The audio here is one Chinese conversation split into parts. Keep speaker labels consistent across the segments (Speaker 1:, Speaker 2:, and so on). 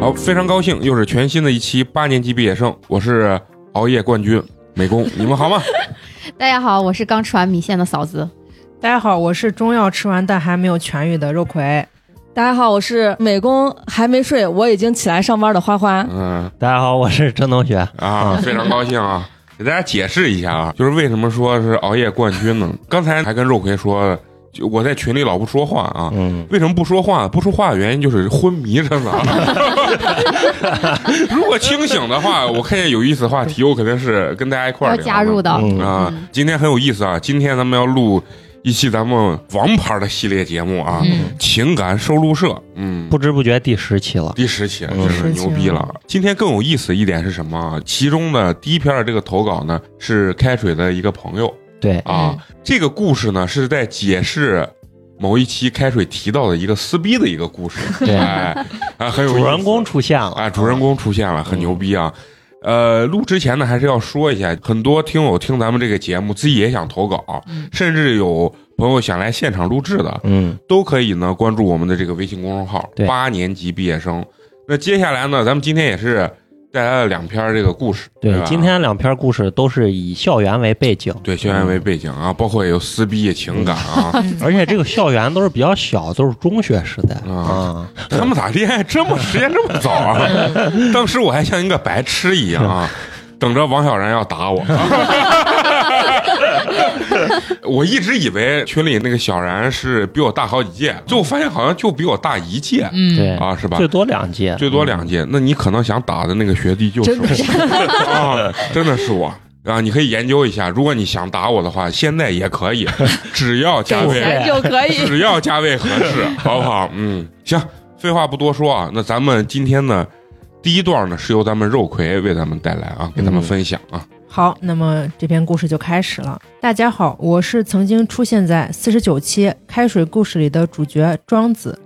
Speaker 1: 好，非常高兴，又是全新的一期八年级毕业生，我是熬夜冠军美工，你们好 吗？
Speaker 2: 大家好，我是刚吃完米线的嫂子。
Speaker 3: 大家好，我是中药吃完但还没有痊愈的肉葵。
Speaker 4: 大家好，我是美工还没睡，我已经起来上班的花花。
Speaker 1: 嗯
Speaker 5: 大家好，我是郑同学。
Speaker 1: 啊，非常高兴啊，给大家解释一下啊，就是为什么说是熬夜冠军呢？刚才还跟肉葵说，就我在群里老不说话啊，
Speaker 5: 嗯，
Speaker 1: 为什么不说话？不说话的原因就是昏迷着 呢。如果清醒的话，我看见有意思的话题，我肯定是跟大家一块儿
Speaker 2: 要
Speaker 1: 聊
Speaker 2: 加入的，
Speaker 5: 嗯
Speaker 1: 啊
Speaker 2: 嗯。
Speaker 1: 今天很有意思啊，今天咱们要录一期咱们王牌的系列节目啊，
Speaker 2: 嗯
Speaker 1: 情感收录社，嗯。
Speaker 5: 不知不觉第十期了。
Speaker 1: 第十期了，
Speaker 5: 嗯
Speaker 1: 真是牛逼了！今天更有意思一点是什么啊？其中的第一篇的这个投稿呢，是开水的一个朋友
Speaker 5: 对，
Speaker 1: 啊。这个故事呢，是在解释某一期开水提到的一个撕逼的一个故事。
Speaker 5: 对
Speaker 1: 哎，啊，很有意
Speaker 5: 主
Speaker 1: 思
Speaker 5: 人公出现了。
Speaker 1: 啊，主人公出现了，很
Speaker 5: 嗯
Speaker 1: 牛逼啊！呃，录之前呢，还是要说一下，很多听友听咱们这个节目，自己也想投稿，
Speaker 2: 嗯
Speaker 1: 甚至有朋友想来现场录制的，
Speaker 5: 嗯，
Speaker 1: 都可以呢关注我们的这个微信公众号“
Speaker 5: 对
Speaker 1: 八年级毕业生”。那接下来呢，咱们今天也是带来了两篇这个故事，
Speaker 5: 对
Speaker 1: 吧，
Speaker 5: 今天两篇故事都是以校园为背景，嗯
Speaker 1: 对校园为背景啊，包括也有撕逼、情感 啊，
Speaker 5: 而且这个校园都是比较小，都是中学时代
Speaker 1: 啊
Speaker 5: 啊。
Speaker 1: 他们咋恋爱 这么时间这么早 啊？当时我还像一个白痴一样啊，等着王小然要打我。 我一直以为群里那个小然是比我大好几届，最后发现好像就比我大一届
Speaker 2: 嗯，
Speaker 5: 对
Speaker 1: 啊，是吧
Speaker 5: 最？多两届，
Speaker 1: 最多两届，那你可能想嗯打的那个学弟就是我， 啊，真的是我啊！你可以研究一下，如果你想打我的话，现在也可 以，只要加
Speaker 5: 对
Speaker 1: 位
Speaker 5: 对
Speaker 4: 就可以。
Speaker 1: 只要价位合 适，好不好？嗯，行，废话不多说啊，那咱们今天呢，第一段呢是由咱们肉葵为咱们带来啊，给咱们分享啊，
Speaker 3: 好，那么这篇故事就开始了。大家好，我是曾经出现在四十九期开水故事里的主角庄子。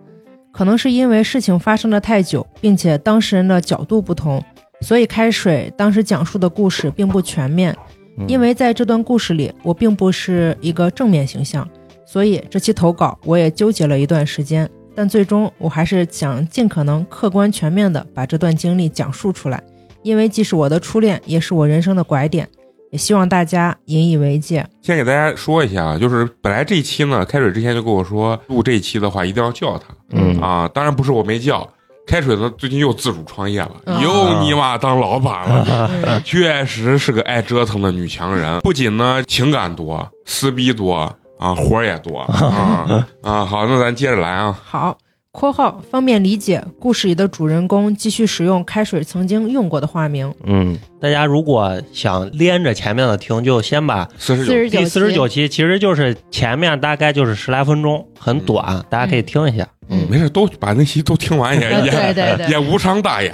Speaker 3: 可能是因为事情发生的太久，并且当事人的角度不同，所以开水当时讲述的故事并不全面。
Speaker 5: 嗯，
Speaker 3: 因为在这段故事里，我并不是一个正面形象，所以这期投稿我也纠结了一段时间，但最终我还是想尽可能客观全面的把这段经历讲述出来，因为既是我的初恋，也是我人生的拐点，也希望大家引以为戒。
Speaker 1: 先给大家说一下啊，就是本来这一期呢，开水之前就跟我说，录这一期的话一定要叫他
Speaker 5: 嗯
Speaker 1: 啊，当然不是我没叫。开水呢，最近又自主创业了，
Speaker 3: 嗯
Speaker 1: 又你妈当老板
Speaker 5: 啊
Speaker 1: 了， 确实是个爱折腾的女强人。不仅呢情感多，撕逼多啊，活儿也多啊啊！好，那咱接着来啊，
Speaker 3: 好（括号方便理解故事里的主人公继续使用开水曾经用过的化名
Speaker 5: 嗯，大家如果想连着前面的听，就先把
Speaker 1: 四十
Speaker 2: 四
Speaker 1: 九
Speaker 2: 十
Speaker 5: 第
Speaker 2: 九，
Speaker 5: 四十九，期，其实就是前面大概就是十来分钟，很短，大家可以听一下。
Speaker 2: 嗯
Speaker 1: 没事，都把那期都听完也
Speaker 2: 对对
Speaker 1: 也
Speaker 2: 对对
Speaker 1: 也无伤大雅。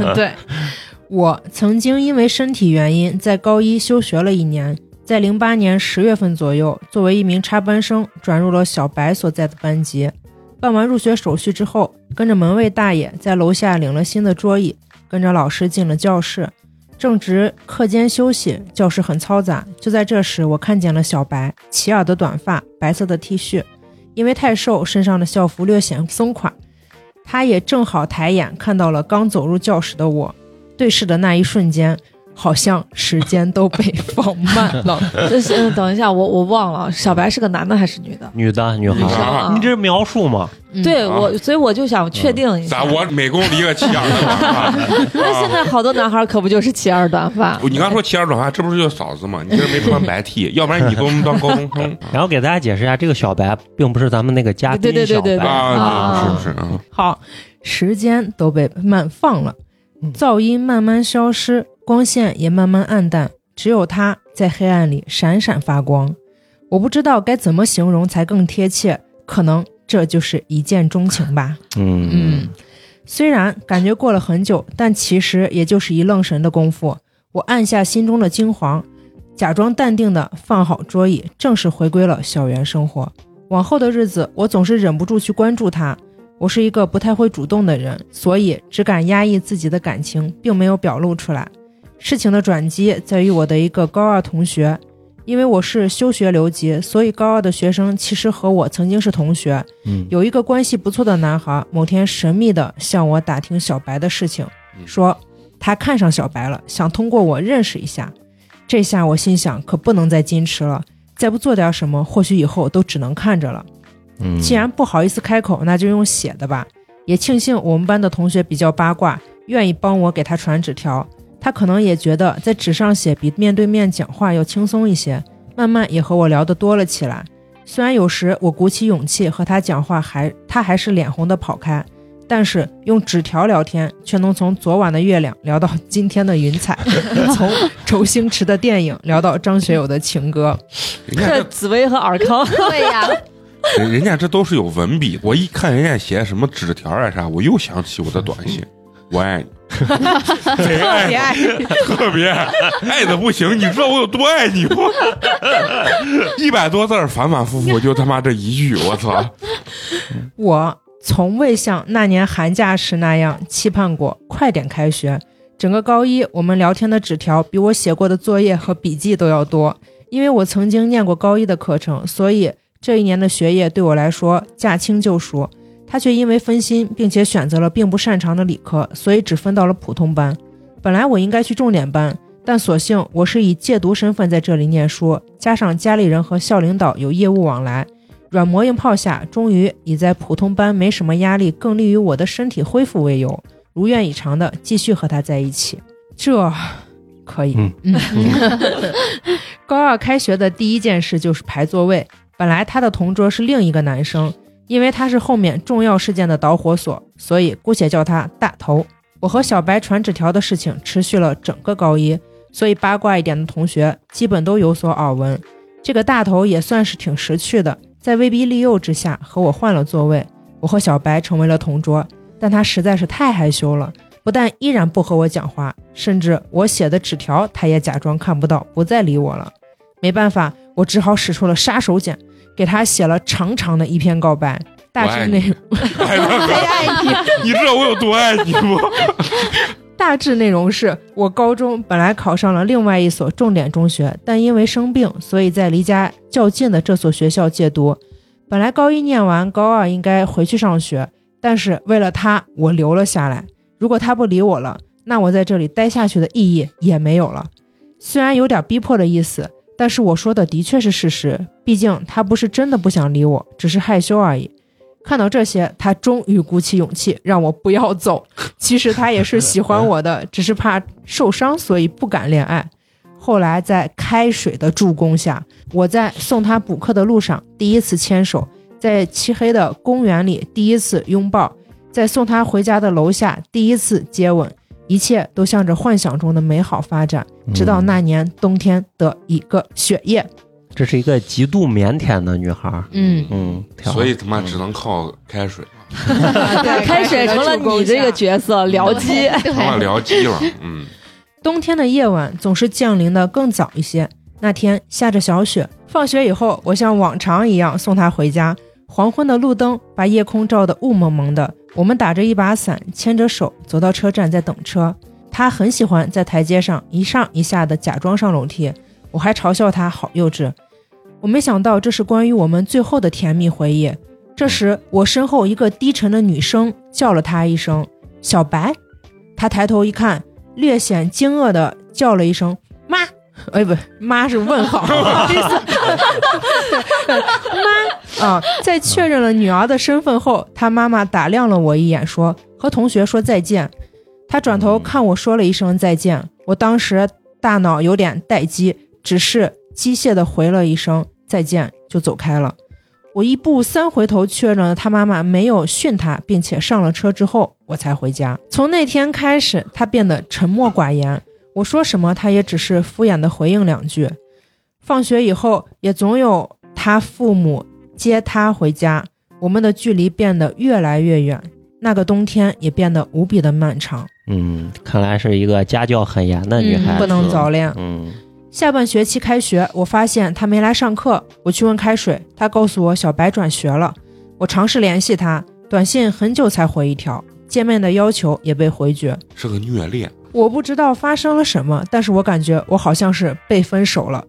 Speaker 3: 嗯，对，我曾经因为身体原因在高一休学了一年，在零八年十月份左右，作为一名插班生转入了小白所在的班级。办完入学手续之后，跟着门卫大爷在楼下领了新的桌椅，跟着老师进了教室。正值课间休息，教室很嘈杂。就在这时，我看见了小白，齐耳的短发，白色的 T 恤，因为太瘦，身上的校服略显松垮。他也正好抬眼看到了刚走入教室的我，对视的那一瞬间，好像时间都被放慢了。
Speaker 4: 这是呃等一下，我我忘了，小白是个男的还是女的？
Speaker 5: 女的，女
Speaker 1: 女
Speaker 5: 孩
Speaker 1: 孩，
Speaker 4: 啊
Speaker 5: 你这是描述吗？
Speaker 2: 嗯
Speaker 4: 对
Speaker 1: 啊
Speaker 4: 我，所以我就想确定一
Speaker 1: 咋
Speaker 4: 下。
Speaker 1: 我美工离个齐耳短
Speaker 4: 那现
Speaker 1: 发？啊
Speaker 4: 在好多男孩可不就是齐耳短发？
Speaker 1: 你刚说齐耳短发，这不是就是嫂子吗？你这没穿白 T，要不然你都能当高中生
Speaker 5: 然后给大家解释一下，这个小白并不是咱们那个嘉宾
Speaker 4: 对对对
Speaker 5: 小白
Speaker 4: 对对
Speaker 1: 啊？
Speaker 4: 啊
Speaker 1: 是不是啊？
Speaker 3: 好，时间都被慢放了，噪音慢慢消失，光线也慢慢暗淡，只有它在黑暗里闪闪发光。我不知道该怎么形容才更贴切，可能这就是一见钟情吧。
Speaker 5: 嗯
Speaker 2: 嗯
Speaker 3: 虽然感觉过了很久，但其实也就是一愣神的功夫。我按下心中的惊惶，假装淡定的放好桌椅，正式回归了校园生活。往后的日子，我总是忍不住去关注他。我是一个不太会主动的人，所以只敢压抑自己的感情，并没有表露出来。事情的转机在于我的一个高二同学，因为我是休学留级，所以高二的学生其实和我曾经是同学。
Speaker 5: 嗯，
Speaker 3: 有一个关系不错的男孩，某天神秘的向我打听小白的事情，
Speaker 1: 嗯
Speaker 3: 说他看上小白了，想通过我认识一下。这下我心想，可不能再矜持了，再不做点什么，或许以后都只能看着了。
Speaker 5: 嗯
Speaker 3: 既然不好意思开口，那就用写的吧。也庆幸我们班的同学比较八卦，愿意帮我给他传纸条。他可能也觉得在纸上写比面对面讲话要轻松一些，慢慢也和我聊得多了起来。虽然有时我鼓起勇气和他讲话还，他还是脸红的跑开，但是用纸条聊天却能从昨晚的月亮聊到今天的云彩， 从周星驰的电影聊到张学友的情歌。
Speaker 1: 人家
Speaker 4: 这
Speaker 1: 这
Speaker 4: 紫薇和尔康
Speaker 5: 嗯
Speaker 2: 对呀，
Speaker 1: 人人家这都是有文笔，我一看人家写什么纸条啊啥，我又想起我的短信，我爱你，贼爱你，特别爱爱的不行，你知道我有多爱你吗？一百多字儿反反复复就他妈这一句，我操！
Speaker 3: 我从未像那年寒假时那样期盼过快点开学。整个高一，我们聊天的纸条比我写过的作业和笔记都要多，因为我曾经念过高一的课程，所以这一年的学业对我来说驾轻就熟。他却因为分心，并且选择了并不擅长的理科，所以只分到了普通班。本来我应该去重点班，但所幸我是以借读身份在这里念书，加上家里人和校领导有业务往来，软磨硬泡下，终于以在普通班没什么压力，更利于我的身体恢复为由，如愿以偿的继续和他在一起。这可以。
Speaker 5: 嗯
Speaker 3: 高二开学的第一件事就是排座位。本来他的同桌是另一个男生，因为他是后面重要事件的导火索，所以姑且叫他大头。我和小白传纸条的事情持续了整个高一，所以八卦一点的同学基本都有所耳闻。这个大头也算是挺识趣的，在威逼利诱之下和我换了座位，我和小白成为了同桌，但他实在是太害羞了，不但依然不和我讲话，甚至我写的纸条他也假装看不到，不再理我了。没办法，我只好使出了杀手锏，给他写了长长的一篇告白，大
Speaker 1: 我爱
Speaker 3: 致
Speaker 1: 你
Speaker 3: 内容
Speaker 1: 哎呀 你知道我有多爱你吗？
Speaker 3: 大致内容是我高中本来考上了另外一所重点中学，但因为生病，所以在离家较近的这所学校借读。本来高一念完，高二应该回去上学，但是为了他，我留了下来。如果他不理我了，那我在这里待下去的意义也没有了。虽然有点逼迫的意思，但是我说的的确是事实。毕竟他不是真的不想理我，只是害羞而已。看到这些，他终于鼓起勇气让我不要 走，其实他也是喜欢我的， 只是怕受伤，所以不敢恋爱。后来在开水的助攻下，我在送他补课的路上第一次牵手，在漆黑的公园里第一次拥抱，在送他回家的楼下第一次接吻，一切都向着幻想中的美好发展。直到嗯那年冬天的一个雪夜，
Speaker 5: 这是一个极度腼腆的女孩儿，
Speaker 3: 嗯，
Speaker 5: 嗯，挺好
Speaker 1: 所以他妈只能靠开水，
Speaker 4: 开始成了你这个角色僚机。
Speaker 2: 对
Speaker 1: 成了僚机了。嗯，
Speaker 3: 冬天的夜晚总是降临的更早一些。那天下着小雪，放学以后，我像往常一样送她回家。黄昏的路灯把夜空照得雾蒙蒙的，我们打着一把伞，牵着手走到车站，在等车。她很喜欢在台阶上一上一下的假装上楼梯，我还嘲笑她好幼稚。我没想到这是关于我们最后的甜蜜回忆。这时，我身后一个低沉的女声叫了她一声“小白”，她抬头一看，略显惊愕的叫了一声“妈”，哎不，妈是问号，不好意思妈啊！在确认了女儿的身份后，她妈妈打量了我一眼，说：“和同学说再见。”她转头看我说了一声再见，我当时大脑有点待机，只是机械的回了一声再见，就走开了。我一步三回头确认了他妈妈没有训他，并且上了车之后，我才回家。从那天开始，他变得沉默寡言，我说什么他也只是敷衍的回应两句。放学以后，也总有他父母接他回家，我们的距离变得越来越远。那个冬天也变得无比的漫长，
Speaker 5: 嗯，看来是一个家教很严的女孩
Speaker 4: 嗯
Speaker 5: 子，
Speaker 3: 不能早恋。
Speaker 5: 嗯，
Speaker 3: 下半学期开学，我发现他没来上课，我去问开水，他告诉我小白转学了。我尝试联系他，短信很久才回一条，见面的要求也被回绝。
Speaker 1: 是个虐恋。
Speaker 3: 我不知道发生了什么，但是我感觉我好像是被分手了。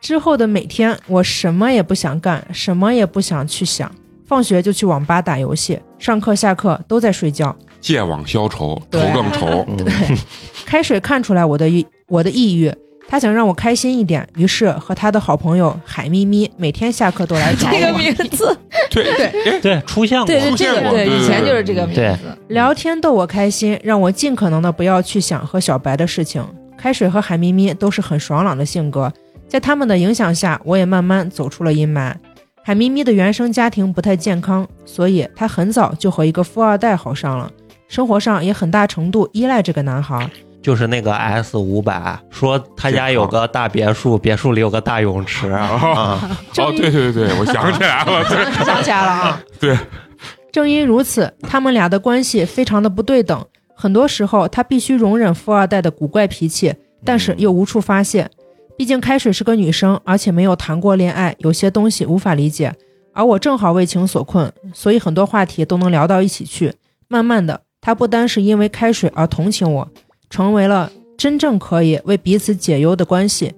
Speaker 3: 之后的每天，我什么也不想干，什么也不想去想，放学就去网吧打游戏，上课下课都在睡觉。
Speaker 1: 借网消愁，愁
Speaker 3: 对
Speaker 1: 更愁。
Speaker 5: 嗯
Speaker 3: 开水看出来我的抑我的抑郁，他想让我开心一点，于是和他的好朋友海咪咪每天下课都来找
Speaker 4: 这个
Speaker 3: 我，
Speaker 4: 名字，
Speaker 1: 对对，哎，
Speaker 5: 对，出现过，
Speaker 4: 对对，
Speaker 1: 出现
Speaker 4: 这个
Speaker 1: 过对
Speaker 4: 对，
Speaker 1: 对
Speaker 4: 以前就是这个名
Speaker 5: 对
Speaker 4: 字。
Speaker 3: 聊天逗我开心，让我尽可能的不要去想和小白的事情。开水和海咪咪都是很爽朗的性格，在他们的影响下，我也慢慢走出了阴霾。海咪咪的原生家庭不太健康，所以她很早就和一个富二代好上了，生活上也很大程度依赖这个男孩。
Speaker 5: 就是那个 S 五百，说他家有个大别墅，别墅里有个大泳
Speaker 1: 嗯
Speaker 5: 池啊，
Speaker 1: 哦，对对对，我想起来了，对，
Speaker 3: 想起来了啊。
Speaker 1: 对。
Speaker 3: 正因如此，他们俩的关系非常的不对等，很多时候他必须容忍富二代的古怪脾气，但是又无处发泄。毕竟开水是个女生，而且没有谈过恋爱，有些东西无法理解。而我正好为情所困，所以很多话题都能聊到一起去。慢慢的，他不单是因为开水而同情我，成为了真正可以为彼此解忧的关系。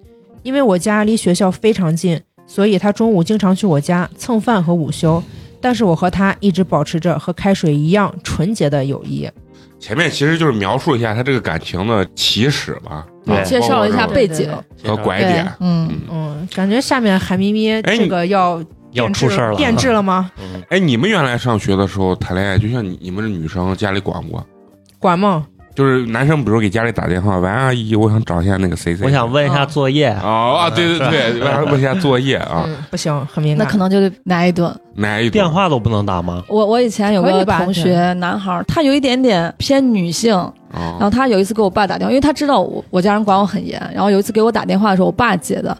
Speaker 3: 因为我家离学校非常近，所以他中午经常去我家蹭饭和午休。但是我和他一直保持着和开水一样纯洁的友谊。
Speaker 1: 前面其实就是描述一下他这个感情的起始吧，
Speaker 5: 对
Speaker 1: 啊
Speaker 4: 介绍了一下
Speaker 1: 包括
Speaker 4: 背景，
Speaker 1: 这个和拐
Speaker 4: 对
Speaker 1: 点。
Speaker 4: 嗯，
Speaker 3: 嗯，感觉下面韩咪咪
Speaker 1: 哎
Speaker 3: 这个要
Speaker 5: 要
Speaker 3: 变质
Speaker 5: 出事儿了，
Speaker 3: 变质了吗？
Speaker 5: 嗯，
Speaker 1: 哎，你们原来上学的时候谈恋爱，就像你你们是女生，家里管不管？
Speaker 3: 管吗？
Speaker 1: 就是男生，比如给家里打电话，喂阿姨，我想找一下那个谁谁。
Speaker 5: 我想问
Speaker 4: 啊
Speaker 5: 一下作业，
Speaker 1: 哦啊，对对对，问问一下作业 啊，
Speaker 3: 嗯，不行，很敏
Speaker 4: 那
Speaker 3: 感。
Speaker 4: 可能就得来一顿。
Speaker 1: 哪一种
Speaker 5: 电？话都不能打吗？
Speaker 4: 我我以前有
Speaker 3: 可
Speaker 4: 个
Speaker 3: 以吧
Speaker 4: 同学，男孩儿，他有一点点偏女性，然后
Speaker 1: 哦，
Speaker 4: 他有一次给我爸打电话，因为他知道我我家人管我很严，然后有一次给我打电话的时候，我爸接的，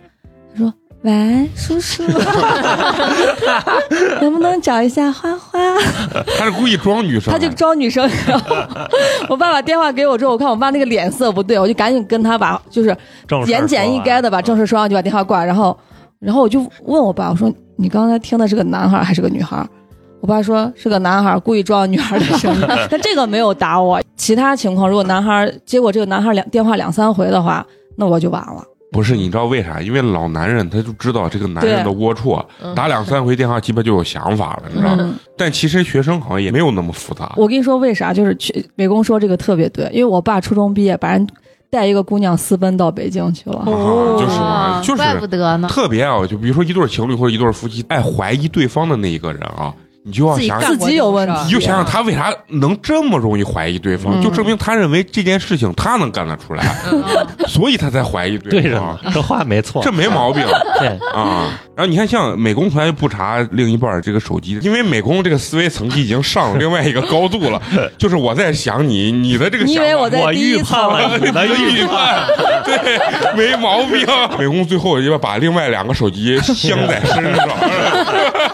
Speaker 4: 他说：“喂，叔叔，能不能找一下花花
Speaker 1: 他是故意装女？”生
Speaker 4: 他
Speaker 1: 啊，
Speaker 4: 就装女生。然后我爸把电话给我之后，我看我爸那个脸色不对，我就赶紧跟他把就是
Speaker 5: 正事儿
Speaker 4: 言简意赅的把
Speaker 5: 说
Speaker 4: 正
Speaker 5: 完嗯
Speaker 4: 事说完，就把电话挂。然后，然后我就问我爸，我说你刚才听的是个男孩还是个女孩？我爸说是个男孩，故意装女孩的声 音。但这个没有打我。其他情况，如果男孩接过这个男孩两电话两三回的话，那我就完了。
Speaker 1: 不是，你知道为啥？因为老男人他就知道这个男人的龌龊，
Speaker 3: 嗯
Speaker 1: 打两三回电话，基本就有想法了，你知道吗？
Speaker 4: 嗯，
Speaker 1: 但其实学生好像也没有那么复杂。
Speaker 4: 我跟你说为啥？就是去美工说这个特别对，因为我爸初中毕业，把人带一个姑娘私奔到北京去了。
Speaker 1: 啊就是嘛
Speaker 2: 哦
Speaker 1: 就是
Speaker 2: 怪不得呢。
Speaker 1: 特别啊，就比如说一对情侣或者一对夫妻，爱怀疑对方的那一个人啊，你就要
Speaker 3: 自己
Speaker 1: 想
Speaker 3: 干过
Speaker 4: 自己有问题
Speaker 3: 这种
Speaker 1: 你
Speaker 3: 事
Speaker 1: 就
Speaker 3: 儿
Speaker 1: 想想他为啥能这么容易怀疑对方，
Speaker 4: 嗯
Speaker 1: 就证明他认为这件事情他能干得出来，所以他才怀疑
Speaker 5: 对着
Speaker 1: 方
Speaker 5: 呢。，这话没错，
Speaker 1: 这没毛病
Speaker 5: 对，
Speaker 1: 啊！然后你看，像美工从来不查另一半这个手机，因为美工这个思维层级已经上了另外一个高度了。就是我在想你，你的这个
Speaker 4: 你以
Speaker 1: 想
Speaker 4: 为
Speaker 1: 法
Speaker 4: 我在
Speaker 5: 我
Speaker 4: 第一
Speaker 5: 预判
Speaker 4: 层？
Speaker 5: 了你的预
Speaker 1: 预判，对，没毛病。美工最后要把另外两个手机镶在身上。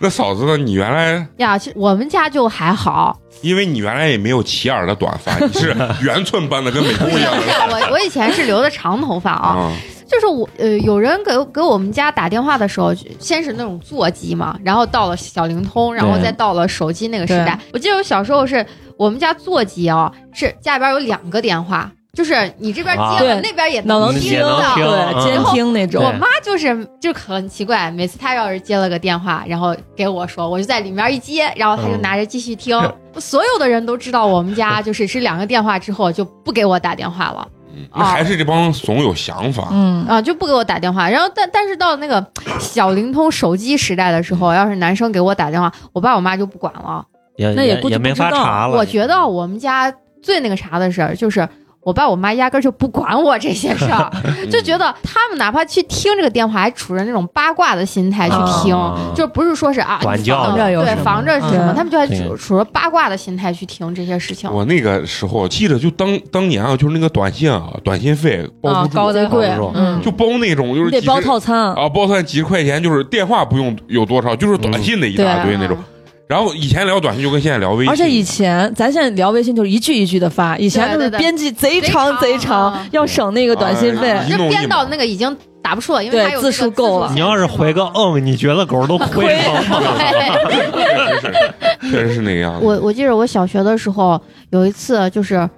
Speaker 1: 那嫂子呢？你原来
Speaker 2: 呀，其实我们家就还好。
Speaker 1: 因为你原来也没有齐耳的短发，你是圆寸般的，跟美工一样的
Speaker 2: 我我以前是留的长头发啊，
Speaker 1: 啊。
Speaker 2: 就是我呃，有人给给我们家打电话的时候，就先是那种座机嘛，然后到了小灵通，然后
Speaker 5: 对
Speaker 2: 再到了手机那个时代。我记得我小时候是我们家座机啊，是家里边有两个电话，就是你这边接
Speaker 5: 啊
Speaker 2: 了，
Speaker 4: 对
Speaker 2: 那边也
Speaker 4: 能
Speaker 5: 听
Speaker 2: 听
Speaker 5: 也能
Speaker 2: 到。
Speaker 5: 听
Speaker 4: 对，监听那种
Speaker 2: 我
Speaker 5: 对。
Speaker 2: 妈就是就很奇怪，每次她要是接了个电话，然后给我说，我就在里面一接，然后她就拿着继续听。
Speaker 5: 嗯
Speaker 2: 所有的人都知道我们 家就是是两个电话之后就不给我打电话了
Speaker 1: 嗯那还是这帮怂有想法。
Speaker 4: 嗯，
Speaker 2: 啊、就不给我打电话。然后但但是到那个小灵通手机时代的时候，要是男生给我打电话，我爸我妈就不管了。
Speaker 5: 也
Speaker 4: 那也
Speaker 5: 也
Speaker 4: 估计
Speaker 5: 也没法
Speaker 4: 不知道
Speaker 5: 查了。
Speaker 2: 我觉得我们家最那个啥的事儿就是。我爸我妈压根儿就不管我这些事 儿，就觉得他们哪怕去听这个电话，还处着那种八卦的心态去听，
Speaker 5: 啊
Speaker 2: 就不是说是啊，
Speaker 5: 管
Speaker 2: 你
Speaker 5: 教
Speaker 2: 防
Speaker 5: 的
Speaker 2: 对
Speaker 3: 嗯
Speaker 2: 防着是什么，
Speaker 4: 嗯
Speaker 2: 他们就还
Speaker 5: 对
Speaker 2: 处处着八卦的心态去听这些事情。
Speaker 1: 我那个时候记得，就当当年啊，就是那个短信啊，短信费包
Speaker 4: 啊
Speaker 1: 不，住，
Speaker 4: 高的贵
Speaker 5: 包不，住
Speaker 4: 嗯，
Speaker 1: 就包那种就
Speaker 4: 你
Speaker 1: 是
Speaker 4: 得
Speaker 1: 几
Speaker 4: 包
Speaker 1: 十
Speaker 4: 套
Speaker 5: 哦
Speaker 4: 餐。
Speaker 1: 啊，包算几十块钱，就是电话不用有多少，就是短信的一大堆
Speaker 4: 啊
Speaker 2: 嗯
Speaker 1: 那种
Speaker 2: 对。
Speaker 1: 然后以前聊短信就跟现在聊微信，
Speaker 4: 而且以前咱现在聊微信就是一句一句的发，以前就
Speaker 2: 对
Speaker 4: 是
Speaker 2: 对对
Speaker 4: 编辑贼长啊
Speaker 2: 贼
Speaker 4: 贼
Speaker 2: 长
Speaker 4: 长
Speaker 2: 嗯，
Speaker 4: 要省那个短信费。
Speaker 1: 哎
Speaker 2: 就
Speaker 1: 一弄一
Speaker 2: 啊编到
Speaker 1: 码
Speaker 2: 那个已经打不出了，因为
Speaker 4: 对
Speaker 2: 它有
Speaker 4: 字
Speaker 2: 这个
Speaker 4: 数够了
Speaker 5: 你要是回个嗯，你觉得狗都亏了。
Speaker 1: 确
Speaker 2: 对，
Speaker 1: 实是，确实是那个样子。
Speaker 2: 我我记得我小学的时候有一次就是，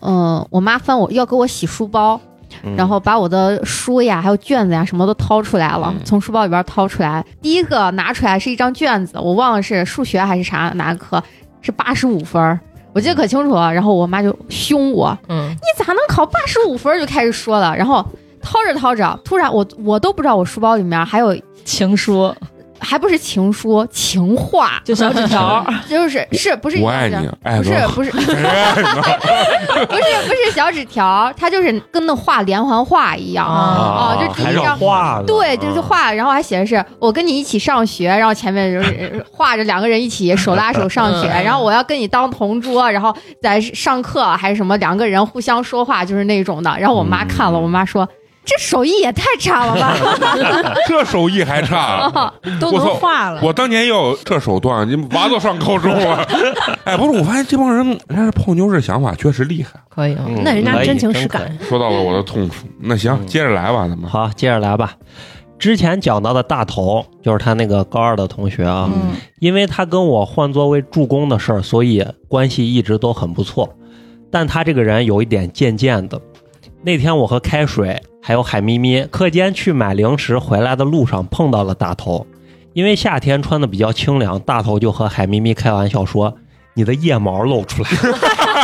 Speaker 2: 嗯、我妈翻我要给我洗书包，
Speaker 5: 嗯
Speaker 2: 然后把我的书呀，还有卷子呀，什么都掏出来了，
Speaker 5: 嗯
Speaker 2: 从书包里边掏出来。第一个拿出来是一张卷子，我忘了是数学还是啥哪个课，是八十五分儿，我记得可清楚了。然后我妈就凶我，
Speaker 3: 嗯，
Speaker 2: 你咋能考八十五分儿？就开始说了。然后掏着掏着，突然我我都不知道我书包里面还有
Speaker 4: 情书
Speaker 2: 还不是情书情话，
Speaker 4: 就小纸 条，
Speaker 2: 就是是不是一
Speaker 1: 我
Speaker 2: 张
Speaker 1: 爱
Speaker 2: 纸
Speaker 1: 你，啊爱
Speaker 2: 不是
Speaker 1: 的
Speaker 2: 不是 不
Speaker 1: 很爱呢。
Speaker 2: 是不是小纸条，它就是跟那画连环画一样。
Speaker 3: 啊
Speaker 2: 哦就直接
Speaker 5: 还
Speaker 2: 让
Speaker 5: 让画了，
Speaker 2: 对，就是画，然后还写的是我跟你一起上学，然后前面就是 画着两个人一起手拉手上学，
Speaker 3: 嗯
Speaker 2: 然后我要跟你当同桌，然后在上课啊还是什么两个人互相说话，就是那种的。然后我妈看了，我妈说这手艺也太差了吧。
Speaker 1: 这手艺还差，
Speaker 3: 都
Speaker 1: 我操
Speaker 3: 能画了，
Speaker 1: 我当年也有这手段，你娃都上高中了。哎，不是，我发现这帮人，人家泡妞这想法确实厉害。
Speaker 3: 可以啊
Speaker 5: 嗯，
Speaker 3: 那人家
Speaker 5: 可以
Speaker 3: 真情
Speaker 5: 真
Speaker 3: 实
Speaker 5: 可以
Speaker 3: 感，
Speaker 1: 说到了我的痛处，那行，
Speaker 5: 嗯
Speaker 1: 接着来吧，咱 们。
Speaker 5: 好，接着来吧。之前讲到的大头就是他那个高二的同学啊，
Speaker 4: 嗯，
Speaker 5: 因为他跟我换座位助攻的事儿，所以关系一直都很不错。但他这个人有一点贱贱的。那天我和开水还有海咪咪课间去买零食回来的路上碰到了大头，因为夏天穿的比较清凉，大头就和海咪咪开玩笑说：“你的腋毛露出来。”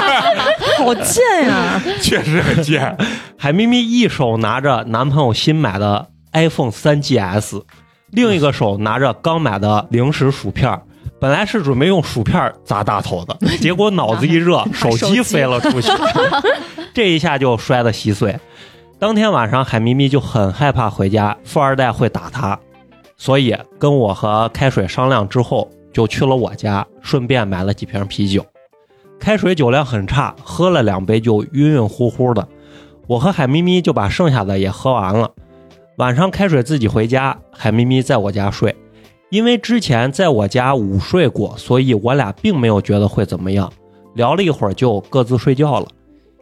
Speaker 4: 好贱呀！
Speaker 1: 确实很贱，。
Speaker 5: 海咪咪一手拿着男朋友新买的 iPhone 3GS，另一个手拿着刚买的零食薯片儿。本来是准备用薯片儿砸大头 的，结果脑子一 热，手机飞了出 去，这一下就摔得稀碎。当天晚上，海咪咪就很害怕回家，富二代会打她，所以跟我和开水商量之后，就去了我家，顺便买了几瓶啤酒。开水酒量很差，喝了两杯就晕晕乎乎的，我和海咪咪就把剩下的也喝完了。晚上开水自己回家，海咪咪在我家睡。因为之前在我家午睡过，所以我俩并没有觉得会怎么样。聊了一会儿就各自睡觉了。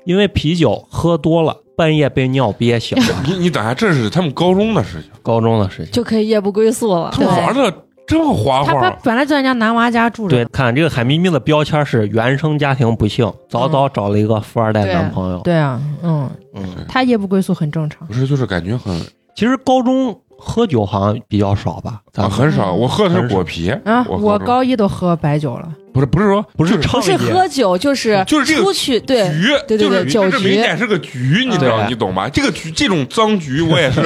Speaker 5: 因为啤酒喝多了，半夜被尿憋醒了
Speaker 1: 你你等下，这是他们高中的事情，
Speaker 5: 高中的事情。
Speaker 4: 就可以夜不归宿了
Speaker 1: 他。们玩的这么花
Speaker 3: 他他
Speaker 1: 花，
Speaker 3: 本来就在人家男娃家住着，
Speaker 5: 对，看这个海咪咪的标签是原生家庭不幸，早
Speaker 4: 嗯
Speaker 5: 早找了一个富二代男朋友。
Speaker 3: 对啊，嗯，
Speaker 5: 嗯，
Speaker 3: 他夜不归宿很正常
Speaker 1: 不，是就是感觉很啊
Speaker 5: 其实高中喝酒好像比较少吧，咱
Speaker 1: 啊
Speaker 5: 们
Speaker 1: 很少。我喝的
Speaker 5: 很
Speaker 1: 是
Speaker 5: 少
Speaker 1: 果啤
Speaker 3: 啊！
Speaker 1: 我
Speaker 3: 我
Speaker 1: 喝的
Speaker 3: 高一都喝白酒了，
Speaker 1: 不是不是说
Speaker 5: 不是
Speaker 1: 就是
Speaker 5: 畅
Speaker 4: 不是
Speaker 5: 饮
Speaker 4: 喝酒，就是
Speaker 1: 就是这个
Speaker 4: 出去对
Speaker 1: 局，
Speaker 4: 对对
Speaker 1: 就是
Speaker 4: 对
Speaker 1: 这
Speaker 4: 酒
Speaker 1: 这
Speaker 4: 局
Speaker 1: 明显是个局，你知道
Speaker 5: 对
Speaker 1: 你懂吧？这个局这种脏局，我 也是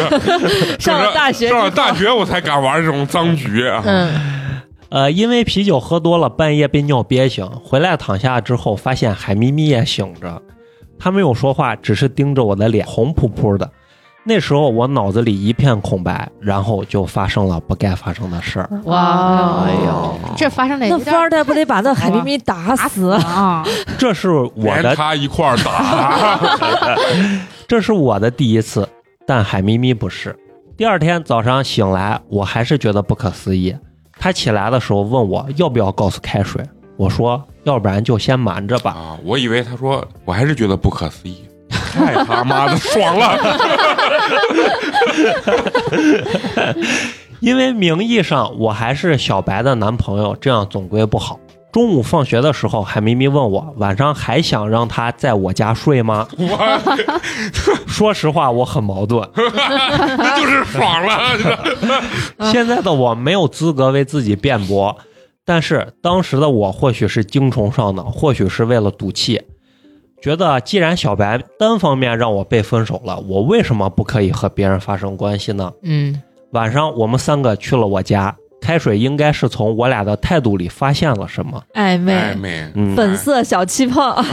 Speaker 4: 上了大学
Speaker 1: 上了大学我才敢玩这种脏局啊。
Speaker 3: 嗯，
Speaker 5: 呃，因为啤酒喝多了，半夜被尿憋醒，回来躺下之后，发现海咪咪也醒着，她没有说话，只是盯着我的脸，红扑扑的。那时候我脑子里一片空白，然后就发生了不该发生的事
Speaker 3: 嗯
Speaker 5: 儿。
Speaker 2: 哇，
Speaker 4: 哎
Speaker 2: 呦，这发生的
Speaker 4: 那富二代不得把那海咪咪打
Speaker 2: 打
Speaker 4: 死？
Speaker 2: 啊！
Speaker 5: 这是我
Speaker 1: 连
Speaker 5: 的，
Speaker 1: 他一块儿 打，
Speaker 5: 这是我的第一次，但海咪咪不是。第二天早上醒来，我还是觉得不可思议。她起来的时候问我要不要告诉开水，我说要不然就先瞒着吧。
Speaker 1: 啊！我以为他说，我还是觉得不可思议，太他妈的爽了！
Speaker 5: 因为名义上我还是小白的男朋友，这样总归不好。中午放学的时候，海咪咪问我晚上还想让他在我家睡吗？
Speaker 1: 我
Speaker 5: 说实话，我很矛盾。
Speaker 1: 就是爽了，你知道
Speaker 5: 现在的我没有资格为自己辩驳，但是当时的我或许是精虫上脑，或许是为了赌气，觉得既然小白单方面让我被分手了，我为什么不可以和别人发生关系呢？
Speaker 3: 嗯，
Speaker 5: 晚上我们三个去了我家，开水应该是从我俩的态度里发现了什么。
Speaker 4: 暧
Speaker 1: 暧
Speaker 4: 昧、
Speaker 1: 昧，
Speaker 5: 嗯，
Speaker 4: 哎粉色小气泡，啊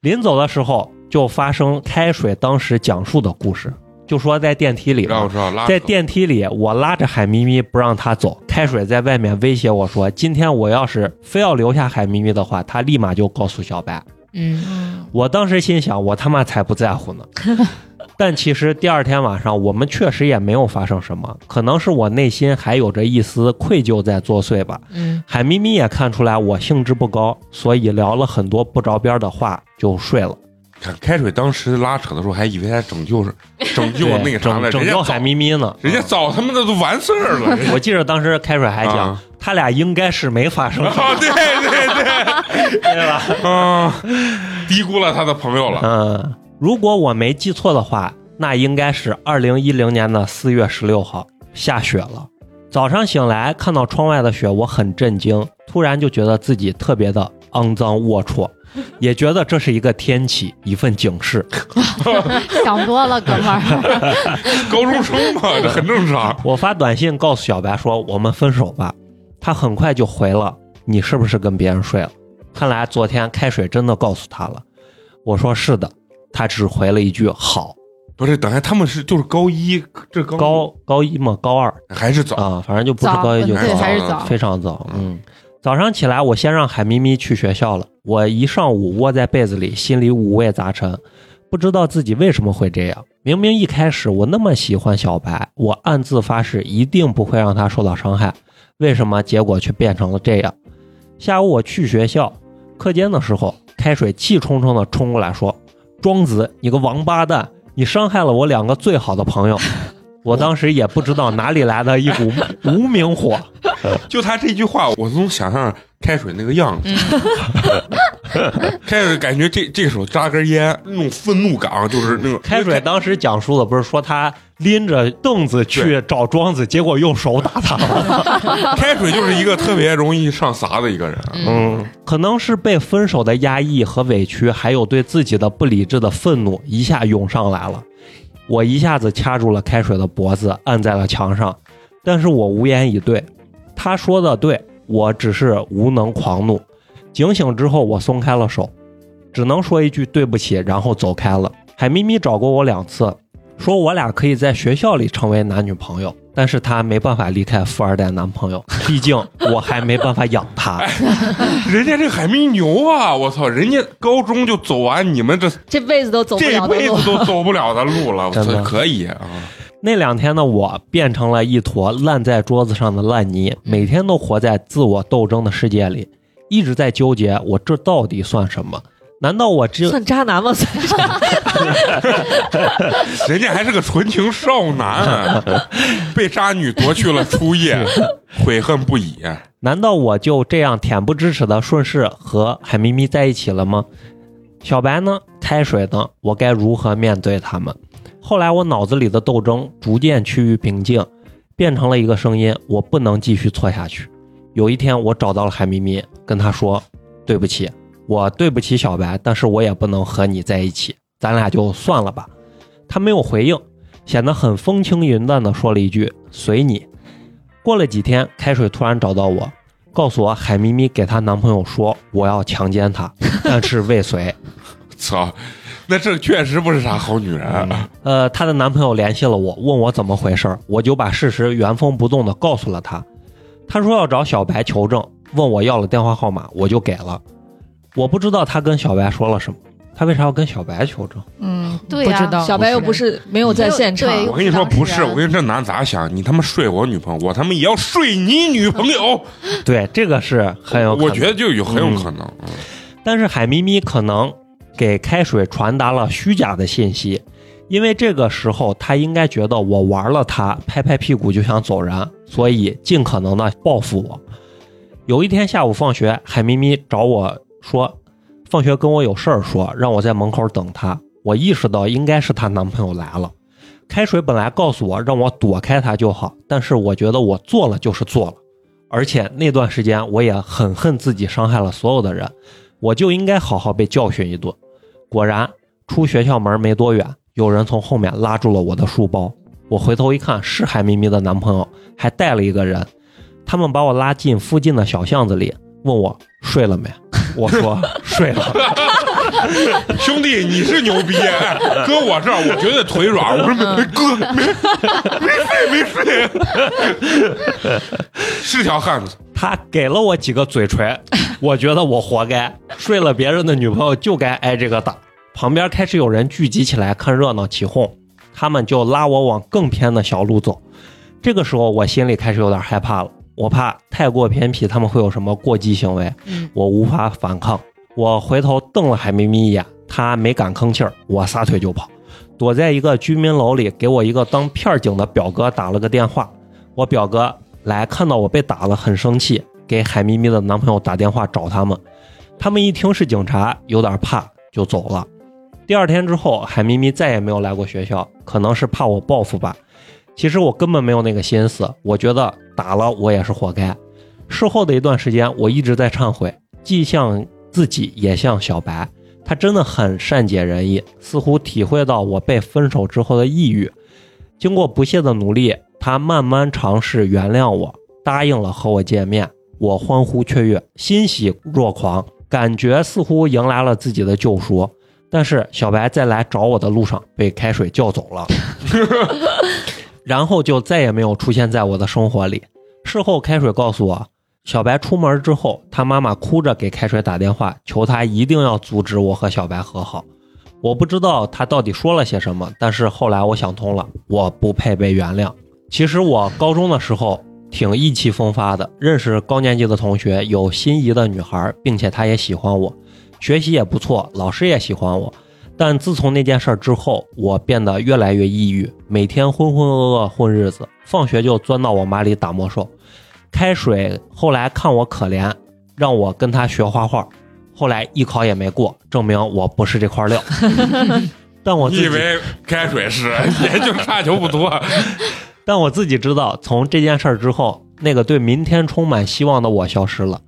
Speaker 5: 临走的时候就发生开水当时讲述的故事，就说在电梯里嘛，
Speaker 1: 让我知道拉
Speaker 5: 在电梯里我拉着海咪咪不让她走，开水在外面威胁我说，今天我要是非要留下海咪咪的话，她立马就告诉小白。
Speaker 3: 嗯，
Speaker 5: 我当时心想，我他妈才不在乎呢。但其实第二天晚上，我们确实也没有发生什么，可能是我内心还有着一丝愧疚在作祟吧。
Speaker 3: 嗯，
Speaker 5: 海咪咪也看出来我兴致不高，所以聊了很多不着边的话就睡了。
Speaker 1: 看开水当时拉扯的时候，还以为他拯 救是拯救那个
Speaker 5: 对
Speaker 1: 啥了，
Speaker 5: 拯
Speaker 1: 人家
Speaker 5: 拯救
Speaker 1: 早
Speaker 5: 海咪咪呢？
Speaker 1: 人家
Speaker 5: 嗯
Speaker 1: 早他妈的都完事儿了。
Speaker 5: 我记得当时开水还讲
Speaker 1: 啊，
Speaker 5: 他俩应该是没发 生，
Speaker 1: 啊，对对
Speaker 5: 对吧？
Speaker 1: 对，啊，低估了他的朋友了。
Speaker 5: 嗯，如果我没记错的话，那应该是二零一零年的四月十六号，下雪了。早上醒来看到窗外的雪，我很震惊，突然就觉得自己特别的肮脏龌龊，也觉得这是一个天启，一份警示。
Speaker 2: 想多了，哥们儿，
Speaker 1: 高中生嘛，这很正常。
Speaker 5: 我发短信告诉小白说我们分手吧，他很快就回了你是不是跟别人睡了？看来昨天开水真的告诉他了。我说是的，他只回了一句好。
Speaker 1: 不是，等下他们是就是高一，这高
Speaker 5: 高高一嘛，高二
Speaker 1: 还是早？
Speaker 5: 啊，反正就不是
Speaker 2: 早
Speaker 5: 高一
Speaker 1: 嗯
Speaker 5: 就高
Speaker 2: 对，
Speaker 5: 二
Speaker 2: 还是早。
Speaker 5: 非常早。嗯，早上起来，我先让海咪咪去学校了。我一上午窝在被子里，心里五味杂陈，不知道自己为什么会这样。明明一开始我那么喜欢小白，我暗自发誓一定不会让他受到伤害，为什么结果却变成了这样？下午我去学校，课间的时候，开水气冲冲的冲过来说：“庄子，你个王八蛋，你伤害了我两个最好的朋友。”我当时也不知道哪里来的一股 无名火，
Speaker 1: 就他这句话，我总想象开水那个样子。 开水感觉这这个手扎根烟，那种愤怒感啊就是 那种
Speaker 5: 开水当时讲述的不是说他拎着凳子去找庄子，结果用手打他了。
Speaker 1: 开水就是一个特别容易上撒的一个人。啊
Speaker 5: 嗯，可能是被分手的压抑和委屈，还有对自己的不理智的愤怒，一下涌上来了。我一下子掐住了开水的脖子，按在了墙上，但是我无言以对。他说的对，我只是无能狂怒。警醒之后，我松开了手，只能说一句对不起，然后走开了。海咪咪找过我两次，说我俩可以在学校里成为男女朋友，但是她没办法离开富二代男朋友，毕竟我还没办法养他。
Speaker 1: 嗯人家这海咪牛啊！我操，人家高中就走完你们这
Speaker 4: 这辈子都走不
Speaker 1: 这
Speaker 4: 了的
Speaker 1: 辈
Speaker 4: 路
Speaker 1: 子。都走不了的路了。我
Speaker 5: 真
Speaker 1: 操，
Speaker 5: 的
Speaker 1: 可以啊！
Speaker 5: 那两天的我变成了一坨烂在桌子上的烂泥，每天都活在自我斗争的世界里，一直在纠结我这到底算什么？难道我只
Speaker 4: 算渣男吗？算是
Speaker 1: 人家还是个纯情少男，啊 被渣女夺去了初夜，悔恨不已。
Speaker 5: 难道我就这样恬不知耻的顺势和海咪咪在一起了吗？小白呢？开水呢？我该如何面对他们？后来我脑子里的斗争逐渐趋于平静，变成了一个声音：我不能继续错下去。有一天，我找到了海咪咪，跟她说：“对不起，我对不起小白，但是我也不能和你在一起，咱俩就算了吧。”她没有回应，显得很风轻云淡的说了一句：“随你。”过了几天，开水突然找到我，告诉我海咪咪给她男朋友说我要强奸她，但是未遂。
Speaker 1: 操，那这确实不是啥好女人。啊
Speaker 5: 呃，她的男朋友联系了我，问我怎么回事儿，我就把事实原封不动的告诉了她。她说要找小白求证，问我要了电话号码，我就给了。我不知道她跟小白说了什么，她为啥要跟小白求证？
Speaker 4: 嗯，
Speaker 2: 对呀
Speaker 3: 不知道
Speaker 4: 小白又不是没有在现场
Speaker 2: 对，
Speaker 1: 我跟你说哎不
Speaker 2: 当事
Speaker 1: 是，啊
Speaker 2: 人
Speaker 1: 我跟你说这男咋想？你他妈睡我女朋友，我他妈也要睡你女朋友。
Speaker 5: 对，这个是很有可能。
Speaker 1: 我觉得就有很有可能。
Speaker 5: 但是海咪咪可能给开水传达了虚假的信息，因为这个时候他应该觉得我玩了他，拍拍屁股就想走人，所以尽可能的报复我。有一天下午放学，海咪咪找我说，放学跟我有事儿说，让我在门口等她。我意识到应该是她男朋友来了。开水本来告诉我让我躲开他就好，但是我觉得我做了就是做了，而且那段时间我也很恨自己伤害了所有的人，我就应该好好被教训一顿。果然，出学校门没多远，有人从后面拉住了我的书包。我回头一看，是海咪咪的男朋友，还带了一个人。他们把我拉进附近的小巷子里，问我睡了没。我说睡了。嗯
Speaker 1: 兄弟，你是牛逼，哎搁我这儿我绝对腿软。我说没没哥
Speaker 5: 嗯
Speaker 1: 没没睡没睡，是条汉子。
Speaker 5: 他给了我几个嘴锤，我觉得我活该，睡了别人的女朋友就该挨这个打。旁边开始有人聚集起来看热闹起哄，他们就拉我往更偏的小路走。这个时候我心里开始有点害怕了，我怕太过偏僻他们会有什么过激行为，我无法反抗。我回头瞪了海咪咪一眼，她没敢吭气儿，我撒腿就跑，躲在一个居民楼里，给我一个当片儿警的表哥打了个电话。我表哥来看到我被打了，很生气，给海咪咪的男朋友打电话找他们。他们一听是警察，有点怕，就走了。第二天之后，海咪咪再也没有来过学校，可能是怕我报复吧。其实我根本没有那个心思，我觉得打了我也是活该。事后的一段时间，我一直在忏悔，既像自己也像小白，他真的很善解人意，似乎体会到我被分手之后的抑郁。经过不懈的努力，他慢慢尝试原谅我，答应了和我见面。我欢呼雀跃，欣喜若狂，感觉似乎迎来了自己的救赎。但是小白在来找我的路上被开水叫走了，然后就再也没有出现在我的生活里。事后，开水告诉我，小白出门之后，他妈妈哭着给开水打电话，求他一定要阻止我和小白和好。我不知道他到底说了些什么，但是后来我想通了，我不配被原谅。其实我高中的时候挺意气风发的，认识高年级的同学，有心仪的女孩，并且她也喜欢我，学习也不错，老师也喜欢我。但自从那件事儿之后，我变得越来越抑郁，每天浑浑噩噩混日子，放学就钻到我妈里打魔兽。开水后来看我可怜，让我跟他学画画，后来艺考也没过，证明我不是这块料。但我自
Speaker 1: 你
Speaker 5: 己
Speaker 1: 以为开水是，也就差球不多。
Speaker 5: 但我自己知道，从这件事儿之后，那个对明天充满希望的我消失了，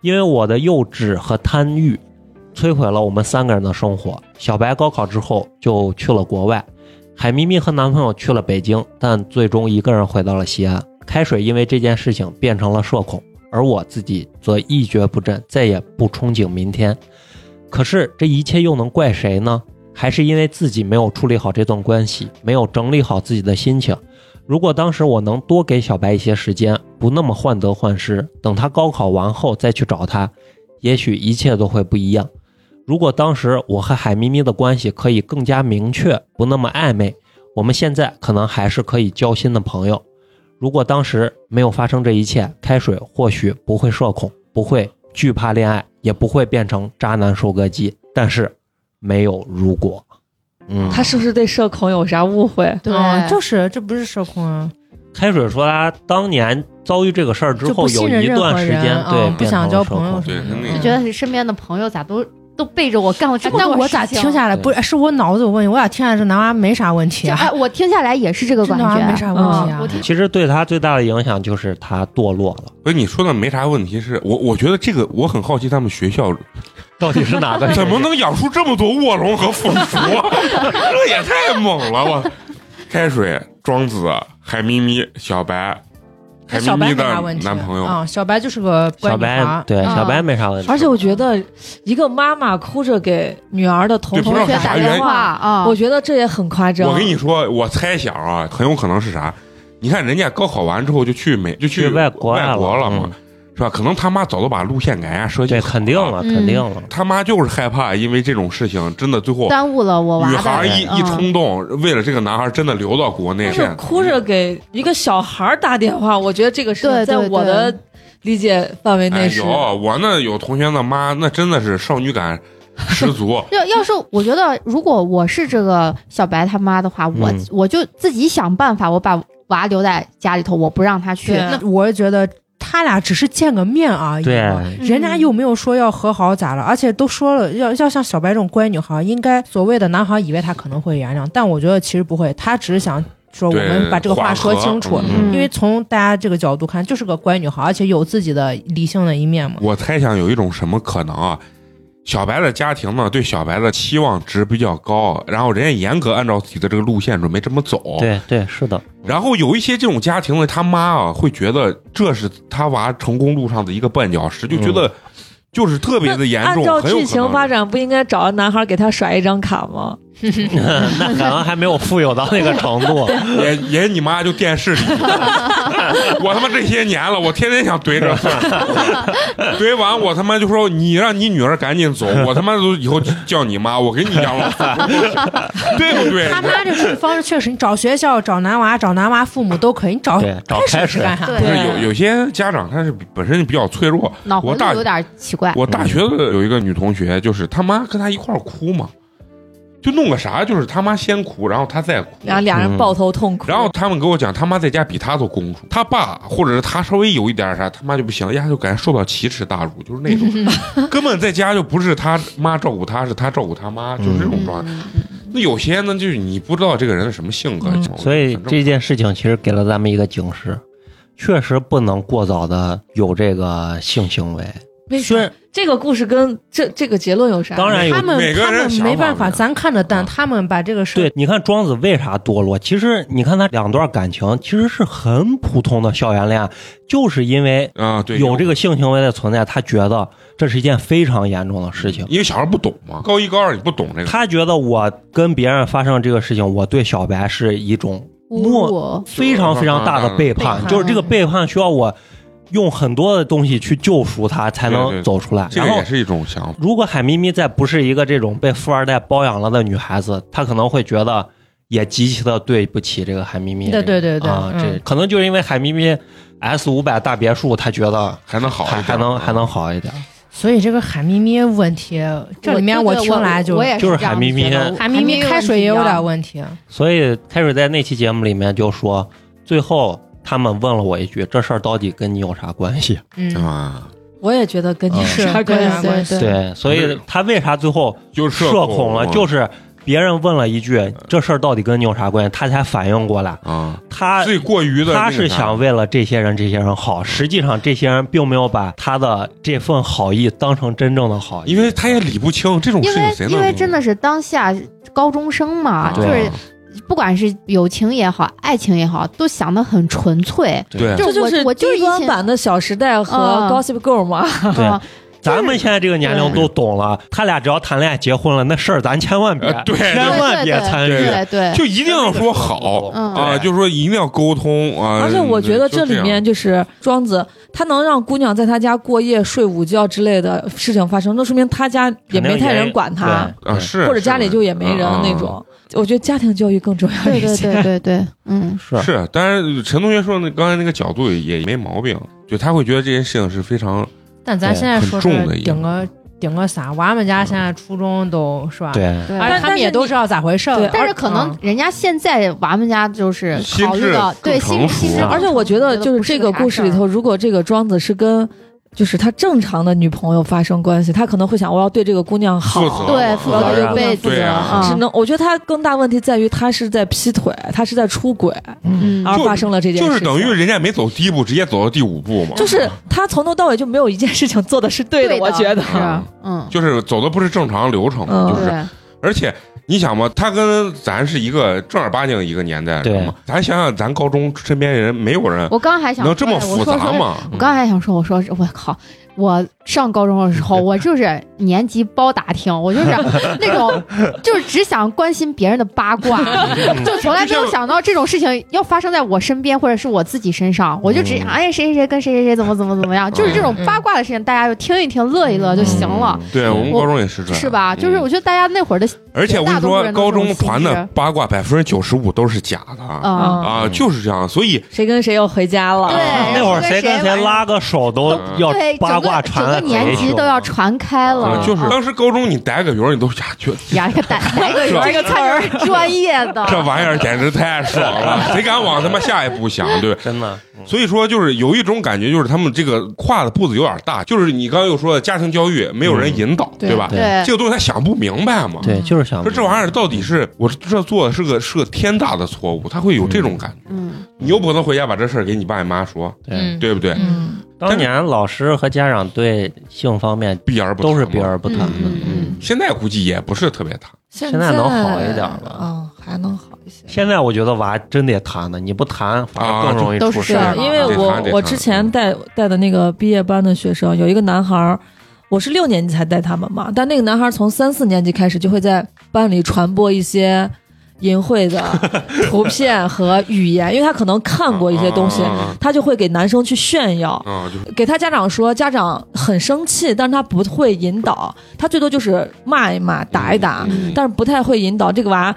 Speaker 5: 因为我的幼稚和贪欲摧毁了我们三个人的生活。小白高考之后就去了国外，海咪咪和男朋友去了北京，但最终一个人回到了西安。开水因为这件事情变成了社恐，而我自己则一蹶不振，再也不憧憬明天。可是这一切又能怪谁呢？还是因为自己没有处理好这段关系，没有整理好自己的心情。如果当时我能多给小白一些时间，不那么患得患失，等他高考完后再去找他，也许一切都会不一样。如果当时我和海咪咪的关系可以更加明确，不那么暧昧，我们现在可能还是可以交心的朋友。如果当时没有发生这一切，开水或许不会社恐，不会惧怕恋爱，也不会变成渣男收割机。但是，没有如果。嗯，
Speaker 4: 他是不是对社恐有啥误会？
Speaker 2: 对嗯
Speaker 3: 啊就是这不是社恐啊，
Speaker 5: 开水说他当年遭遇这个事儿之
Speaker 3: 就
Speaker 5: 后，
Speaker 3: 不信
Speaker 5: 有
Speaker 3: 任
Speaker 5: 一
Speaker 3: 任
Speaker 5: 段
Speaker 3: 何
Speaker 5: 时
Speaker 3: 人
Speaker 5: 间
Speaker 3: 啊
Speaker 5: 对、
Speaker 3: 不想交朋友
Speaker 5: 变
Speaker 3: 什
Speaker 5: 成
Speaker 3: 么
Speaker 1: 对
Speaker 3: 的。嗯
Speaker 1: 那
Speaker 2: 就
Speaker 1: 个
Speaker 2: 觉得你身边的朋友咋都都背着我干了这
Speaker 3: 哎
Speaker 2: 么
Speaker 3: 但
Speaker 2: 多
Speaker 3: 我
Speaker 2: 事
Speaker 3: 咋
Speaker 2: 情啊
Speaker 3: 听下来不是？是我脑子有问题，我咋听下来这男娃没啥问题
Speaker 2: 就
Speaker 3: 啊？
Speaker 2: 哎，我听下来也是这个
Speaker 3: 这
Speaker 2: 感
Speaker 3: 男娃
Speaker 2: 觉，
Speaker 3: 没啥问题啊
Speaker 2: 嗯我？听
Speaker 5: 其实对他最大的影响就是他堕落了，
Speaker 1: 所以你说的没啥问题，是我我觉得这个我很好奇，他们学 校
Speaker 5: 到底是哪
Speaker 3: 哎
Speaker 5: 个
Speaker 1: 怎么能养出这么多卧龙和凤雏？啊 这也太猛了！我开水、庄子、海咪咪、小白，海
Speaker 3: 小白没
Speaker 1: 咪咪的
Speaker 3: 啥问题
Speaker 1: 男朋友，
Speaker 3: 啊，小白就是个乖
Speaker 5: 小
Speaker 3: 女
Speaker 5: 白
Speaker 3: 孩。
Speaker 5: 对
Speaker 2: 嗯
Speaker 5: 小白没啥问题，
Speaker 4: 而且我觉得，一个妈妈哭着给女儿的同
Speaker 1: 对不
Speaker 4: 同
Speaker 1: 知道
Speaker 4: 学
Speaker 1: 啥
Speaker 4: 打
Speaker 1: 原因
Speaker 4: 电
Speaker 2: 话
Speaker 4: 话，
Speaker 2: 啊，
Speaker 4: 我觉得这也很夸张。
Speaker 1: 我跟你说，我猜想啊，很有可能是啥？你看人家高考完之后就去美，就去
Speaker 5: 去外
Speaker 1: 国
Speaker 5: 国外
Speaker 1: 国
Speaker 5: 了
Speaker 1: 嘛，是吧？可能他妈早都把路线给人家设计
Speaker 5: 对，
Speaker 1: 好
Speaker 5: 肯定了，
Speaker 3: 嗯
Speaker 5: 肯定了。
Speaker 1: 他妈就是害怕，因为这种事情真的最后
Speaker 2: 耽误了我娃
Speaker 1: 女
Speaker 2: 的
Speaker 1: 孩一
Speaker 2: 嗯
Speaker 1: 一冲动，为了这个男孩真的留到国内，
Speaker 4: 但
Speaker 1: 这
Speaker 4: 是
Speaker 1: 样
Speaker 4: 哭着给一个小孩儿打电话，我觉得这个事
Speaker 2: 对
Speaker 4: 情在
Speaker 2: 对
Speaker 4: 我
Speaker 2: 对。
Speaker 4: 的理解范围
Speaker 1: 哎
Speaker 4: 内是
Speaker 1: 有我那有同学的妈，那真的是少女感十足
Speaker 2: 要要是我觉得，如果我是这个小白他妈的话，我、
Speaker 5: 嗯
Speaker 2: 我就自己想办法，我把娃留在家里头，我不让他去。
Speaker 4: 对
Speaker 3: 那我觉得他俩只是见个面而已
Speaker 5: 对
Speaker 3: 嘛，
Speaker 2: 嗯
Speaker 3: 人家又没有说要和好咋了，而且都说了要要像小白这种乖女孩，应该所谓的男孩以为她可能会原谅，但我觉得其实不会，他只是想说我
Speaker 1: 对
Speaker 3: 们把这个话说清楚
Speaker 1: 缓和，
Speaker 5: 嗯
Speaker 3: 因为从大家这个角度看，就是个乖女孩，而且有自己的理性的一面嘛。
Speaker 1: 我猜想有一种什么可能啊？小白的家庭呢，对小白的期望值比较高，然后人家严格按照自己的这个路线准备这么走。
Speaker 5: 对对，是的，
Speaker 1: 然后有一些这种家庭的他妈啊，会觉得这是他娃成功路上的一个绊脚石，就觉得就是特别的严
Speaker 4: 按
Speaker 1: 重。
Speaker 4: 照
Speaker 1: 很有
Speaker 4: 剧
Speaker 1: 可能
Speaker 4: 情发展，不应该找个男孩给他甩一张卡吗？
Speaker 1: 嗯
Speaker 5: 那可能还没有富有到那个程度。
Speaker 3: 哦
Speaker 1: 也也你妈就电视里，我他妈这些年了，我天天想怼这事儿，怼完我他妈就说你让你女儿赶紧走，我他妈都以后叫你妈，我给你养老， 对不对？
Speaker 3: 他妈这处理方式确实，你找学校、找男娃、找男娃父母都可以，你找
Speaker 5: 对找
Speaker 3: 开
Speaker 5: 开
Speaker 3: 始
Speaker 5: 始
Speaker 3: 是干啥？
Speaker 1: 不是
Speaker 2: 对，
Speaker 1: 有有些家长他是本身比较脆弱，
Speaker 2: 脑回
Speaker 1: 我大
Speaker 2: 路有点奇怪。
Speaker 1: 我大学的有一个女同学，就是她妈跟她一块儿哭嘛，就弄个啥，就是他妈先哭，然后他再哭，
Speaker 4: 然后俩人抱头痛哭，
Speaker 1: 然后他们给我讲，他妈在家比他都公主，他爸或者是他稍微有一点啥，他妈就不行了，丫就感觉受到奇耻大辱，就是那 种，根本在家就不是他妈照顾他，是他照顾他妈，就是这种
Speaker 2: 嗯
Speaker 1: 状态。那有些呢，就是你不知道这个人是什么性格，
Speaker 4: 嗯
Speaker 1: 你知道吗
Speaker 5: 所以
Speaker 1: 反正
Speaker 5: 这件事情其实给了咱们一个警示，确实不能过早的有这个性行为。
Speaker 4: 为
Speaker 5: 虽
Speaker 4: 啥
Speaker 5: 然
Speaker 4: 这个故事跟这这个结论有啥？
Speaker 5: 当然有
Speaker 3: 他们
Speaker 1: 每个
Speaker 3: 他
Speaker 1: 人
Speaker 3: 们
Speaker 1: 想
Speaker 3: 没
Speaker 1: 法
Speaker 3: 办
Speaker 1: 不
Speaker 3: 法，
Speaker 1: 一样
Speaker 3: 咱看着淡，
Speaker 1: 啊
Speaker 3: 他们把这个事
Speaker 5: 对，你看庄子为啥堕落？其实你看他两段感情其实是很普通的校园恋爱，就是因为
Speaker 1: 啊，对，
Speaker 5: 有这个性行为的存在，他觉得这是一件非常严重的事情。
Speaker 1: 因为小孩不懂嘛，高一高二你不懂这个，
Speaker 5: 他觉得我跟别人发生这个事情，我对小白是一种
Speaker 2: 侮
Speaker 5: 莫
Speaker 2: 辱，
Speaker 5: 非常非
Speaker 1: 嗯
Speaker 5: 常大的背
Speaker 2: 背
Speaker 5: 叛，
Speaker 2: 叛
Speaker 5: 就是这个背叛需要我用很多的东西去救赎他，才
Speaker 1: 对
Speaker 5: 能
Speaker 1: 对
Speaker 5: 走出来。
Speaker 1: 这个
Speaker 5: 然后
Speaker 1: 也，是一种想法。
Speaker 5: 如果海咪咪再不是一个这种被富二代包养了的女孩子，她可能会觉得也极其的对不起这个海咪咪。
Speaker 3: 对对对对
Speaker 5: 啊，这
Speaker 3: 嗯
Speaker 5: 可能就是因为海咪咪 S 五百大别墅，她觉得
Speaker 1: 还能好一点，嗯
Speaker 5: 还
Speaker 1: 啊
Speaker 5: 还能还能好一点。
Speaker 3: 所以这个海咪咪问题，这里面
Speaker 2: 我对对
Speaker 3: 听来
Speaker 2: 我
Speaker 3: 就
Speaker 2: 我也
Speaker 5: 就是
Speaker 2: 这样
Speaker 5: 海咪咪
Speaker 2: 觉得我
Speaker 3: 海咪咪开水也有
Speaker 2: 问题啊
Speaker 3: 点问题，
Speaker 5: 所以开始在那期节目里面就说，最后他们问了我一句：“这事儿到底跟你有啥关系
Speaker 3: 嗯，
Speaker 1: 啊，
Speaker 4: 我也觉得跟你
Speaker 5: 嗯
Speaker 4: 是
Speaker 3: 是
Speaker 4: 啥
Speaker 3: 对
Speaker 4: 关
Speaker 3: 啊
Speaker 4: 系？
Speaker 3: 关系？”
Speaker 4: 对，
Speaker 5: 对，所以他为啥最后
Speaker 1: 就是
Speaker 5: 社恐了？就是别人问了一句：“这事儿到底跟你有啥关系？”他才反应过来，
Speaker 1: 啊，
Speaker 5: 他
Speaker 1: 最过于的那个啥，
Speaker 5: 他是想为了这些人，这些人好，实际上这些人并没有把他的这份好意当成真正的好意，
Speaker 1: 因为他也理不清这种
Speaker 2: 因
Speaker 1: 事情，
Speaker 2: 为
Speaker 1: 谁能
Speaker 2: 因为真的是当下高中生嘛，
Speaker 1: 啊
Speaker 2: 就
Speaker 5: 对
Speaker 2: 是不管是友情也好，爱情也好，都想的很纯粹。
Speaker 1: 对
Speaker 2: 就
Speaker 4: 这
Speaker 2: 是
Speaker 4: 就
Speaker 2: 我
Speaker 4: 是
Speaker 2: 我就是
Speaker 4: 低
Speaker 2: 以
Speaker 4: 端
Speaker 2: 前
Speaker 4: 版的《小时代》和
Speaker 2: 嗯
Speaker 4: 《Gossip Girl》嘛。
Speaker 5: 对
Speaker 2: 啊
Speaker 5: 咱们现在这个年龄都懂了，他俩只要谈恋爱结婚了，那事儿咱千万别、
Speaker 1: 呃 对
Speaker 5: 千万别参与。
Speaker 1: 对
Speaker 2: 对对，
Speaker 1: 就一定要说好
Speaker 2: 嗯
Speaker 1: 啊，
Speaker 5: 对
Speaker 1: 就说一定要沟通啊。
Speaker 4: 而且我觉得
Speaker 1: 就
Speaker 4: 这里
Speaker 1: 样
Speaker 4: 面就是庄子，他能让姑娘在他家过夜、睡午觉之类的事情发生，那说明他家也没太人管他，
Speaker 5: 对
Speaker 1: 啊是，啊
Speaker 4: 或者家里
Speaker 1: 是嗯
Speaker 4: 就也没人那种。我觉得家庭教育更重要
Speaker 2: 对
Speaker 4: 一
Speaker 2: 对
Speaker 4: 些。
Speaker 2: 对对对，嗯，
Speaker 5: 是
Speaker 1: 是，当然陈同学说的那刚才那个角度也没毛病，就他会觉得这件事情是非常
Speaker 3: 但咱现在
Speaker 1: 对
Speaker 3: 说
Speaker 1: 很重
Speaker 3: 是
Speaker 1: 的一个嗯
Speaker 3: 顶个顶个啥？娃们家现在初中都是吧？，
Speaker 1: 啊
Speaker 5: 对，
Speaker 2: 对。
Speaker 3: 而且
Speaker 4: 但
Speaker 3: 他们也都知道咋回事儿
Speaker 4: 对
Speaker 3: 而
Speaker 2: 但是可能
Speaker 3: 嗯
Speaker 2: 人家现在娃们家就是
Speaker 1: 心
Speaker 2: 考虑
Speaker 1: 智
Speaker 2: 到对
Speaker 1: 更
Speaker 2: 心
Speaker 1: 成熟
Speaker 2: 心智更成熟，
Speaker 1: 了
Speaker 4: 而且我觉得就是这个故事里头，如果这个庄子是跟就是他正常的女朋友发生关系，他可能会想我要对这个姑娘
Speaker 1: 负
Speaker 4: 好。
Speaker 1: 责
Speaker 2: 对
Speaker 1: 嘛，
Speaker 2: 负
Speaker 4: 责
Speaker 1: 啊
Speaker 4: 任
Speaker 1: 啊
Speaker 4: 被
Speaker 1: 对
Speaker 2: 责
Speaker 1: 啊
Speaker 2: 嗯，
Speaker 4: 只能，我觉得他更大问题在于他是在劈腿，他是在出轨，
Speaker 2: 嗯
Speaker 4: 而发生了这件事
Speaker 1: 就
Speaker 4: 情。
Speaker 1: 是等于人家没走第一步，直接走到第五步嘛，啊
Speaker 4: 就是他从头到尾就没有一件事情做的是对的，
Speaker 2: 对的
Speaker 4: 我觉得。
Speaker 2: 是嗯
Speaker 1: 就是走的不是正常流程嘛，
Speaker 4: 嗯
Speaker 1: 就是
Speaker 2: 对
Speaker 1: 而且你想嘛，他跟咱是一个正儿八经一个年代的人嘛，咱想想咱高中身边人没有人
Speaker 2: 我刚还想
Speaker 1: 能这么
Speaker 2: 说我
Speaker 1: 复
Speaker 2: 说
Speaker 1: 杂
Speaker 2: 说
Speaker 1: 吗？
Speaker 2: 我刚才想说，我说我靠，我上高中的时候，我就是年级包打听，我就是那种就是只想关心别人的八 卦，就从来没有想到这种事情要发生在我身边或者是我自己身上，我就
Speaker 5: 嗯
Speaker 2: 只想哎谁谁谁跟谁谁谁怎么怎么怎么样，就是这种
Speaker 3: 嗯
Speaker 2: 八卦的事情，大家就听一听乐一乐就行了，
Speaker 1: 对我们
Speaker 2: 我
Speaker 1: 高中也是这样，
Speaker 2: 是吧？就是
Speaker 1: 嗯
Speaker 2: 我觉得大家那会儿的
Speaker 1: 而且我跟你
Speaker 2: 大多数
Speaker 1: 说，
Speaker 2: 人都
Speaker 1: 高
Speaker 2: 是这种
Speaker 1: 中传
Speaker 2: 性
Speaker 1: 的
Speaker 2: 质
Speaker 1: 八卦百分之九十五都是假的
Speaker 3: 嗯
Speaker 1: 啊
Speaker 2: 啊。
Speaker 4: 啊，
Speaker 1: 就是这样，所以
Speaker 4: 谁跟谁又回家
Speaker 1: 嗯
Speaker 4: 了？
Speaker 2: 对嗯
Speaker 5: 那会儿谁跟谁拉个手都要
Speaker 2: 对，
Speaker 5: 八
Speaker 2: 整
Speaker 5: 卦
Speaker 2: 个整
Speaker 5: 传了
Speaker 2: 个年级都要传
Speaker 5: 啊
Speaker 2: 开
Speaker 1: 呃
Speaker 2: 了，哎
Speaker 1: 就是当时高中你逮个鱼儿，你都呀，就
Speaker 2: 呀，这个 逮逮个
Speaker 1: 这
Speaker 2: 这个菜 儿专业的，
Speaker 1: 这玩意儿简直太爽
Speaker 2: 嗯
Speaker 1: 了，谁敢往他妈下一步想，对吧？
Speaker 5: 真的，
Speaker 1: 所以说，就是有一种感觉，就是他们这个跨的步子有点大，就是你刚刚又说的家庭教育没有人引导，
Speaker 4: 对
Speaker 1: 对吧？
Speaker 2: 嗯对
Speaker 1: 这，个东西他想不明白嘛。
Speaker 5: 对，就是想
Speaker 1: 说这玩意儿到底是我这做的是个是个天大的错误，他会有这种感觉。
Speaker 2: 嗯，
Speaker 1: 你又不能回家把这事儿给你爸你妈说，
Speaker 5: 对，
Speaker 1: 对不对？
Speaker 4: 嗯，
Speaker 5: 当年老师和家长对性方面
Speaker 1: 避而不谈
Speaker 5: 都是
Speaker 1: 嘛
Speaker 5: 避而不谈的。
Speaker 2: 嗯嗯
Speaker 1: 现在估计也不是特别谈。
Speaker 4: 现
Speaker 5: 在能好一点了
Speaker 4: 嗯，还能好一些。
Speaker 5: 现在我觉得娃真得谈的，你不谈反而更容易出事
Speaker 4: 对
Speaker 2: 是啊
Speaker 5: 儿。
Speaker 2: 这
Speaker 4: 因为
Speaker 1: 得
Speaker 4: 我
Speaker 1: 谈得
Speaker 4: 我
Speaker 1: 谈
Speaker 4: 之前带带的那个毕业班的学生有一个男孩儿，我是六年级才带他们嘛，但那个男孩儿从三四年级开始就会在班里传播一些淫秽的图片和语言，因为他可能看过一些东 西
Speaker 1: 啊啊啊啊，
Speaker 4: 他就会给男生去炫耀。
Speaker 1: 啊，就是
Speaker 4: 给他家长说，家长很生气，但是他不会引导，他最多就是骂一骂、打一打，
Speaker 1: 嗯
Speaker 4: 但是不太会引导。这个娃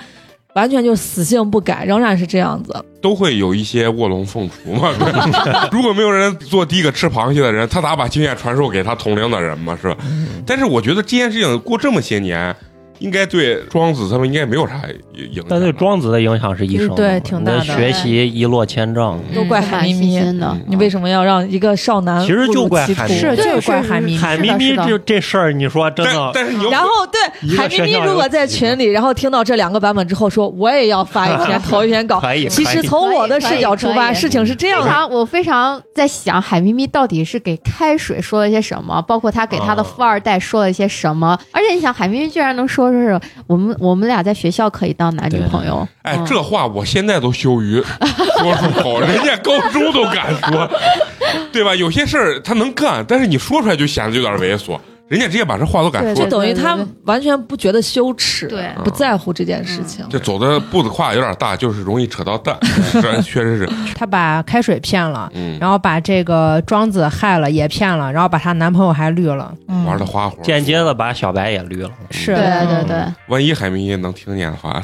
Speaker 4: 完全就死性不改，仍然是这样子。
Speaker 1: 都会有一些卧龙凤雏 嘛。对如果没有人做第一个吃螃蟹的人，他咋把经验传授给他同龄的人嘛？是吧？但是我觉得这件事情过这么些年，应该对庄子他们应该没有啥影响吧。
Speaker 5: 但对庄子的影响是一生的，
Speaker 3: 对挺大的
Speaker 5: 你学习一落千丈。
Speaker 4: 都怪海咪咪
Speaker 2: 嗯蛮细心的，
Speaker 4: 你为什么要让一个少男
Speaker 5: 其实就怪海咪咪
Speaker 3: 是
Speaker 2: 对
Speaker 3: 就是
Speaker 2: 是
Speaker 3: 怪海咪咪
Speaker 2: 是
Speaker 5: 海咪咪
Speaker 2: 是的是
Speaker 5: 这
Speaker 2: 的
Speaker 5: 这事儿，你说真
Speaker 1: 但
Speaker 5: 的，
Speaker 1: 但是你
Speaker 4: 然
Speaker 1: 要
Speaker 4: 后对
Speaker 5: 一
Speaker 4: 海
Speaker 5: 个
Speaker 4: 咪
Speaker 5: 学
Speaker 4: 咪
Speaker 5: 校有
Speaker 4: 如果在群里，然后听到这两个版本之后说我也要发一篇头一篇稿，
Speaker 5: 可以
Speaker 4: 其
Speaker 5: 可
Speaker 4: 实
Speaker 5: 以
Speaker 4: 从我的
Speaker 2: 可以
Speaker 4: 视角
Speaker 2: 可以
Speaker 4: 出发，
Speaker 2: 可以
Speaker 4: 事情是这样
Speaker 2: 非
Speaker 4: 的。
Speaker 2: 常，我非常在想海咪咪到底是给开水说了些什么，包括他给他的
Speaker 5: 啊
Speaker 2: 富二代说了些什么。而且你想，海咪咪居然能说是我们我们俩在学校可以当男女朋友，
Speaker 1: 哎
Speaker 2: 嗯，
Speaker 1: 这话我现在都羞于 说出 口，人家高中都敢说，对吧？有些事儿他能干，但是你说出来就显得有点猥琐，人家直接把这话都敢
Speaker 4: 就
Speaker 1: 说
Speaker 2: 对，
Speaker 4: 等于他完全不觉得羞耻，
Speaker 2: 对
Speaker 4: 不在乎这件事情。
Speaker 1: 这走的步子跨有点大，就是容易扯到蛋，这确实是，
Speaker 3: 她把开水骗了，
Speaker 1: 嗯，
Speaker 3: 然后把这个庄子害了也骗了，然后把她男朋友还绿了，
Speaker 4: 嗯
Speaker 1: 玩的花活。
Speaker 5: 间接的把小白也绿了。
Speaker 3: 是
Speaker 2: 对
Speaker 4: 嗯
Speaker 2: 对对，
Speaker 1: 万一海明也能听见的话，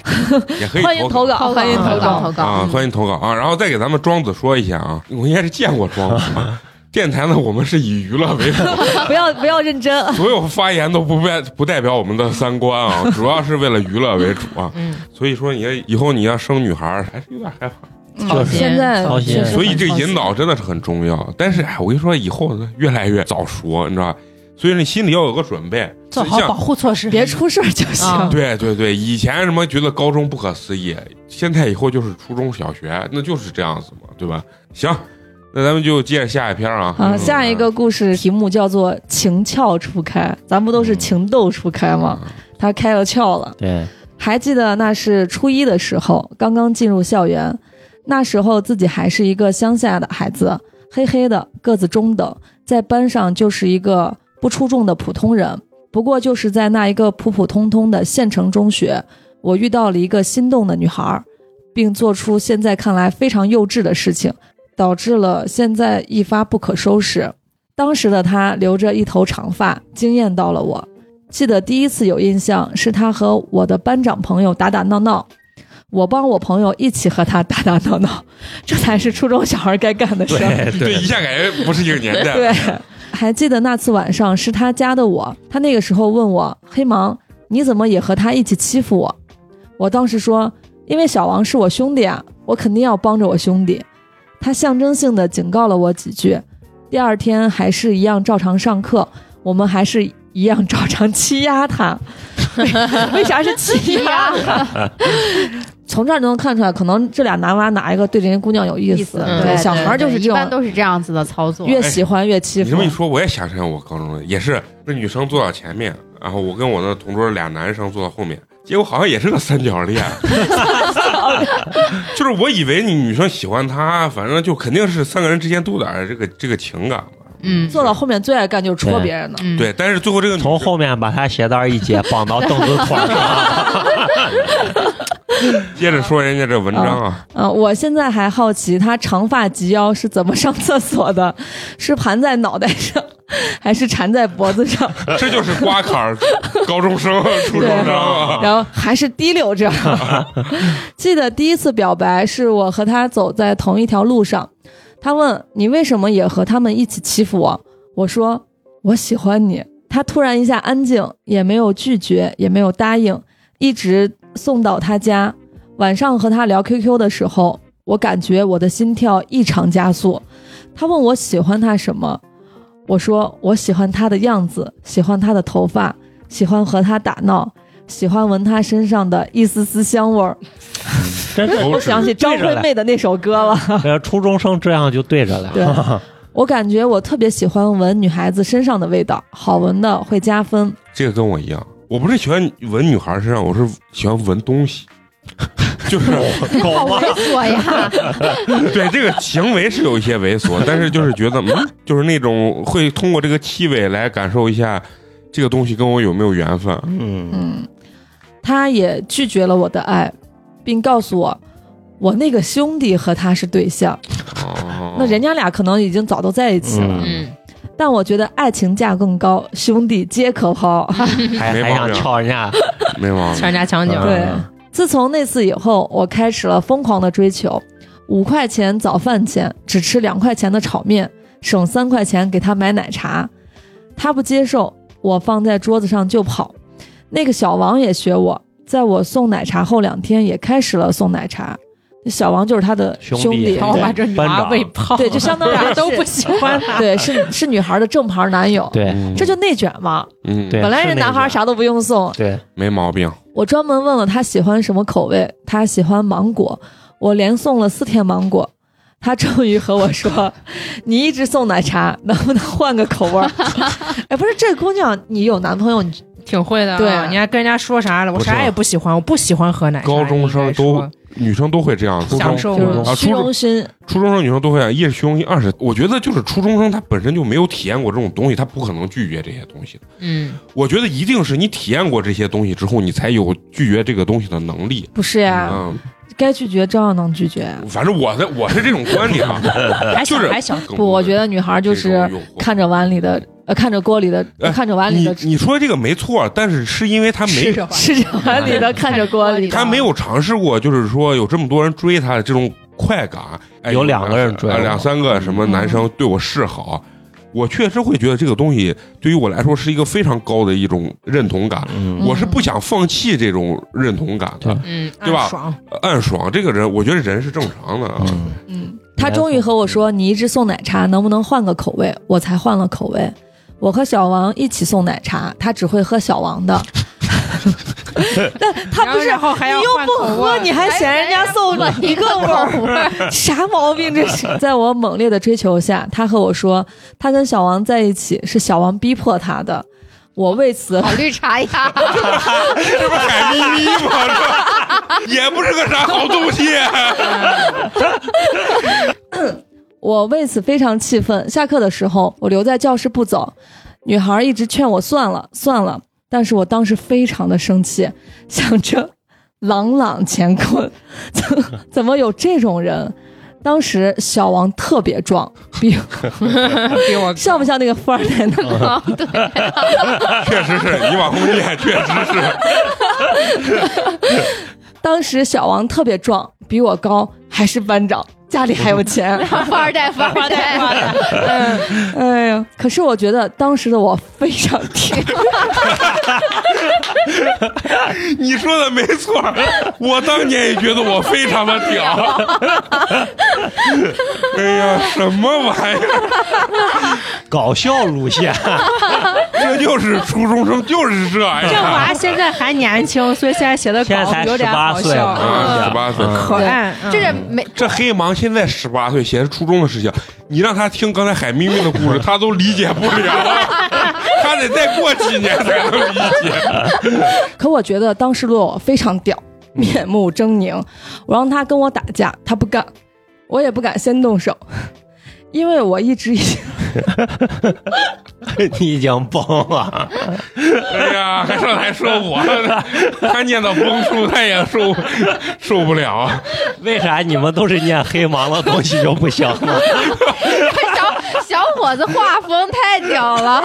Speaker 1: 也可以
Speaker 4: 欢迎
Speaker 1: 投
Speaker 4: 投稿，欢迎投
Speaker 2: 投
Speaker 4: 稿。
Speaker 2: 投
Speaker 1: 啊，
Speaker 2: 稿，嗯
Speaker 1: 欢迎投稿啊！然后再给咱们庄子说一下啊，我应该是见过庄子啊。电台呢，我们是以娱乐为 主，
Speaker 4: 不要不要认 真，
Speaker 1: 所有发言都不代不代表我们的三观啊，主要是为了娱乐为主啊。
Speaker 3: 嗯，
Speaker 1: 所以说，你要以后你要生女孩儿，还是有点害怕。
Speaker 3: 操心
Speaker 4: 现在
Speaker 5: 操心
Speaker 4: 确实
Speaker 1: 所以
Speaker 4: 很
Speaker 1: 这个
Speaker 4: 操
Speaker 1: 引
Speaker 4: 心
Speaker 1: 导真的是很重要。但是哎，我跟你说，以后呢越来越早熟，你知道吧？所以你心里要有个准备，
Speaker 3: 做好保
Speaker 1: 像
Speaker 3: 护措施，
Speaker 4: 别出事儿就行
Speaker 3: 啊。
Speaker 1: 对对对，以前什么觉得高中不可思议，现在以后就是初中小学，那就是这样子嘛，对吧？行，那咱们就接着下一篇啊。
Speaker 4: 啊，
Speaker 1: 嗯
Speaker 4: 下一个故事题目叫做“情窍初开”，咱不都
Speaker 1: 嗯
Speaker 4: 是情窦初开吗？？他开了窍了。
Speaker 5: 对，
Speaker 4: 还记得那是初一的时候，刚刚进入校园，那时候自己还是一个乡下的孩子，黑黑的，个子中等，在班上就是一个不出众的普通人。不过就是在那一个普普通通的县城中学，我遇到了一个心动的女孩儿，并做出现在看来非常幼稚的事情，导致了现在一发不可收拾。当时的她留着一头长发，惊艳到了我。记得第一次有印象是他和我的班长朋友打打闹闹，我帮我朋友一起和他打打闹闹，这才是初中小孩该干的事儿。
Speaker 5: 对
Speaker 1: 对，一下感觉不是一个年代。
Speaker 4: 对，还记得那次晚上是他家的我，他那个时候问我：“黑芒，你怎么也和他一起欺负我？”我当时说：“因为小王是我兄弟啊，我肯定要帮着我兄弟。”他象征性的警告了我几句。第二天还是一样照常上课，我们还是一样照常欺压他。 为为啥是欺压他？从这儿就能看出来，可能这俩男娃哪一个对人家姑娘有意思？
Speaker 2: 意思
Speaker 3: 嗯
Speaker 2: 对，
Speaker 4: 小孩儿
Speaker 2: 对
Speaker 4: 就是
Speaker 2: 对
Speaker 4: 这
Speaker 2: 一般
Speaker 4: 种，
Speaker 2: 都是这样子的操作。
Speaker 4: 越喜欢越欺
Speaker 1: 你
Speaker 4: 负。
Speaker 1: 这么一说，我也想起来我高中了，也是那女生坐到前面，然后我跟我那同桌俩男生坐到后面，结果好像也是个三角 恋，就是我以为你女生喜欢他，反正就肯定是三个人之间都有点儿这个这个情感嘛。
Speaker 2: 嗯
Speaker 4: 坐到后面最爱干就是戳别人的。
Speaker 2: 嗯，
Speaker 1: 对，但是最后这个女
Speaker 5: 从后面把他鞋带一解，绑到凳子腿上。
Speaker 1: 接着说人家这文章啊，
Speaker 4: 嗯、我现在还好奇他长发及腰是怎么上厕所的， 是盘在脑袋上，还是缠在脖子上，
Speaker 5: 啊
Speaker 1: 这就是瓜坎儿高中生、初中生啊。
Speaker 4: 然后还是滴溜着？记得第一次表白是我和他走在同一条路上，他问你为什么也和他们一起欺负我，我说我喜欢你。他突然一下安静，也没有拒绝，也没有答应，一直送到他家。晚上和他聊 QQ 的时候，我感觉我的心跳异常加速。他问我喜欢他什么，我说我喜欢他的样子，喜欢他的头发，喜欢和他打闹，喜欢闻他身上的一丝丝香味儿。
Speaker 5: 真 是
Speaker 1: 口
Speaker 4: 我
Speaker 1: 齿
Speaker 4: 想起张惠妹的那首歌 了。
Speaker 5: 呃，初中生这样就对着了。
Speaker 4: 对，我感觉我特别喜欢闻女孩子身上的味道，好闻的会加分。
Speaker 1: 这个跟我一样，我不是喜欢闻女孩身上，我是喜欢闻东西，就是
Speaker 2: 好
Speaker 5: 啊
Speaker 2: 猥琐呀！
Speaker 1: 对这个行为是有一些猥琐，但是就是觉得，嗯，就是那种会通过这个气味来感受一下这个东西跟我有没有缘分。
Speaker 5: 嗯，
Speaker 4: 嗯，他也拒绝了我的爱，并告诉我，我那个兄弟和他是对象。
Speaker 1: 哦，
Speaker 4: 那人家俩可能已经早都在一起了，
Speaker 5: 嗯
Speaker 2: 嗯，
Speaker 4: 但我觉得爱情价更高，兄弟皆可抛。
Speaker 5: 还
Speaker 1: 没
Speaker 5: 还
Speaker 1: 毛
Speaker 5: 想
Speaker 1: 病
Speaker 5: 撬人 家。
Speaker 1: 没毛病
Speaker 3: 强。加强
Speaker 5: 嗯
Speaker 3: 扭，
Speaker 4: 对，自从那次以后，我开始了疯狂的追求。五块钱早饭钱，只吃两块钱的炒面，省三块钱给他买奶茶。他不接受，我放在桌子上就跑。那个小王也学我，在我送奶茶后两天也开始了送奶茶。小王就是他的
Speaker 5: 兄弟
Speaker 4: 兄弟，
Speaker 5: 然
Speaker 6: 然后把这女
Speaker 5: 班
Speaker 6: 孩
Speaker 5: 长
Speaker 6: 喂胖，
Speaker 4: 对，就相当于
Speaker 6: 大家
Speaker 4: 是
Speaker 6: 都不喜欢他。
Speaker 4: 对，是是女孩的正牌男友，
Speaker 5: 对
Speaker 4: 这就内卷嘛。
Speaker 1: 嗯，
Speaker 5: 对
Speaker 4: 本来
Speaker 5: 是
Speaker 4: 人
Speaker 5: 那
Speaker 4: 男孩
Speaker 5: 种
Speaker 4: 啥都不用送，
Speaker 5: 对，
Speaker 1: 没毛病。
Speaker 4: 我专门问了他喜欢什么口味，他喜欢芒果，我连送了四天芒果。他终于和我说：“你一直送奶茶，能不能换个口味儿？” 哎，不是，这姑娘，你有男朋友，你
Speaker 6: 挺会的啊，
Speaker 4: 对
Speaker 3: 你还跟人家说啥了？我
Speaker 1: 不是
Speaker 3: 啥也不喜欢，我不喜欢喝奶茶。
Speaker 1: 高中生
Speaker 3: 应
Speaker 1: 都呃
Speaker 3: 该说
Speaker 1: 女生都会这样，初中
Speaker 3: 享受
Speaker 4: 就
Speaker 1: 啊
Speaker 4: 是
Speaker 1: 初
Speaker 4: 虚
Speaker 1: 中
Speaker 4: 荣心，
Speaker 1: 初中生女生都会，一是虚荣心，二是我觉得就是初中生他本身就没有体验过这种东西，他不可能拒绝这些东西的。
Speaker 3: 嗯，
Speaker 1: 我觉得一定是你体验过这些东西之后，你才有拒绝这个东西的能力。
Speaker 4: 不是呀？
Speaker 1: 嗯，
Speaker 4: 该拒绝照样能拒绝呀。
Speaker 1: 反正我的我是这种观点啊，
Speaker 3: 还小
Speaker 1: 就是
Speaker 3: 还小，
Speaker 1: 更
Speaker 4: 不，我觉得女孩就
Speaker 1: 这
Speaker 4: 是
Speaker 1: 种诱惑
Speaker 4: 看着碗里的，呃，看着锅里的，
Speaker 1: 哎
Speaker 4: 看着碗里
Speaker 1: 你
Speaker 4: 的，
Speaker 1: 你说这个没错，但是是因为他没
Speaker 3: 着吧
Speaker 4: 吃着碗里的，看着锅里的。
Speaker 1: 他没有尝试过，就是说有这么多人追他的这种快感。哎、
Speaker 5: 有两个人追嗯
Speaker 1: 呃
Speaker 5: 我
Speaker 1: 两三个什么男生对我示好，我确实会觉得这个东西对于我来说是一个非常高的一种认同感。
Speaker 5: 嗯，
Speaker 1: 我是不想放弃这种认同感的，
Speaker 3: 嗯，
Speaker 1: 对吧
Speaker 3: 暗爽，
Speaker 1: 呃暗爽这个人，我觉得人是正常的啊。
Speaker 5: 嗯
Speaker 4: 嗯，他终于和我说：“你一直送奶茶，能不能换个口味？”我才换了口味。我和小王一起送奶茶，他只会喝小王的。但他不是，
Speaker 6: 然后还要
Speaker 4: 你又
Speaker 6: 换
Speaker 4: 不
Speaker 6: 口
Speaker 4: 喝，
Speaker 6: 味
Speaker 4: 你还嫌人家送了一个口
Speaker 2: 嗯
Speaker 4: 味 儿，啥毛病这是？在我猛烈的追求下，他和我说，他跟小王在一起是小王逼迫他的。我为此
Speaker 2: 好绿茶 呀，
Speaker 1: 这不海咪咪吗？这 也不是个啥好东西。啊
Speaker 4: 我为此非常气愤。下课的时候，我留在教室不走，女孩一直劝我算了算了，但是我当时非常的生气，想着朗朗乾坤，怎怎么有这种人？当时小王特别壮，比
Speaker 6: 给我
Speaker 4: 像不像那个富二代呢？
Speaker 1: 确实是你网红厉害，确实是。
Speaker 4: 当时小王特别壮，比我高，还是班长，家里还有钱。
Speaker 2: 富二代，富二代，
Speaker 4: 哎呀，可是我觉得当时的我非常甜。
Speaker 1: 你说的没错，我当年也觉得我非常的屌。 哎呀，什么玩意儿？
Speaker 5: 搞笑路线，
Speaker 1: 这就是初中生，就是这
Speaker 6: 这
Speaker 1: 样。
Speaker 6: 娃现在还年轻，所以现在写的
Speaker 5: 现在才
Speaker 6: 稿有点
Speaker 5: 18
Speaker 6: 好
Speaker 5: 岁
Speaker 6: 笑。
Speaker 5: 嘛
Speaker 1: 啊，十八岁。
Speaker 3: 可 爱，嗯
Speaker 2: 这是没
Speaker 1: 这黑芒现在十八岁，写是初中的事情。你让他听刚才海咪咪的故事，他都理解不了，啊他得再过几年才能理解。
Speaker 4: 可我觉得当时的我非常屌，面目狰狞。我让他跟我打架，他不干，我也不敢先动手，因为我一直以
Speaker 5: 你已经崩了，
Speaker 1: 哎呀，还上台说我，他念到崩处，他也受受不了。啊
Speaker 5: 为啥你们都是念黑芒的东西就不行呢？
Speaker 2: 小小伙子画风太屌了，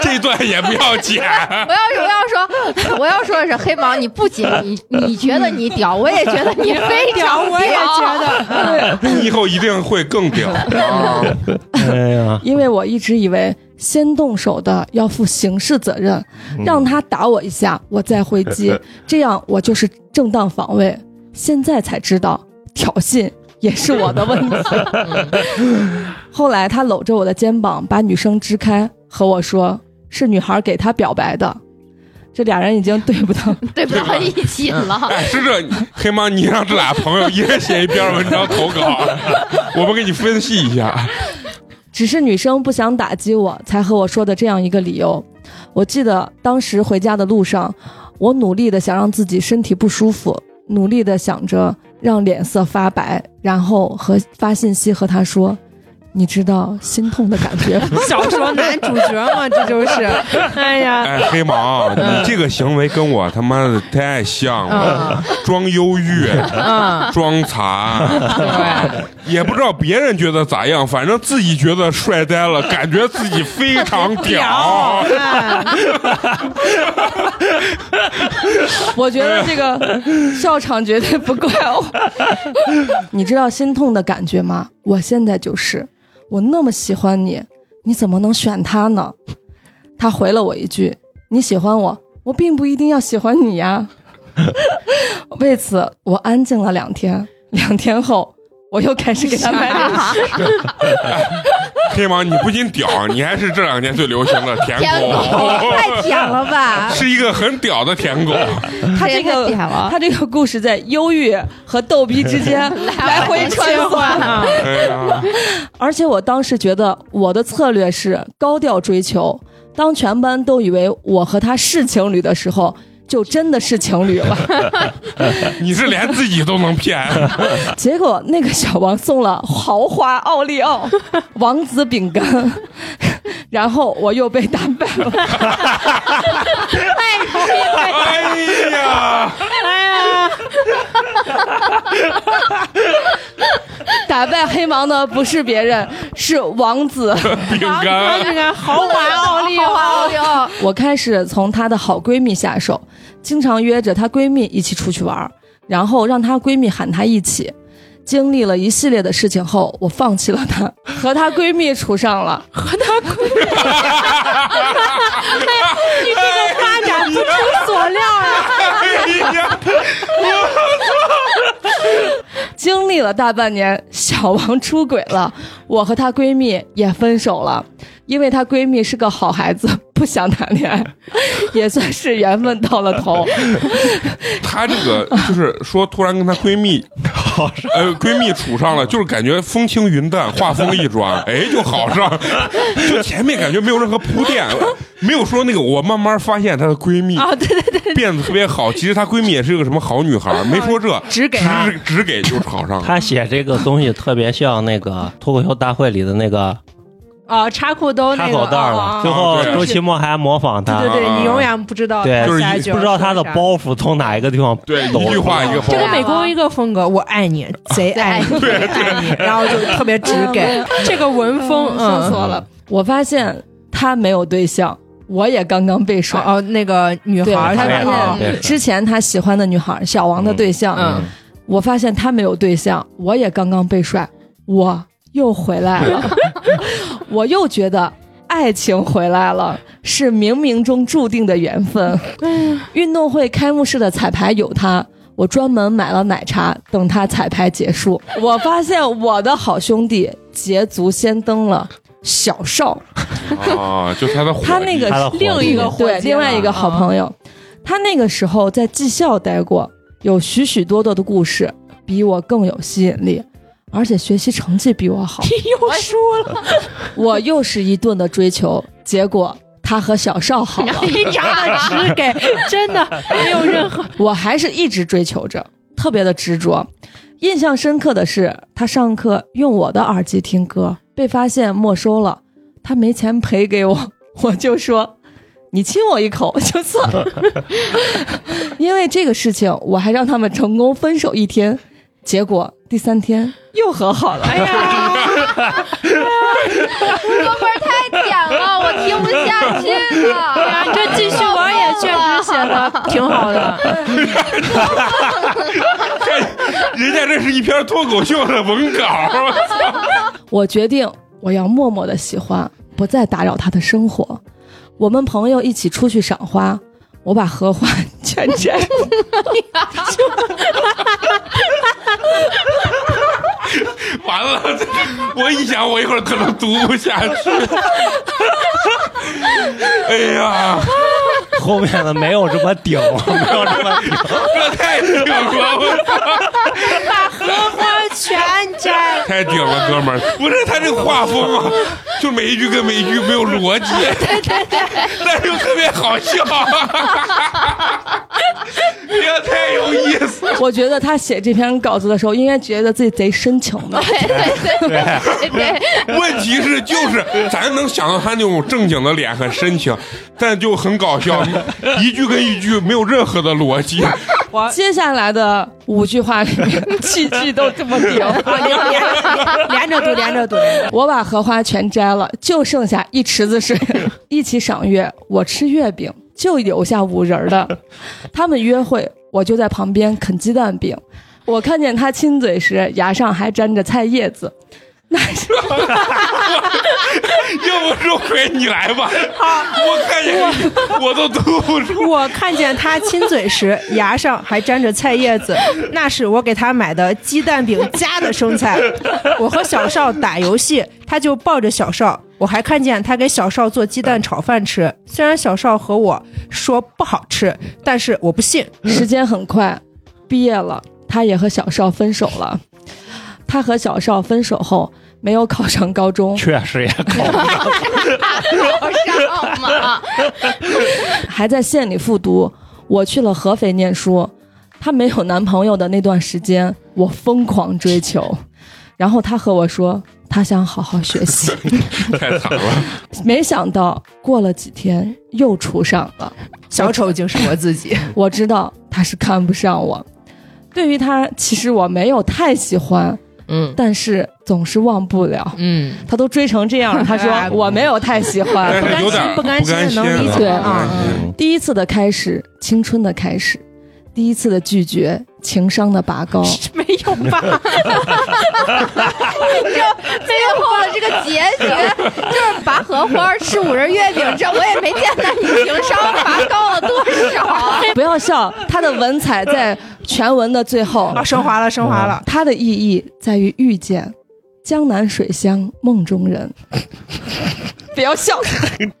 Speaker 1: 这段也不要剪。
Speaker 2: 我要是我要说我要说的是黑毛，你不仅你你觉得你屌，我也觉得你非常
Speaker 6: 我也觉得，
Speaker 1: 你以后一定会更屌。啊、
Speaker 5: 哎呀，
Speaker 4: 因为我一直以为先动手的要负刑事责任，让他打我一下，我再回击，这样我就是正当防卫。现在才知道挑衅。也是我的问题。后来他搂着我的肩膀，把女生支开，和我说是女孩给他表白的。这俩人已经对不到，
Speaker 2: 对不到一起了。
Speaker 1: 哎，是这黑猫，你让这俩朋友一人写一篇文章投稿，我们给你分析一下。
Speaker 4: 只是女生不想打击我，才和我说的这样一个理由。我记得当时回家的路上，我努力的想让自己身体不舒服，努力的想着让脸色发白，然后和发信息和他说：“你知道心痛的感觉吗？”
Speaker 6: 小说男主角嘛，这 就是，哎呀，
Speaker 1: 哎，黑毛，你这个行为跟我他妈的太像
Speaker 3: 嗯
Speaker 1: 了，装忧郁，
Speaker 6: 嗯，
Speaker 1: 装惨，
Speaker 6: 对，
Speaker 1: 也不知道别人觉得咋样，反正自己觉得帅呆了，感觉自己非常 屌。
Speaker 6: 哎
Speaker 4: 我觉得这个笑场绝对不怪 我。你知道心痛的感觉吗？我现在就是，我那么喜欢你，你怎么能选他呢？他回了我一句：“你喜欢我，我并不一定要喜欢你 呀。为此，我安静了两天。两天后，我又开始给他买零食。
Speaker 1: 黑芒，你不仅屌，你还是这两年最流行的舔
Speaker 2: 舔
Speaker 1: 狗，
Speaker 2: 狗
Speaker 6: 太甜了吧！
Speaker 1: 是一个很屌的舔狗。
Speaker 4: 他这
Speaker 2: 太
Speaker 4: 个
Speaker 2: 点了，
Speaker 4: 他这个故事在忧郁和逗逼之间 来回穿梭。
Speaker 6: 啊，
Speaker 1: 哎呀，
Speaker 4: 而且我当时觉得我的策略是高调追求。当全班都以为我和他是情侣的时候，就真的是情侣了。
Speaker 1: 你是连自己都能 骗，
Speaker 4: 结果那个小王送了豪华奥利奥、王子饼干， 然后我又被打败了。
Speaker 1: 哎呀，
Speaker 6: 哎
Speaker 4: 打败黑芒的不是别人，是王子。
Speaker 1: 饼干，
Speaker 6: 这个豪华奥利
Speaker 2: 好
Speaker 6: 奥，
Speaker 2: 好哟，
Speaker 4: 我开始从她的好闺蜜下手，经常约着她闺蜜一起出去玩儿，然后让她闺蜜喊她一起。经历了一系列的事情后，我放弃了她，和她闺蜜处上了。 哎
Speaker 1: 你这个发展不出所料啊！哎呀，
Speaker 4: 经历了大半年，小王出轨了，我和她闺蜜也分手了，因为她闺蜜是个好孩子，不想谈恋爱， 也算是缘分到了头。
Speaker 1: 她这个就是说，突然跟她闺蜜，呃，闺蜜处上了，就是感觉风轻云淡，话锋一转，哎，就好上。就前面感觉没有任何铺垫，没有说那个，我慢慢发现她的闺蜜
Speaker 6: 啊，对对对，
Speaker 1: 变得特别好，其实她闺蜜也是一个什么好女孩，没说这，
Speaker 6: 只给啊
Speaker 1: 只只给就考上了。
Speaker 5: 他写这个东西特别像那个脱口秀大会里的那个
Speaker 6: 哦，插裤兜
Speaker 5: 插
Speaker 6: 那
Speaker 5: 口
Speaker 6: 个，
Speaker 5: 袋儿
Speaker 6: 哦
Speaker 5: 了，
Speaker 6: 哦
Speaker 5: 最后
Speaker 1: 对
Speaker 5: 周奇墨还模仿他
Speaker 6: 对，对
Speaker 1: 啊
Speaker 6: 对，你永远不知道
Speaker 5: 对
Speaker 6: 他
Speaker 1: 就是
Speaker 6: 下
Speaker 1: 一
Speaker 6: 句
Speaker 5: 不知道
Speaker 6: 要说
Speaker 5: 他的
Speaker 6: 啥
Speaker 5: 包袱从哪一个地方
Speaker 1: 对，
Speaker 5: 抖
Speaker 1: 一句话一个
Speaker 3: 这
Speaker 1: 话。
Speaker 3: 跟美国一个风格，我爱 你，贼爱你，
Speaker 1: 对
Speaker 3: 爱你，然后就特别直
Speaker 6: 嗯
Speaker 3: 给这个文风，
Speaker 4: 笑死
Speaker 3: 嗯，
Speaker 4: 我了！我发现他没有对象，我也刚刚被
Speaker 6: 嗯
Speaker 4: 甩。
Speaker 3: 哦哦，那个女
Speaker 4: 对，
Speaker 3: 孩儿
Speaker 4: 他
Speaker 3: 是吧，
Speaker 4: 发
Speaker 3: 哦
Speaker 5: 对
Speaker 4: 现之前他喜欢的女孩小王的对象，
Speaker 3: 嗯，
Speaker 4: 我发现他没有对象，我也刚刚被甩，我又回来了，我又觉得。爱情回来了，是冥冥中注定的缘分。运动会开幕式的彩排有他，我专门买了奶茶等他彩排结束。我发现我的好兄弟捷足先登了，小少
Speaker 1: 啊，就她的火力
Speaker 4: 他那个
Speaker 5: 他的伙
Speaker 4: 是
Speaker 5: 计
Speaker 4: 另一个
Speaker 6: 伙计
Speaker 4: 对另外一个好朋友，嗯他那个时候在技校待过，有许许多多的故事，比我更有吸引力，而且学习成绩比我 好。
Speaker 6: 又输了，
Speaker 4: 我又是一顿的追求，结果他和小邵 好了，
Speaker 6: 一扎的只给，真的没有任何
Speaker 4: 我还是一直追求着，特别的执着。印象深刻的是，他上课用我的耳机听歌，被发现没收了，他没钱赔给我， 我就说。你亲我一口就算了，因为这个事情，我还让他们成功分手一天，结果第三天又和好
Speaker 3: 哎
Speaker 4: 了。
Speaker 2: 哥们儿太甜了，我听不下去了。
Speaker 6: 这继续玩也确实写的挺好的，
Speaker 1: 人家这是一篇脱口秀的文稿，
Speaker 4: 我决定我要默默的喜欢，不再打扰他的生活。我们朋友一起出去赏花，我把荷花 全摘了。
Speaker 1: 完了，我一想，我一会儿可能读不下去。哎呀，
Speaker 5: 后面的没有这么 顶，没有这么顶。
Speaker 1: 这太顶了，我操，
Speaker 6: 花全摘。
Speaker 1: 太顶了，哥们儿！不是他这个画风啊，就每一句跟每一句没有逻辑，对对对， 但是又特别好笑， 也太有意思了。
Speaker 4: 我觉得他写这篇稿子的时候，应该觉得自己贼深情 的。
Speaker 1: 问题是，就是咱能想到他那种正经的脸很深情，但就很搞 笑，一句跟一句没有任何的逻 辑。
Speaker 4: 接下来的五句话里面，句句都这么顶。
Speaker 6: 连着读，连着读，
Speaker 4: 我把荷花全摘了，就剩下一池子水。一起赏月，我吃月饼，就留下五仁儿的。他们约会，我就在旁边啃鸡蛋饼。我看见他亲嘴时，牙上还沾着菜叶子。
Speaker 1: 要不是亏你来吧，我看见你我都读不出。
Speaker 3: 我看见他亲嘴时，牙上还沾着菜叶子，那是我给他买的鸡蛋饼夹的生菜。我和小邵打游戏，他就抱着小邵。我还看见他给小邵做鸡蛋炒饭吃，虽然小邵和我说不好吃，但是我不信。
Speaker 4: 时间很快， 毕业了，他也和小邵分手了。他和小邵分手后，没有考上高中，
Speaker 5: 确实也考不上。
Speaker 2: 好上嘛，
Speaker 4: 还在县里复读。我去了合肥念书，她没有男朋友的那段时间，我疯狂追求。然后她和我说，她想好好学习，
Speaker 1: 太惨了，
Speaker 4: 没想到过了几天又处上了。
Speaker 3: 小丑竟是我自己。
Speaker 4: 我知道她是看不上我，对于她，其实我没有太喜欢，
Speaker 6: 嗯
Speaker 4: 但是总是忘不了。
Speaker 6: 嗯，
Speaker 4: 她都追成这样了，她说我没有太喜欢，
Speaker 1: 但 是有点
Speaker 3: 哎不甘心
Speaker 1: 不甘心嗯
Speaker 3: 能理
Speaker 4: 解
Speaker 1: 了
Speaker 3: 啊
Speaker 4: 第一次的开始，青春的开始；第一次的拒绝，情商的拔高。
Speaker 3: 没有吧？
Speaker 2: 最后的这个结局就是拔荷花吃五仁月饼，这我也没见到你情商拔高了多少啊。
Speaker 4: 不要笑，它的文采在全文的最后
Speaker 3: 啊，，升华了，升华了。
Speaker 4: 它的意义在于遇见。江南水乡梦中 人，不要笑。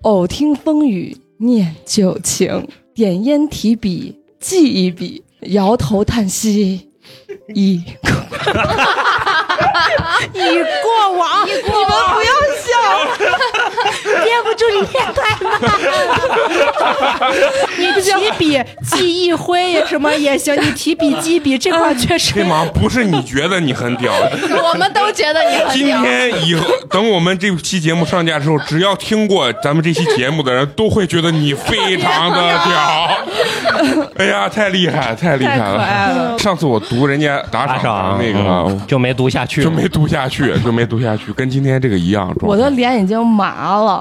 Speaker 4: 偶听风雨念旧情，点烟提笔记一笔，摇头叹息 已过。
Speaker 3: 已过往，
Speaker 2: 你们不要
Speaker 3: 憋不住你变态 你提笔记一挥什么也行，你提笔记笔这块确
Speaker 1: 这
Speaker 3: 实。
Speaker 1: 忙不是你觉得你 很屌，
Speaker 2: 我们都觉得你很
Speaker 1: 今
Speaker 2: 屌。
Speaker 1: 天以后等我们这期节目上架之后，只要听过咱们这期节目的人都会觉得你非常的 屌。哎呀，太厉害，太厉害了！上次我读人家打
Speaker 5: 打赏
Speaker 1: 赏那个啊
Speaker 5: 嗯。就没读下去，
Speaker 1: 就没读下去，就没读下去，跟今天这个一样。
Speaker 4: 我的脸已经麻 了。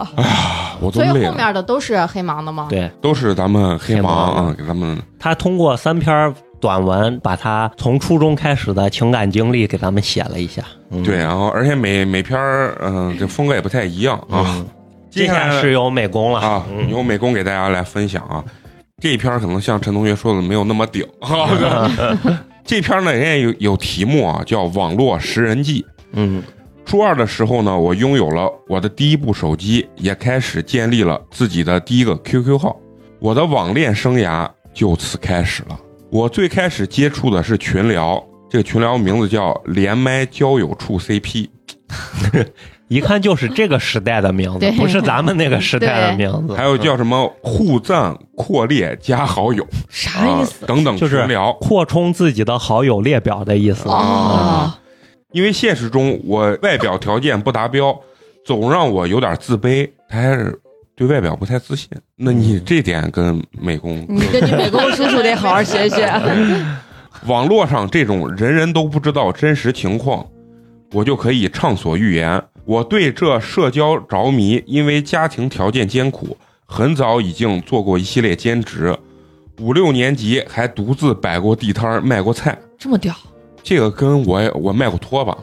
Speaker 1: 我都
Speaker 2: 所以
Speaker 1: 累
Speaker 2: 后
Speaker 1: 了，
Speaker 2: 面的都是黑盲的吗？
Speaker 5: 对。
Speaker 1: 都是咱们黑
Speaker 5: 黑
Speaker 1: 忙
Speaker 5: 忙
Speaker 1: 啊，给咱们
Speaker 5: 他通过三篇短文，把他从初中开始的情感经历给咱们写了一下。嗯、
Speaker 1: 对，，然后而且每每篇儿，嗯，这风格也不太一样啊
Speaker 5: 嗯。
Speaker 1: 接
Speaker 5: 这
Speaker 1: 下
Speaker 5: 下
Speaker 1: 来
Speaker 5: 是有美工了
Speaker 1: 啊，
Speaker 5: 嗯
Speaker 1: 由美工给大家来分享啊。这一篇儿可能像陈同学说的没有那么顶，啊
Speaker 5: 嗯
Speaker 1: 这篇儿呢，人家有有题目啊，叫《网络识人记》。
Speaker 5: 嗯，
Speaker 1: 初二的时候呢，我拥有了我的第一部手机，也开始建立了自己的第一个 QQ 号。我的网恋生涯就此开始了。我最开始接触的是群聊，这个群聊名字叫“连麦交友处 CP”。
Speaker 5: 一看就是这个时代的名字
Speaker 2: 对，
Speaker 5: 不是咱们那个时代的名字。
Speaker 1: 还有叫什么互赞、扩列、加好友，
Speaker 4: 啥
Speaker 1: 啊
Speaker 4: 意思？
Speaker 1: 等等
Speaker 5: 就是
Speaker 1: 群聊。
Speaker 5: 扩充自己的好友列表的意思。
Speaker 4: 哦，
Speaker 1: 因为现实中我外表条件不达标，总让我有点自卑，他还是对外表不太自信。那你这点跟美工，
Speaker 4: 你
Speaker 2: 嗯
Speaker 4: 跟你美工叔叔得好好学学。
Speaker 1: 网络上这种人人都不知道真实情况，我就可以畅所欲言。我对这社交着迷，因为家庭条件艰苦，很早已经做过一系列兼职，五六年级还独自摆过地摊儿卖过菜。
Speaker 4: 这么屌，
Speaker 1: 这个跟我也我卖过拖把，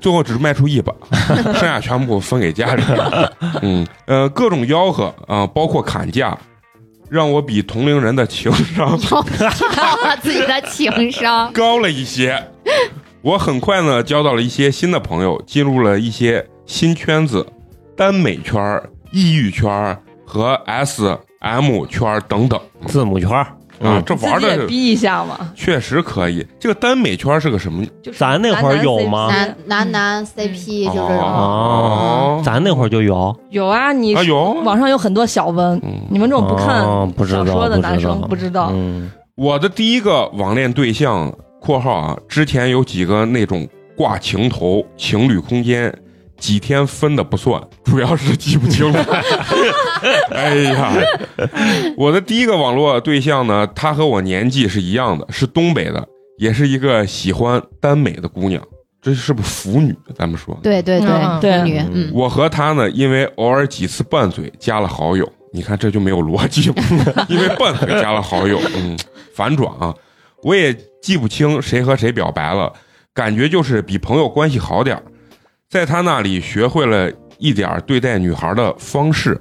Speaker 1: 最后只卖出一把，剩下全部分给家里。嗯，呃，各种吆喝啊、包括砍价，让我比同龄人的情商
Speaker 2: 自己的情商。
Speaker 1: 高了一些。我很快呢交到了一些新的朋友，进入了一些新圈子，耽美圈儿、异域圈儿和 S M 圈儿等等
Speaker 5: 字母圈儿，
Speaker 1: 啊
Speaker 5: 嗯，
Speaker 1: 这玩
Speaker 4: 自己也
Speaker 1: 的
Speaker 4: 逼一下嘛。
Speaker 1: 确实可以。这个耽美圈儿是个什么？
Speaker 4: 就是
Speaker 5: 咱那会儿有
Speaker 1: 啊
Speaker 5: 吗
Speaker 4: 男
Speaker 2: 男
Speaker 4: 男 CP
Speaker 2: 男男
Speaker 4: 嗯
Speaker 2: CP 就这种，
Speaker 5: 哦
Speaker 1: 哦，
Speaker 5: 咱那会儿就有。
Speaker 4: 有啊，你
Speaker 1: 啊有
Speaker 4: 网上有很多小文，
Speaker 1: 嗯
Speaker 4: 你们这种不看
Speaker 5: 哦不知道
Speaker 4: 小说的男生
Speaker 5: 不
Speaker 4: 不知道。
Speaker 5: 嗯，
Speaker 1: 我的第一个网恋对象（括号啊），之前有几个那种挂情头、情侣空间，几天分的不算，主要是记不清了。哎呀，我的第一个网络对象呢，她和我年纪是一样的，是东北的，也是一个喜欢耽美的姑娘，这是不是腐女？咱们说，
Speaker 2: 对对
Speaker 3: 嗯
Speaker 2: 对，
Speaker 4: 对
Speaker 2: 美女，嗯，
Speaker 1: 我和她呢，因为偶尔几次拌嘴，加了好友。你看这就没有逻辑了， 因为拌嘴加了好友，嗯，反转啊！我也记不清谁和谁表白了，感觉就是比朋友关系好点儿。在他那里学会了一点儿对待女孩的方式，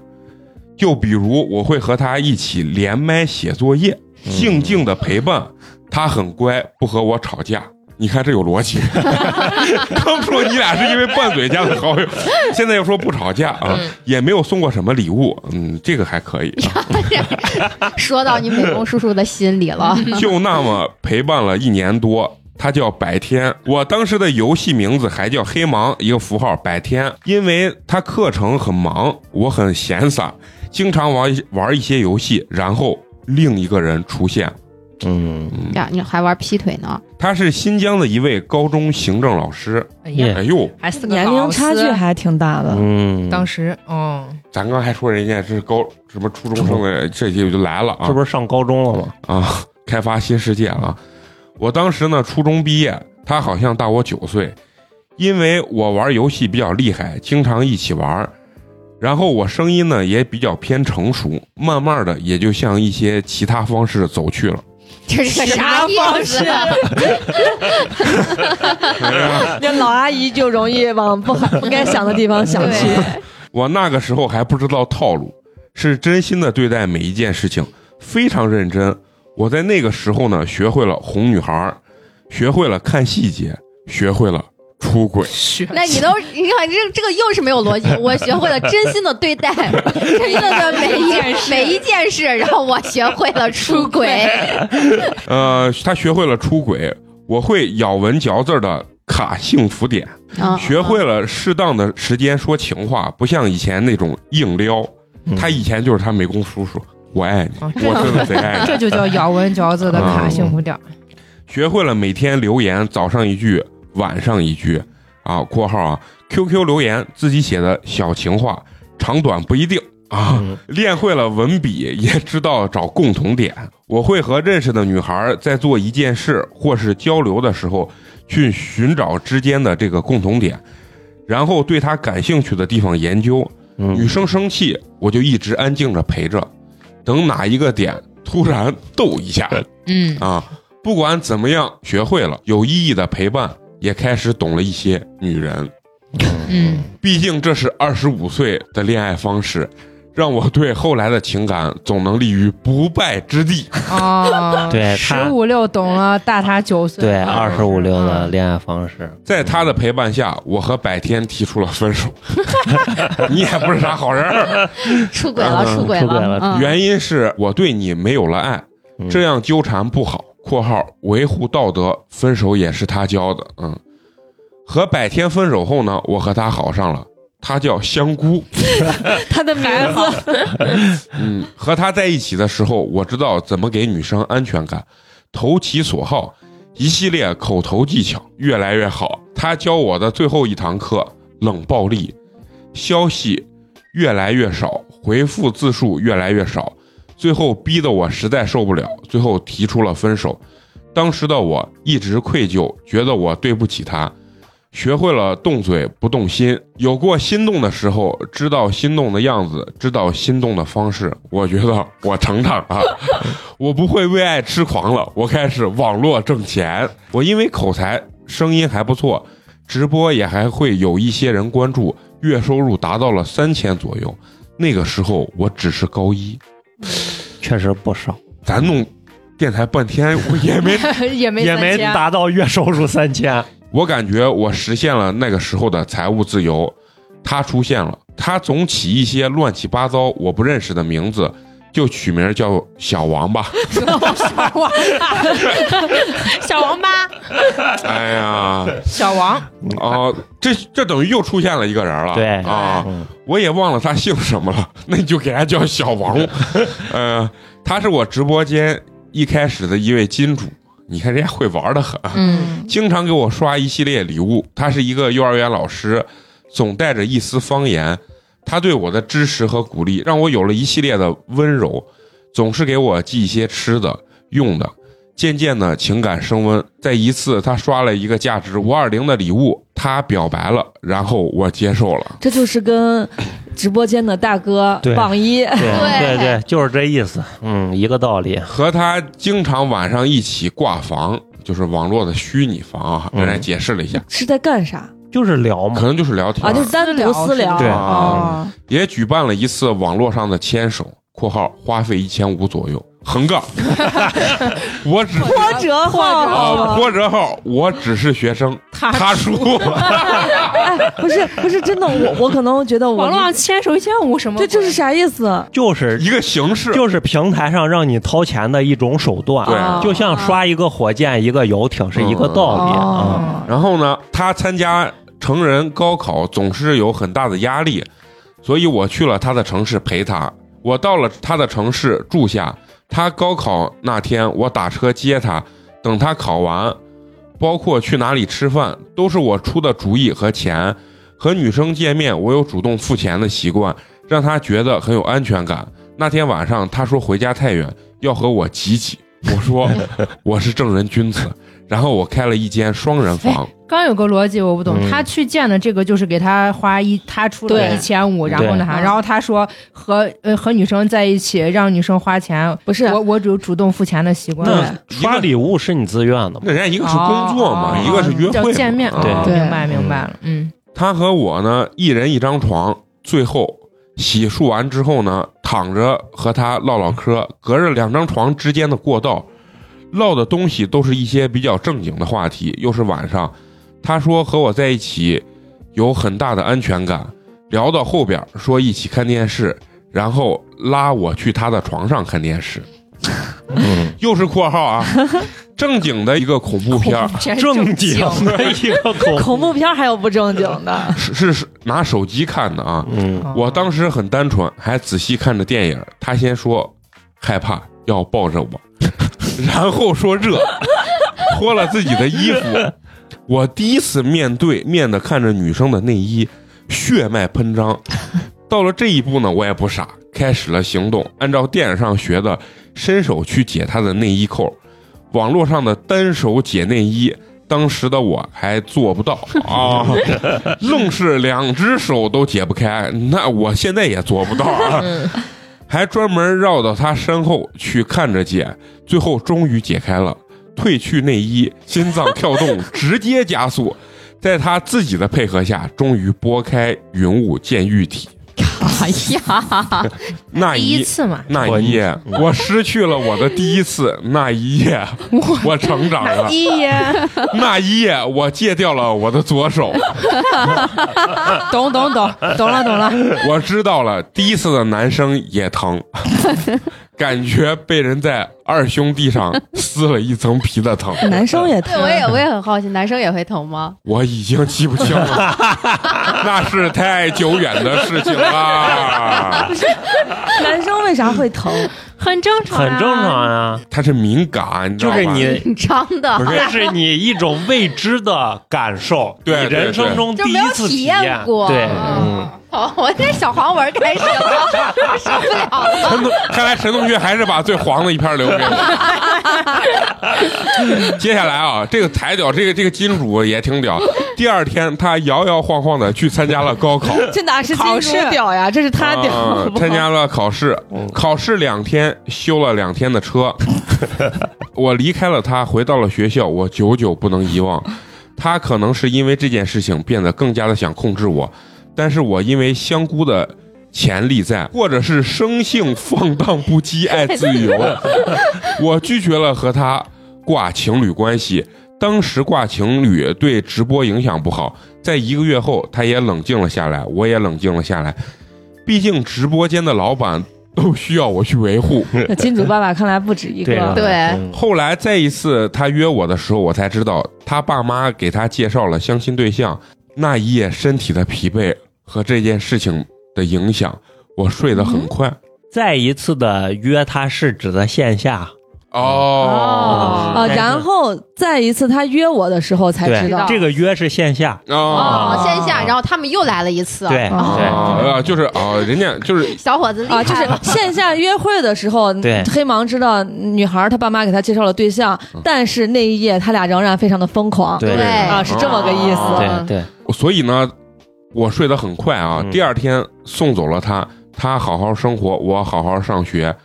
Speaker 1: 就比如我会和他一起连麦写作业，静静的陪伴，他很乖，不和我吵架。你看这有逻辑， 刚说你俩是因为拌嘴加的好友， 现在又说不吵架啊，也没有送过什么礼物，嗯，这个还可以，嗯
Speaker 2: 说到你美工叔叔的心里 了，
Speaker 1: 就那么陪伴了一年多。他叫白天，我当时的游戏名字还叫黑芒，一个符号白天，因为他课程很忙，我很闲散，经常玩一玩一些游戏，然后另一个人出现。
Speaker 5: 嗯，
Speaker 1: 嗯，
Speaker 2: 呀，你还玩劈腿呢？
Speaker 1: 他是新疆的一位高中行政老师。
Speaker 3: 哎呀，
Speaker 1: 哎呦，
Speaker 3: 还四个
Speaker 4: 年龄差距
Speaker 3: 老师
Speaker 4: 还挺大的。
Speaker 5: 嗯，
Speaker 3: 当时，嗯，
Speaker 1: 咱刚还说人家这是高什么初中生的，这些就来了啊，
Speaker 5: 这不是上高中了吗？
Speaker 1: 啊， 开发新世界啊！我当时呢，初中毕业，他好像大我九岁，因为我玩游戏比较厉害，经常一起玩儿，然后我声音呢也比较偏成熟，慢慢的也就向一些其他方式走去了。
Speaker 2: 这是个啥意思？
Speaker 4: 那老阿姨就容易往不好、不该想的地方想去。
Speaker 1: 我那个时候还不知道套路，是真心的对待每一件事情，非常认真。我在那个时候呢，学会了哄女孩儿，学会了看细节，学会了出轨。
Speaker 3: 学
Speaker 2: 那你都你看这这个又是没有 逻辑。我学会了真心的对待，真心的每一件事每一件事，然后我学会了出 轨。
Speaker 1: 呃，他学会了出轨，我会咬文嚼字的卡幸福点，
Speaker 2: 嗯
Speaker 1: 学会了适当的时间说情话，不像以前那种硬撩。嗯
Speaker 5: 嗯
Speaker 1: 他以前就是他美工叔叔，我爱
Speaker 3: 哦
Speaker 1: 你，我真的贼爱你。
Speaker 3: 这就叫咬文嚼字的卡幸福点儿。
Speaker 1: 学会了每天留言，早上一句，晚上一句，啊，括号啊，QQ 留言自己写的小情话，长短不一定啊。
Speaker 5: 嗯
Speaker 1: 练会了文笔，也知道找共同点。我会和认识的女孩在做一件事或是交流的时候，去寻找之间的这个共同点，然后对她感兴趣的地方研究。女
Speaker 5: 嗯，
Speaker 1: 生生气，我就一直安静着陪着，等哪一个点突然逗一下，
Speaker 3: 嗯，
Speaker 1: 啊，不管怎么样，学会了有意义的陪伴，也开始懂了一些女人。
Speaker 3: 嗯，
Speaker 1: 毕竟这是二十五岁的恋爱方式，让我对后来的情感总能立于不败之地。
Speaker 3: 哦，
Speaker 5: 对
Speaker 3: 十
Speaker 5: 他
Speaker 3: 五六懂了，大他九岁，
Speaker 5: 对，二十五六的
Speaker 3: 嗯
Speaker 5: 恋爱方式，
Speaker 1: 在他的陪伴下，我和百天提出了 分手。你也不是啥好人儿，
Speaker 2: 出轨了，
Speaker 1: 嗯
Speaker 2: 出轨
Speaker 5: 出轨了
Speaker 2: 嗯
Speaker 1: 原因是我对你没有了爱，
Speaker 5: 嗯
Speaker 1: 这样纠缠不好。（括号维护道德，分手也是他教的。）嗯，和百天分手后呢，我和他好上了，他叫香菇。
Speaker 4: 她的名字，
Speaker 1: 嗯， 和他在一起的时候，我知道怎么给女生安全感，投其所好，一系列口头技巧越来越好。他教我的最后一堂课，冷暴力，消息越来越少，回复字数越来越少，最后逼得我实在受不了，最后提出了分手。当时的我一直愧疚，觉得我对不起他，学会了动嘴不动心，有过心动的时候，知道心动的样子，知道心动的方式。我觉得我成长了，我不会为爱痴狂了，我开始网络挣钱。我因为口才、声音还不错，直播也还会有一些人关注，月收入达到了三千左右。那个时候我只是高一，
Speaker 5: 确实不少，
Speaker 1: 咱弄电台半天，我也没
Speaker 3: 也没
Speaker 5: 也没
Speaker 3: 参加
Speaker 5: 达到月收入三千。
Speaker 1: 我感觉我实现了那个时候的财务自由，他出现了，他总起一些乱七八糟我不认识的名字，就取名叫小王吧。
Speaker 3: 小王八，
Speaker 1: 哎呀，
Speaker 3: 小 王，
Speaker 5: 嗯
Speaker 1: 哦、这这等于又出现了一个人了。
Speaker 5: 对
Speaker 1: 啊、
Speaker 5: 嗯
Speaker 1: 我也忘了他姓什么了，那你就给他叫小王。 呃，他是我直播间一开始的一位金主，你看人家会玩的很。
Speaker 4: 嗯，
Speaker 1: 经常给我刷一系列礼物。他是一个幼儿园老师，总带着一丝方言。他对我的支持和鼓励，让我有了一系列的温柔，总是给我寄一些吃的、用的。渐渐的情感升温。在一次，他刷了一个价值五二零的礼物，他表白了，然后我接受了。
Speaker 4: 这就是跟直播间的大哥
Speaker 5: 对
Speaker 4: 榜一，
Speaker 5: 对
Speaker 2: 对
Speaker 5: 对对，就是这意思，嗯，一个道理。
Speaker 1: 和他经常晚上一起挂房，就是网络的虚拟房啊。
Speaker 5: 嗯
Speaker 1: 人家解释了一下，
Speaker 4: 是在干啥？
Speaker 5: 就是聊
Speaker 1: 可
Speaker 5: 嘛，
Speaker 1: 能就是聊天，
Speaker 4: 啊，就是单独私聊，
Speaker 5: 对
Speaker 1: 哦
Speaker 5: 嗯
Speaker 4: 啊，
Speaker 1: 也举办了一次网络上的牵手（括号花费一千五左右）横杠，我只
Speaker 4: 波折号好
Speaker 3: 哦
Speaker 1: 啊
Speaker 4: 吧
Speaker 1: 波折号，我只是学生，
Speaker 3: 他
Speaker 1: 他叔，
Speaker 4: 哎，不是不是真的，我我可能觉得我
Speaker 3: 网络上牵手一千五什么鬼？
Speaker 4: 这这是啥意思？
Speaker 5: 就是
Speaker 1: 一个形式，
Speaker 5: 就是平台上让你掏钱的一种手段，
Speaker 1: 对
Speaker 4: 啊
Speaker 5: 就像刷一个火箭、一个游艇是一个道理啊。嗯
Speaker 4: 哦
Speaker 1: 然后呢，他参加成人高考总是有很大的压力，所以我去了他的城市陪他。我到了他的城市住下，他高考那天我打车接他，等他考完，包括去哪里吃饭，都是我出的主意和钱。和女生见面，我有主动付钱的习惯，让她觉得很有安全感。那天晚上，她说回家太远，要和我挤挤。我说 我是正人君子，然后我开了一间双人房，
Speaker 3: 刚有个逻辑我不懂，
Speaker 5: 嗯
Speaker 3: 他去见的这个就是给他花一，他出了
Speaker 4: 对
Speaker 3: 一千五，然后呢还，
Speaker 4: 嗯
Speaker 3: 然后他说和呃和女生在一起，让女生花钱，
Speaker 4: 不是
Speaker 3: 我我只有主动付钱的习惯。
Speaker 4: 对
Speaker 5: 那刷礼物是你自愿的吗？
Speaker 1: 那人家一个是工作嘛，
Speaker 3: 哦
Speaker 1: 一个是约
Speaker 3: 叫
Speaker 1: 会嘛
Speaker 3: 见面，
Speaker 1: 啊
Speaker 5: 对
Speaker 3: 哦
Speaker 4: 对
Speaker 3: 明白明白了，嗯，
Speaker 1: 他和我呢，一人一张床。最后洗漱完之后呢，躺着和他唠唠嗑，隔着两张床之间的过道，唠的东西都是一些比较正经的话题。又是晚上，他说和我在一起有很大的安全感。聊到后边说一起看电视，然后拉我去他的床上看电视。嗯，又是括号啊，正经的一个恐怖片儿，
Speaker 5: 正经的一个口
Speaker 4: 恐怖片还有不正经的，
Speaker 1: 是是拿手机看的啊。
Speaker 5: 嗯，
Speaker 3: 哦
Speaker 1: 我当时很单纯，还仔细看着电影。他先说害怕，要抱着我，然后说热，脱了自己的衣服。我第一次面对面的看着女生的内衣，血脉喷张。到了这一步呢，我也不傻，开始了行动。按照电影上学的，伸手去解她的内衣扣，网络上的单手解内衣，当时的我还 做不到啊。愣是两只手都解不开，那我现在也做不到啊，
Speaker 3: 嗯
Speaker 1: 还专门绕到他身后去看着解，最后终于解开了，褪去内衣，心脏跳动直接 加速，在他自己的配合下，终于拨开云雾见玉体。
Speaker 2: 哎呀，
Speaker 1: 那
Speaker 3: 第一
Speaker 1: 一
Speaker 3: 次嘛，
Speaker 1: 那一夜，我失去了我的第一次。那一夜，我成长了。
Speaker 3: 一眼
Speaker 1: 那一夜，我戒掉了我的左手。
Speaker 3: 懂懂懂懂了懂了，
Speaker 1: 我知道了，第一次的男生也疼，感觉被人在二兄弟上撕了一层皮的 疼。
Speaker 4: 男生也
Speaker 2: 对，我也我也很好奇，男生也会疼 吗？
Speaker 1: 我已经记不清了，那是太久远的事情了。
Speaker 4: 男生为啥会疼？
Speaker 3: 很正常，
Speaker 5: 很正常。呀，
Speaker 1: 他是敏感，你知
Speaker 5: 就
Speaker 1: 道吧？
Speaker 5: 是 你。
Speaker 2: 紧张的，
Speaker 5: 这是你一种未知的感受，
Speaker 1: 对
Speaker 5: 你人生中
Speaker 2: 就
Speaker 5: 第
Speaker 2: 没
Speaker 5: 一
Speaker 2: 有
Speaker 5: 次
Speaker 2: 体
Speaker 5: 验
Speaker 2: 验过
Speaker 5: 对，嗯
Speaker 2: 嗯，好，我这小黄文开始 了，受不了了。
Speaker 1: 陈同，看来陈同学还是把最黄的一篇留给我。 接下来啊，这个才屌，这个这个金主也挺屌。第二天，他摇摇晃晃的去参加了高考，
Speaker 4: 这哪是
Speaker 3: 考
Speaker 4: 金
Speaker 3: 试
Speaker 4: 主 屌呀？这是他屌，
Speaker 1: 啊
Speaker 4: 好不好
Speaker 1: 参加了考试，考试两天，修了两天的车。 我离开了他，回到了学校，我久久不能遗忘。他可能是因为这件事情变得更加的想控制我，但是我因为香菇的潜力在，或者是生性放荡不羁、爱自由， 我拒绝了和他挂情侣关系。当时挂情侣对直播影响不好，在一个月后，他也冷静了下来，我也冷静了下来。毕竟直播间的老板都需要我去维护。
Speaker 4: 那金主爸爸看来不止一
Speaker 5: 对
Speaker 4: 个，
Speaker 2: 对
Speaker 5: 嗯
Speaker 1: 后来再一次他约我的时候，我才知道他爸妈给他介绍了相亲对象。那一夜身体的疲惫和这件事情的影响，我睡得很快。
Speaker 5: 再一次的约他是指的线下，
Speaker 1: 哦
Speaker 4: 啊，然后再一次他约我的时候才知
Speaker 5: 对
Speaker 4: 道，，
Speaker 5: 这个约是线下，
Speaker 1: 哦
Speaker 2: 哦，线下，然后他们又来了一次，啊
Speaker 5: 对对，
Speaker 1: 哦，啊，就是哦，人家就是
Speaker 2: 小伙子厉害
Speaker 4: 啊，就是
Speaker 2: 了
Speaker 4: 线下约会的时候，
Speaker 5: 对嗯
Speaker 4: 黑芒知道女孩她爸妈给她介绍了对象，但是那一夜他俩仍然非常的疯狂，
Speaker 5: 对
Speaker 2: 对
Speaker 4: 啊，是这么个意
Speaker 2: 哦
Speaker 4: 思。
Speaker 5: 对对，
Speaker 1: 所以呢，我睡得很快啊。
Speaker 5: 嗯
Speaker 1: 第二天送走了他，他好好生活，我好好上学。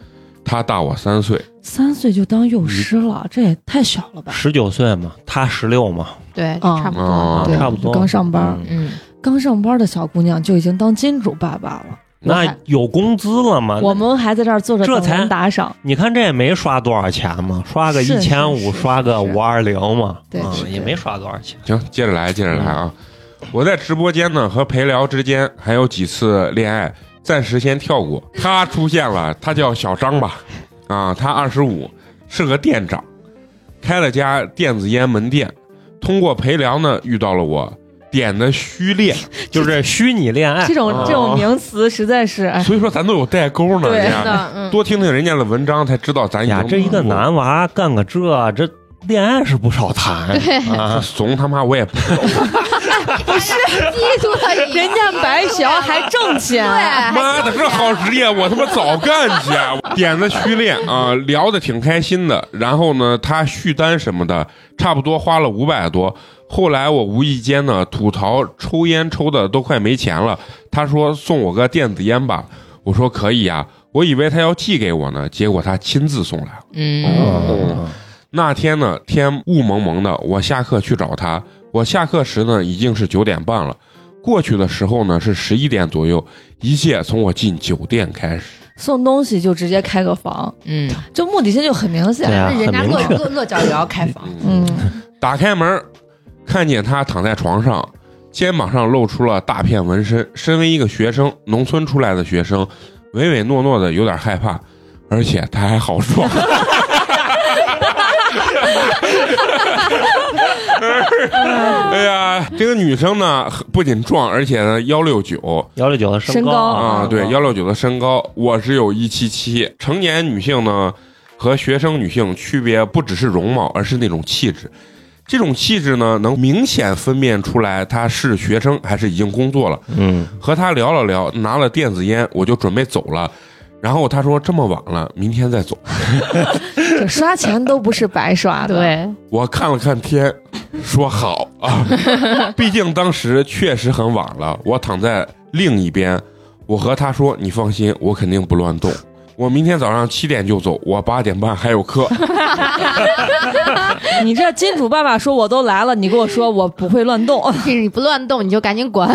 Speaker 1: 他大我三岁，
Speaker 5: 嗯
Speaker 4: 三岁就当幼师了，这也太小了吧？
Speaker 5: 十九岁嘛，他十六嘛，
Speaker 2: 对，就
Speaker 4: 嗯
Speaker 2: 差不
Speaker 1: 哦
Speaker 2: 多。
Speaker 4: 对，
Speaker 5: 差不多
Speaker 4: 刚上班儿，
Speaker 5: 嗯
Speaker 3: 嗯，
Speaker 4: 刚上班的小姑娘就已经当金主爸爸了。
Speaker 5: 那有工资了吗？
Speaker 4: 我们还在这儿坐着
Speaker 5: 啊这
Speaker 4: 等
Speaker 5: 才
Speaker 4: 人打赏，
Speaker 5: 你看这也没刷多少钱嘛，刷个
Speaker 4: 是
Speaker 5: 一
Speaker 4: 是
Speaker 5: 千五，
Speaker 4: 是
Speaker 5: 刷个
Speaker 4: 是
Speaker 5: 五二零嘛，
Speaker 4: 对
Speaker 5: 嗯
Speaker 4: 是
Speaker 5: 也没刷多少钱。
Speaker 1: 行，接着来，接着来啊！我在直播间呢和陪聊之间还有几次恋爱，暂时先跳过。他出现了，他叫小张吧，啊，他二十五，是个店长，开了家电子烟门店。通过陪聊呢遇到了我，点的虚恋，
Speaker 5: 就是虚拟恋爱
Speaker 4: 这种
Speaker 5: 啊
Speaker 4: 这种名词实在是，哎，
Speaker 1: 所以说咱都有代沟呢。
Speaker 4: 对
Speaker 1: 你
Speaker 3: 真
Speaker 1: 看
Speaker 3: 的，嗯，
Speaker 1: 多听听人家的文章才知道咱已
Speaker 5: 哎呀，
Speaker 1: 经
Speaker 5: 这一个
Speaker 1: 碰过
Speaker 5: 男娃干个这，这恋爱是不少谈
Speaker 2: 对
Speaker 1: 这
Speaker 5: 啊。
Speaker 1: 怂他妈我也不
Speaker 2: 嫉妒了已
Speaker 4: 人家白嫖还挣
Speaker 2: 对，
Speaker 4: 钱，
Speaker 2: 还
Speaker 1: 妈的，这好职业我他妈早干去啊！点的虚练啊，聊的挺开心的。然后呢，他续单什么的，差不多花了五百多。后来我无意间呢吐槽抽烟抽的都快没钱了，他说送我个电子烟吧，我说可以啊。我以为他要寄给我呢，结果他亲自送来了。
Speaker 3: 嗯，
Speaker 1: 哦那天呢，天雾蒙蒙的，我下课去找他。我下课时呢，已经是九点半了。过去的时候呢，是十一点左右。一切从我进酒店开始。
Speaker 4: 送东西就直接开个房，
Speaker 3: 嗯，
Speaker 4: 这目的性就很明
Speaker 5: 对
Speaker 4: 显。
Speaker 5: 啊，
Speaker 3: 人
Speaker 5: 很
Speaker 3: 家
Speaker 5: 明
Speaker 3: 落
Speaker 5: 确。
Speaker 3: 落落脚也要开房，
Speaker 4: 嗯，
Speaker 1: 打开门，看见他躺在床上，肩膀上露出了大片纹身。身为一个学生，农村出来的学生，唯唯诺诺的，有点害怕，而且他还好壮。 哎呀，这个女生呢，不仅壮，而且呢幺六九，
Speaker 5: 幺六九的身
Speaker 4: 身
Speaker 5: 高
Speaker 4: 高
Speaker 1: 啊，对，幺六九的身高，我只有一七七。成年女性呢和学生女性区别不只是容貌，而是那种气质。这种气质呢，能明显分辨出来她是学生还是已经工作了。
Speaker 5: 嗯，
Speaker 1: 和她聊了聊，拿了电子烟，我就准备走了。然后她说这么晚了，明天再走。
Speaker 4: 这刷钱都不是白刷的。，
Speaker 2: 对，
Speaker 1: 我看了看天，说好啊，毕竟当时确实很晚了。我躺在另一边，我和他说：“你放心，我肯定不乱动。我明天早上七点就走，我八点半还有课。
Speaker 4: 你这金主爸爸说我都来了，你跟我说我不会乱动，
Speaker 2: 你不乱动你就赶 紧滚。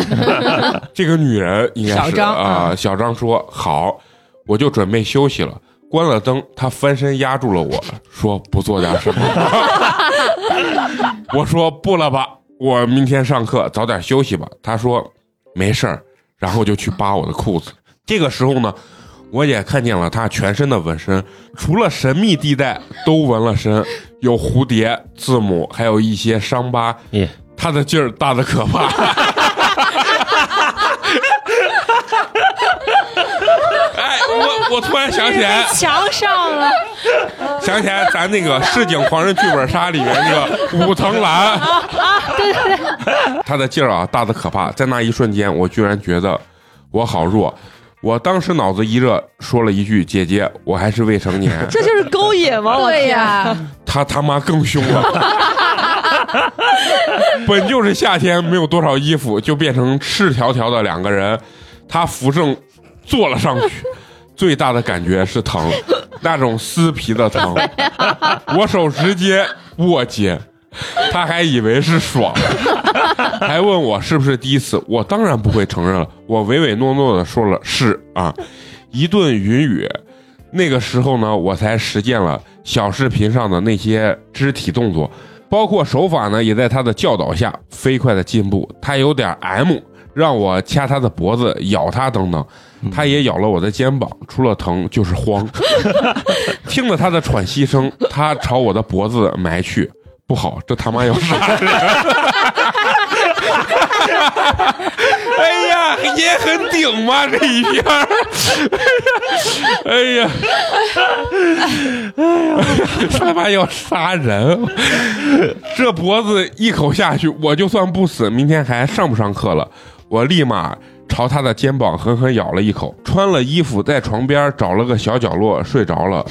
Speaker 1: 这个女人应该是
Speaker 3: 小张
Speaker 1: 啊、小张说好，我就准备休息了。关了灯，她翻身压住了我，说：“不做点什么。” 我说：“不了吧，我明天上课，早点休息吧。”她说：“没事儿。”然后就去扒我的裤子。这个时候呢，我也看见了她全身的纹身，除了神秘地带都纹了身，有蝴蝶、字母，还有一些伤疤。
Speaker 5: 耶
Speaker 1: 她的劲儿大的可怕。哎，我我突然想起来，
Speaker 6: 墙上了，
Speaker 1: 想起来咱那个《市井狂人剧本杀》里面那个武藤兰，他的劲儿啊大的可怕，在那一瞬间，我居然觉得我好弱。我当时脑子一热，说了一句：“姐姐，我还是未成年。
Speaker 4: 这就是勾引吗？我
Speaker 2: 对
Speaker 4: 天
Speaker 2: 呀，”
Speaker 1: 他他妈更凶 了，本就是夏天，没有多少衣服，就变成赤条条的两个人。他扶正坐了上去， 最大的感觉是疼，那种撕皮的 疼。我手直接握紧，他还以为是 爽，还问我是不是第一次。我当然不会承认了，我唯唯诺诺的说了是啊，一顿云雨。那个时候呢，我才实践了小视频上的那些肢体动作，包括手法呢，也在他的教导下飞快的进步。他有点 M，让我掐他的脖子、咬他等等，他也咬了我的肩膀，除了疼就是慌。听了他的喘息声，他朝我的脖子埋去。不好，这他妈要杀人！哎呀，也很顶嘛这一片儿，哎呀，哎呀，他妈要杀人！这脖子一口下去，我就算不死，明天还上不上课了？我立马朝他的肩膀狠狠咬了一口，穿了衣服，在床边找了个小角落睡着了。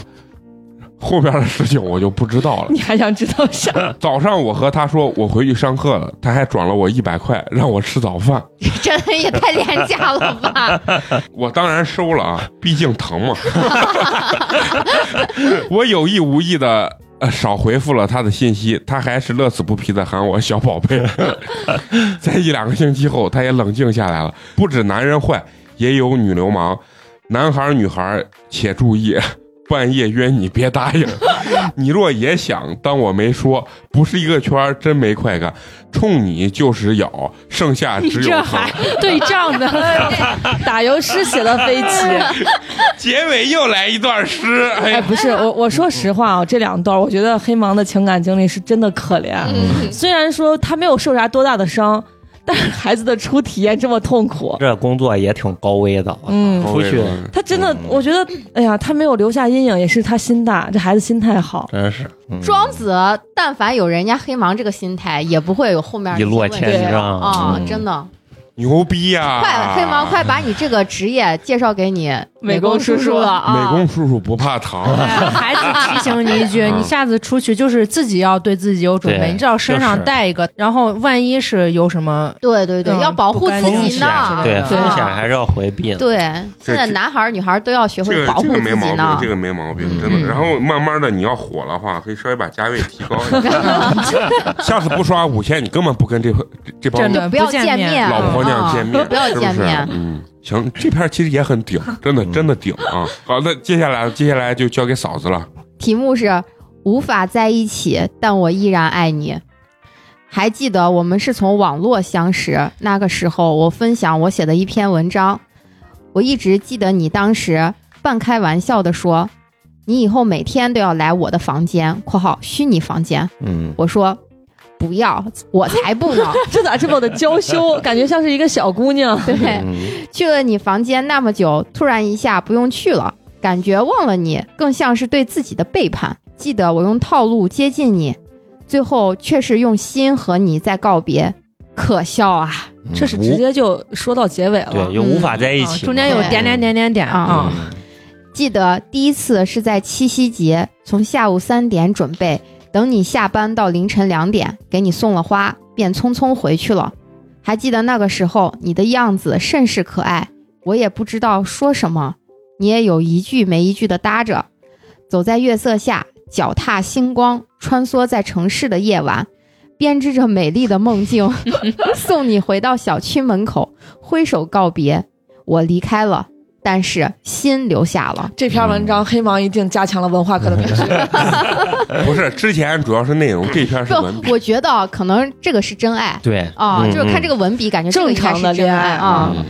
Speaker 1: 后边的事情我就不知道了。
Speaker 4: 你还想知道啥？
Speaker 1: 早上我和他说我回去上课了，他还转了我一百块让我吃早饭，
Speaker 2: 这人也太廉价了吧！
Speaker 1: 我当然 收了啊，毕竟疼嘛。我有意无意的呃少回复了他的信息，他还是乐此不疲的喊我小宝贝。 在一两个星期后，他也冷静下来了。不止男人坏，也有女流氓，男孩儿女孩儿且注意。 半夜约你别答应， 你若也想，当我没说，不是一个圈儿，真没快感。冲你就是咬，剩下
Speaker 4: 你
Speaker 1: 只有
Speaker 4: 这
Speaker 1: 疼。
Speaker 4: 还对仗的， 打油诗写的飞起。
Speaker 1: 结尾又来一段诗，哎
Speaker 4: 哎，
Speaker 1: 呀，
Speaker 4: 不是我，我说实话啊，这两段我觉得黑芒的情感经历是真的可怜。
Speaker 2: 嗯，
Speaker 4: 虽然说他没有受啥多大的伤，但是孩子的初体验这么痛苦，
Speaker 5: 这工作也挺高危的。
Speaker 4: 嗯，
Speaker 5: 出去
Speaker 4: 他真
Speaker 5: 嗯
Speaker 4: 的，我觉得，哎呀，他没有留下阴影，也是他心大，这孩子心态好。
Speaker 5: 真是 嗯
Speaker 2: 庄子，但凡有人家黑芒这个心态，也不会有后面
Speaker 5: 一落
Speaker 2: 那些问题
Speaker 5: 千丈
Speaker 2: 啊！
Speaker 5: 嗯
Speaker 2: 真的，
Speaker 1: 牛逼啊呀、
Speaker 2: 快黑芒，快把你这个职业介绍给你
Speaker 4: 美工
Speaker 2: 工叔
Speaker 4: 叔叔
Speaker 2: 了
Speaker 1: 美
Speaker 2: 啊！哎
Speaker 1: 工叔叔不怕糖，
Speaker 3: 还是提醒你一句，
Speaker 1: 嗯
Speaker 3: 你下次出去就是自己要对自己有准备，
Speaker 5: 对
Speaker 3: 你至少身上
Speaker 5: 就是
Speaker 3: 带一个，然后万一是有什么，
Speaker 2: 对对对，
Speaker 3: 嗯
Speaker 2: 要保护自
Speaker 3: 不干
Speaker 2: 己
Speaker 3: 净
Speaker 2: 呢。
Speaker 5: 对
Speaker 3: 啊
Speaker 5: 风险还是要回避的。
Speaker 2: 对，现在
Speaker 1: 这
Speaker 2: 男孩儿女孩儿都要学
Speaker 1: 这个
Speaker 2: 会保
Speaker 1: 这
Speaker 2: 护
Speaker 1: 个
Speaker 2: 自
Speaker 1: 没毛
Speaker 2: 己
Speaker 1: 病
Speaker 2: 呢，。
Speaker 1: 这个没毛病，
Speaker 5: 嗯
Speaker 1: 真的。然后慢慢的，你要火的话，可以稍微把价位提高一下。 下次不刷五千，你根本不跟这这帮
Speaker 3: 真的
Speaker 2: 不要
Speaker 3: 不见
Speaker 2: 见
Speaker 3: 面
Speaker 2: 面，
Speaker 1: 老婆娘见面，
Speaker 2: 啊 不要
Speaker 1: 是
Speaker 2: 见
Speaker 1: 是
Speaker 2: 面。
Speaker 1: 嗯，行，这片儿其实也很顶，真的
Speaker 5: 嗯
Speaker 1: 真的顶啊。好，那接下来接下来就交给嫂子了。
Speaker 2: 题目是无法在一起，但我依然爱你。还记得我们是从网络相识，那个时候我分享我写的一篇文章，我一直记得你当时半开玩笑的说，你以后每天都要来我的房间（括号虚拟房间
Speaker 5: 嗯）。，
Speaker 2: 我说不要，我才不呢。
Speaker 4: 这咋这么的娇羞？感觉像是一个小姑娘。
Speaker 2: 对，
Speaker 5: 嗯
Speaker 2: 去了你房间那么久，突然一下不用去了，感觉忘了你，更像是对自己的背叛。记得我用套路接近你，最后却是用心和你在告别，可笑啊！
Speaker 4: 这是直接就说到结尾了
Speaker 5: 嗯对，。又无法在一起
Speaker 3: 啊
Speaker 5: 嘛，
Speaker 3: 中间有
Speaker 2: 对
Speaker 3: 点点点点点啊，
Speaker 5: 嗯
Speaker 2: 记得第一次是在七夕节，从下午三点准备，等你下班到凌晨两点，给你送了花，便匆匆回去了。还记得那个时候你的样子甚是可爱，我也不知道说什么，你也有一句没一句的搭着。走在月色下，脚踏星光，穿梭在城市的夜晚，编织着美丽的梦境， 送你回到小区门口，挥手告别。我离开了，但是心留下了。
Speaker 4: 这篇文
Speaker 5: 嗯
Speaker 4: 章黑芒一定加强了文化课的培训。
Speaker 1: 不是，之前主要是内容，这篇是文笔。
Speaker 2: 不，我觉得啊可能这个是真爱
Speaker 5: 对
Speaker 2: 啊，
Speaker 5: 嗯
Speaker 2: 就是看这个文笔，感觉这个应该是
Speaker 4: 正常的
Speaker 2: 真
Speaker 4: 恋
Speaker 2: 爱
Speaker 4: 爱
Speaker 2: 啊。
Speaker 1: 嗯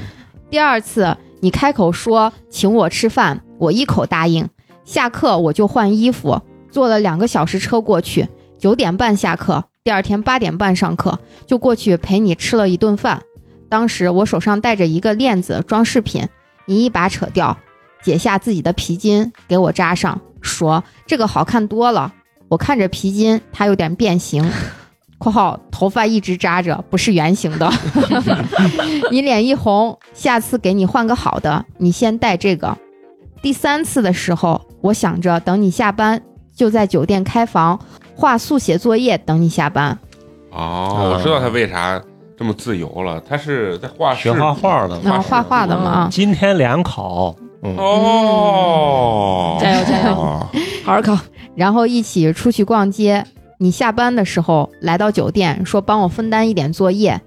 Speaker 2: 第二次你开口说请我吃饭，我一口答应。下课我就换衣服，坐了两个小时车过去，九点半下课，第二天八点半上课，就过去陪你吃了一顿饭。当时我手上戴着一个链子装饰品，你一把扯掉，解下自己的皮筋给我扎上，说这个好看多了。我看着皮筋，它有点变形。（括号头发一直扎着，不是圆形的。） 你脸一红，下次给你换个好的，你先戴这个。第三次的时候，我想着等你下班就在酒店开房画速写作业，等你下班。
Speaker 1: 哦，我知道他为啥这么自由了，他是在画室
Speaker 5: 学画画的嘛。
Speaker 2: 然后画画的嘛啊，
Speaker 5: 今天联考，嗯，
Speaker 1: 哦，
Speaker 4: 加油加油
Speaker 1: 哦！
Speaker 5: 嗯
Speaker 4: 好好考。
Speaker 2: 然后一起出去逛街。你下班的时候来到酒店，说帮我分担一点作业。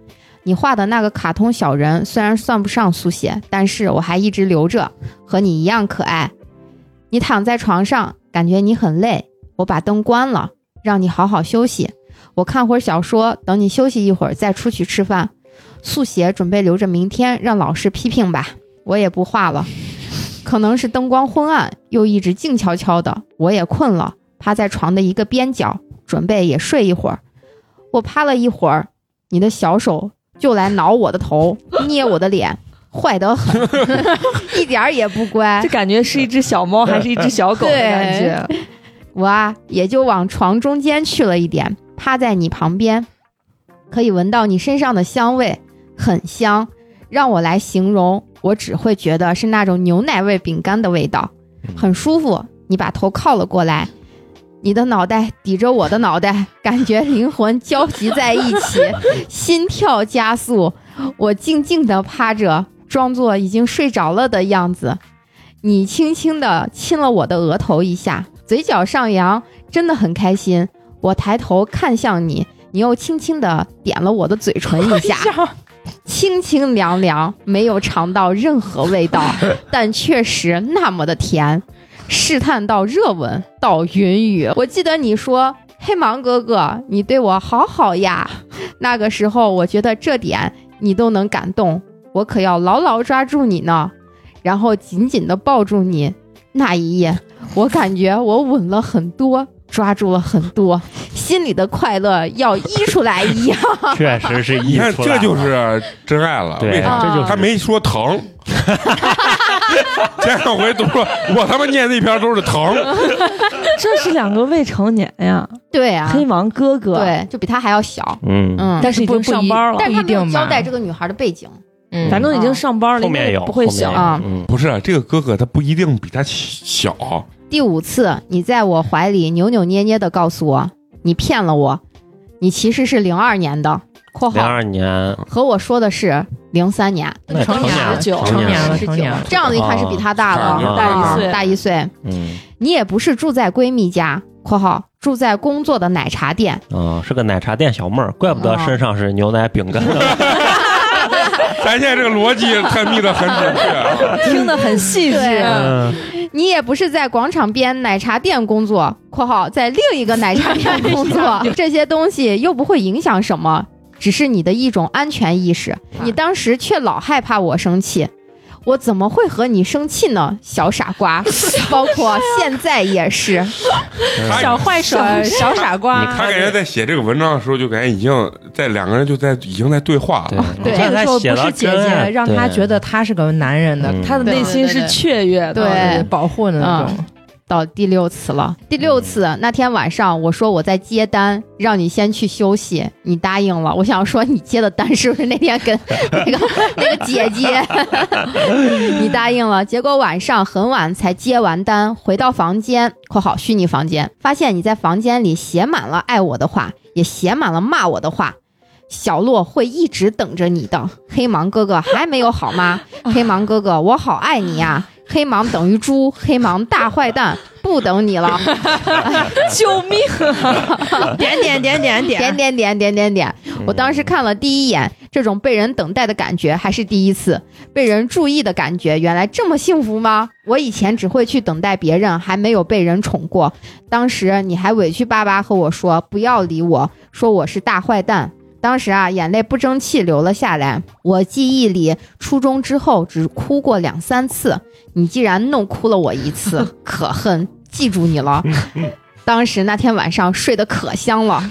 Speaker 2: 你画的那个卡通小人虽然算不上速写，但是我还一直留着，和你一样可爱。你躺在床上，感觉你很累，我把灯关了，让你好好休息。我看会儿小说，等你休息一会儿再出去吃饭。速写准备留着明天让老师批评吧，我也不画了。可能是灯光昏暗，又一直静悄悄的，我也困了，趴在床的一个边角，准备也睡一会儿。我趴了一会儿，你的小手就来挠我的头，捏我的脸，坏得很， 一点儿也不乖
Speaker 4: 这。感觉是一只小猫还是一只小狗的
Speaker 2: 对
Speaker 4: 感觉？
Speaker 2: 我啊，也就往床中间去了一点，趴在你旁边，可以闻到你身上的香味，很香。让我来形容，我只会觉得是那种牛奶味饼干的味道，很舒服。你把头靠了过来，你的脑袋抵着我的脑袋，感觉灵魂交集在一起，心跳加速。我静静地趴着，装作已经睡着了的样子。你轻轻地亲了我的额头一下，嘴角上扬，真的很开心。我抬头看向你，你又轻轻的点了我的嘴唇一下，清清凉凉，没有尝到任何味道，但确实那么的甜。试探到热吻，到云雨。我记得你说：“黑芒哥哥，你对我好好呀。”那个时候，我觉得这点你都能感动，我可要牢牢抓住你呢，然后紧紧的抱住你。那一夜，我感觉我吻了很多，抓住了很多， 心里的快乐要溢出来一样。
Speaker 5: 确实是
Speaker 1: 你
Speaker 5: 溢
Speaker 1: 看
Speaker 5: 出来
Speaker 1: 这就
Speaker 5: 了
Speaker 1: 是真爱了，
Speaker 5: 对，
Speaker 1: 为啥？
Speaker 5: 这就是
Speaker 1: 他没说疼。 前两回都说，我他妈念那篇都是疼，
Speaker 4: 这是两个未成年呀，
Speaker 2: 对啊，
Speaker 4: 黑芒哥哥，，
Speaker 2: 对，就比他还要小。
Speaker 5: 嗯
Speaker 2: 嗯，
Speaker 4: 但是已经
Speaker 3: 不
Speaker 4: 上班了，
Speaker 2: 但是他没有
Speaker 3: 一定吧
Speaker 2: 交代这个女孩的背景。
Speaker 3: 嗯
Speaker 4: 反正已经上班了，
Speaker 5: 后
Speaker 4: 应该
Speaker 5: 面
Speaker 4: 也
Speaker 5: 有
Speaker 4: 不会
Speaker 5: 后面
Speaker 4: 想
Speaker 5: 有
Speaker 2: 啊
Speaker 5: 嗯，
Speaker 1: 不是这个哥哥他不一定比他小，
Speaker 2: 第五次，你在我怀里扭扭捏捏的告诉我，你骗了我，你其实是零二年的（括
Speaker 5: 零
Speaker 2: 号
Speaker 5: 二年
Speaker 2: 和我说的是零三年
Speaker 5: 那
Speaker 3: 成
Speaker 5: 年
Speaker 3: 年
Speaker 5: 了
Speaker 4: 了19
Speaker 5: 成
Speaker 3: 成
Speaker 5: 年
Speaker 3: 年
Speaker 5: 了
Speaker 3: 了，
Speaker 2: 十
Speaker 3: 成
Speaker 2: 九
Speaker 3: 年了，，
Speaker 2: 这样的一看是比他大了，
Speaker 1: 哦
Speaker 2: 大
Speaker 4: 大一岁
Speaker 2: 大一岁。
Speaker 5: 嗯
Speaker 2: 你也不是住在闺蜜家（括号住在工作的奶茶店
Speaker 5: 啊，是个奶茶店小妹儿，怪不得
Speaker 2: 哦
Speaker 5: 身上是牛奶饼干的
Speaker 1: 咱现在这个逻辑探秘的很准确啊。
Speaker 4: 听得很细致，
Speaker 2: 对
Speaker 5: 嗯，），
Speaker 2: 你也不是在广场边奶茶店工作（括号在另一个奶茶店工作）。这些东西又不会影响什么，只是你的一种安全意识。你当时却老害怕我生气。我怎么会和你生气呢，小傻瓜？包括现在也是。
Speaker 1: 他
Speaker 3: 小坏手，小傻瓜，
Speaker 5: 你
Speaker 1: 他感觉在写这个文章的时候，就感觉已经在两个人就在已经在对话了。
Speaker 2: 对
Speaker 5: 对你看
Speaker 3: 这个
Speaker 5: 他
Speaker 3: 时候
Speaker 5: 写
Speaker 3: 不
Speaker 5: 到
Speaker 3: 是姐
Speaker 5: 真爱
Speaker 3: 姐让他
Speaker 5: 对
Speaker 3: 觉得他是个男人的
Speaker 5: 嗯，
Speaker 3: 他的
Speaker 4: 内
Speaker 3: 内心
Speaker 4: 心是雀跃的，
Speaker 2: 对
Speaker 3: 保护的那种。
Speaker 2: 到第六次了，第六次、那天晚上，我说我在接单，让你先去休息，你答应了。我想说你接的单是不是那天跟 那个那个姐姐， 你答应了。结果晚上很晚才接完单，回到房间（括号虚拟房间），发现你在房间里写满了爱我的话，也写满了骂我的话。小洛会一直等着你的，黑芒哥哥还没有好吗？黑芒哥哥，我好爱你啊呀、黑芒等于猪，黑芒大坏蛋，不等你了，
Speaker 4: 救命！啊
Speaker 3: 点点点点
Speaker 2: 点
Speaker 3: 点，
Speaker 2: 点点点点点。我当时看了第一眼，这种被人等待的感觉还是第一次，被人注意的感觉，原来这么幸福吗？我以前只会去等待别人，还没有被人宠过。当时你还委屈巴巴和我说不要理我，说我是大坏蛋。当时啊，眼泪不争气流了下来。我记忆里，初中之后只哭过两三次。你既然弄哭了我一次，可恨，记住你了。当时那天晚上睡得可香了，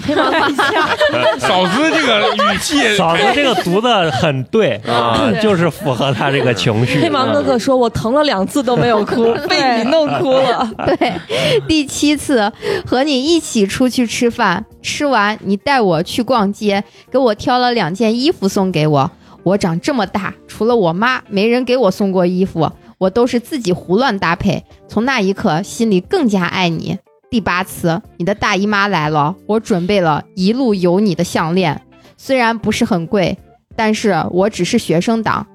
Speaker 1: 嫂子这个语气，
Speaker 5: 嫂子这个读的很对 啊，
Speaker 4: 对
Speaker 5: 就是符合他这个情绪。嗯
Speaker 4: 黑芒哥哥说：“我疼了两次都没有 哭，被你弄哭了。
Speaker 2: 对， 第七次和你一起出去吃饭，吃完你带我去逛街，给我挑了两件衣服送给我。我长这么大，除了我妈，没人给我送过衣服，我都是自己胡乱搭配。从那一刻，心里更加爱你。第八次，你的大姨妈来了，我准备了一路有你的项链，虽然不是很贵，但是我只是学生党。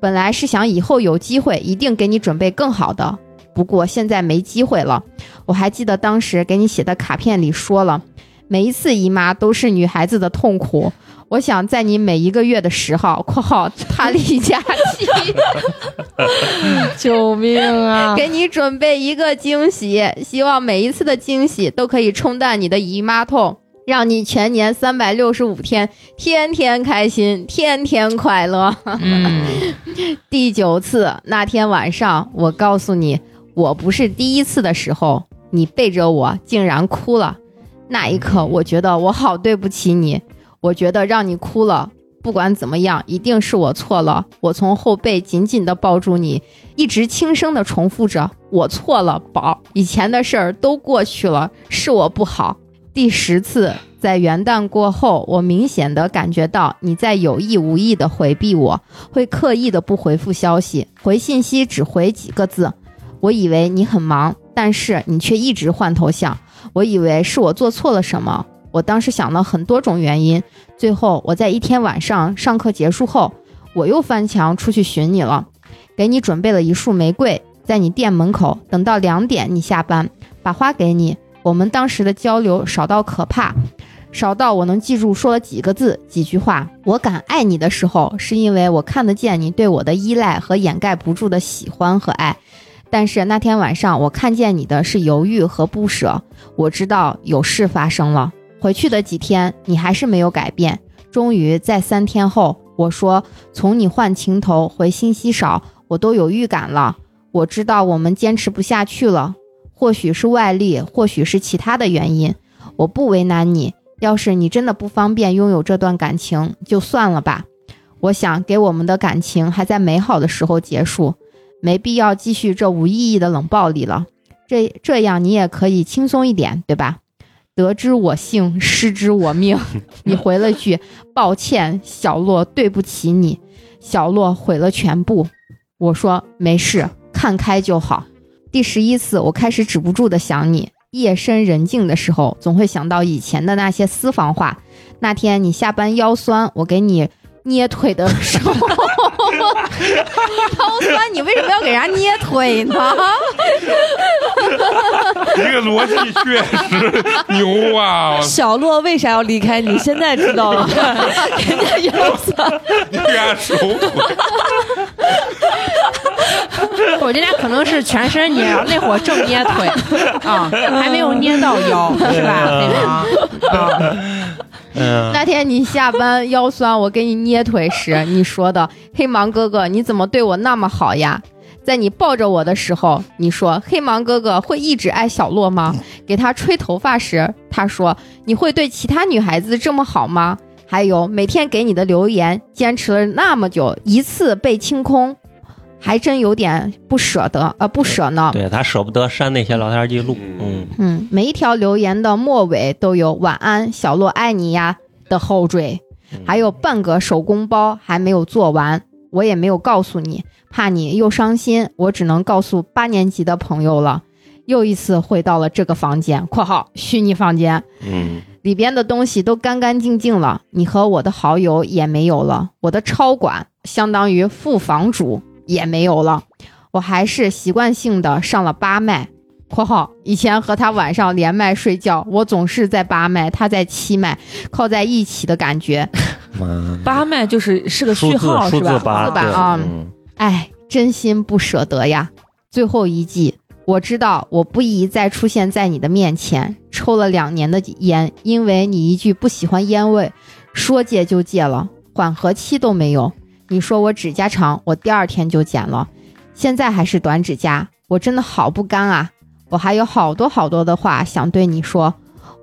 Speaker 2: 本来是想以后有机会一定给你准备更好的，不过现在没机会了。我还记得当时给你写的卡片里说了，每一次姨妈都是女孩子的痛苦。我想在你每一个月的十号（括号 他例假期）
Speaker 4: 救命 啊！
Speaker 2: 给你准备一个惊喜，希望每一次的惊喜都可以冲淡你的姨妈痛，让你全年三百六十五天天天开心，天天快乐。
Speaker 3: 嗯，
Speaker 2: 第九次那天晚上，我告诉你，我不是第一次的时候，你背着我竟然哭了。那一刻，我觉得我好对不起你，我觉得让你哭了。不管怎么样，一定是我错了。我从后背紧紧地抱住你，一直轻声地重复着：“我错了，宝，以前的事儿都过去了，是我不好。”第十次，在元旦过后，我明显地感觉到你在有意无意地回避我，会刻意的不回复消息，回信息只回几个字。我以为你很忙，但是你却一直换头像。我以为是我做错了什么，我当时想了很多种原因。最后，我在一天晚上上课结束后，我又翻墙出去寻你了，给你准备了一束玫瑰，在你店门口等到两点你下班，把花给你，我们当时的交流少到可怕，少到我能记住说了几个字、几句话。我敢爱你的时候，是因为我看得见你对我的依赖和掩盖不住的喜欢和爱。但是那天晚上，我看见你的是犹豫和不舍。我知道有事发生了。回去的几天，你还是没有改变。终于在三天后，我说从你换情头回新西少，我都有预感了。我知道我们坚持不下去了，或许是外力，或许是其他的原因。我不为难你，要是你真的不方便拥有这段感情，就算了吧。我想给我们的感情还在美好的时候结束，没必要继续这无意义的冷暴力了。这这样你也可以轻松一点，对吧？得知我幸，失之我命。 你回了句：“抱歉，小洛，对不起你。”小洛毁了全部。我说：“没事，看开就好。”第十一次，我开始止不住的想你。夜深人静的时候，总会想到以前的那些私房话。那天你下班腰酸，我给你捏腿的时候，
Speaker 6: 腰酸，你为什么要给人家捏腿呢？
Speaker 1: 这个逻辑确实牛啊！
Speaker 4: 小洛为啥要离开你？现在知 道了，人家腰酸，
Speaker 1: 你给俺手腿。
Speaker 6: 我这俩可能是全身捏，那会儿正捏腿啊，还没有捏到腰，是吧？那个啊。
Speaker 5: 嗯
Speaker 2: 那天你下班腰酸，我给你捏腿时，你说的“黑芒哥哥，你怎么对我那么好呀？”在你抱着我的时候，你说黑芒哥哥会一直爱小洛吗？给他吹头发时，他说你会对其他女孩子这么好吗？还有每天给你的留言，坚持了那么久，一次被清空，还真有点不舍得，呃，不舍呢。
Speaker 5: 对他舍不得删那些聊天记录，嗯，
Speaker 2: 嗯，每一条留言的末尾都有“晚安，小洛爱你呀”的后缀，还有半个手工包还没有做完，我也没有告诉你。怕你又伤心，我只能告诉八年级的朋友了。又一次回到了这个房间（括号虚拟房间
Speaker 1: 嗯，）
Speaker 2: 里边的东西都干干净净了，你和我的好友也没有了，我的超管相当于副房主也没有了，我还是习惯性的上了八麦（括号以前和他晚上连麦睡觉，我总是在八麦，他在七麦，靠在一起的感觉）。
Speaker 4: 八麦就是是个
Speaker 5: 数
Speaker 4: 序
Speaker 5: 字
Speaker 4: 号
Speaker 5: 数
Speaker 4: 是
Speaker 5: 字
Speaker 4: 吧？
Speaker 5: 八
Speaker 2: 数字版
Speaker 5: 对
Speaker 2: 啊
Speaker 5: 嗯
Speaker 2: 哎，真心不舍得呀。最后一季，我知道我不宜再出现在你的面前。抽了两年的烟，因为你一句不喜欢烟味，说戒就戒了，缓和期都没有。你说我指甲长，我第二天就剪了，现在还是短指甲，我真的好不甘啊！我还有好多好多的话想对你说，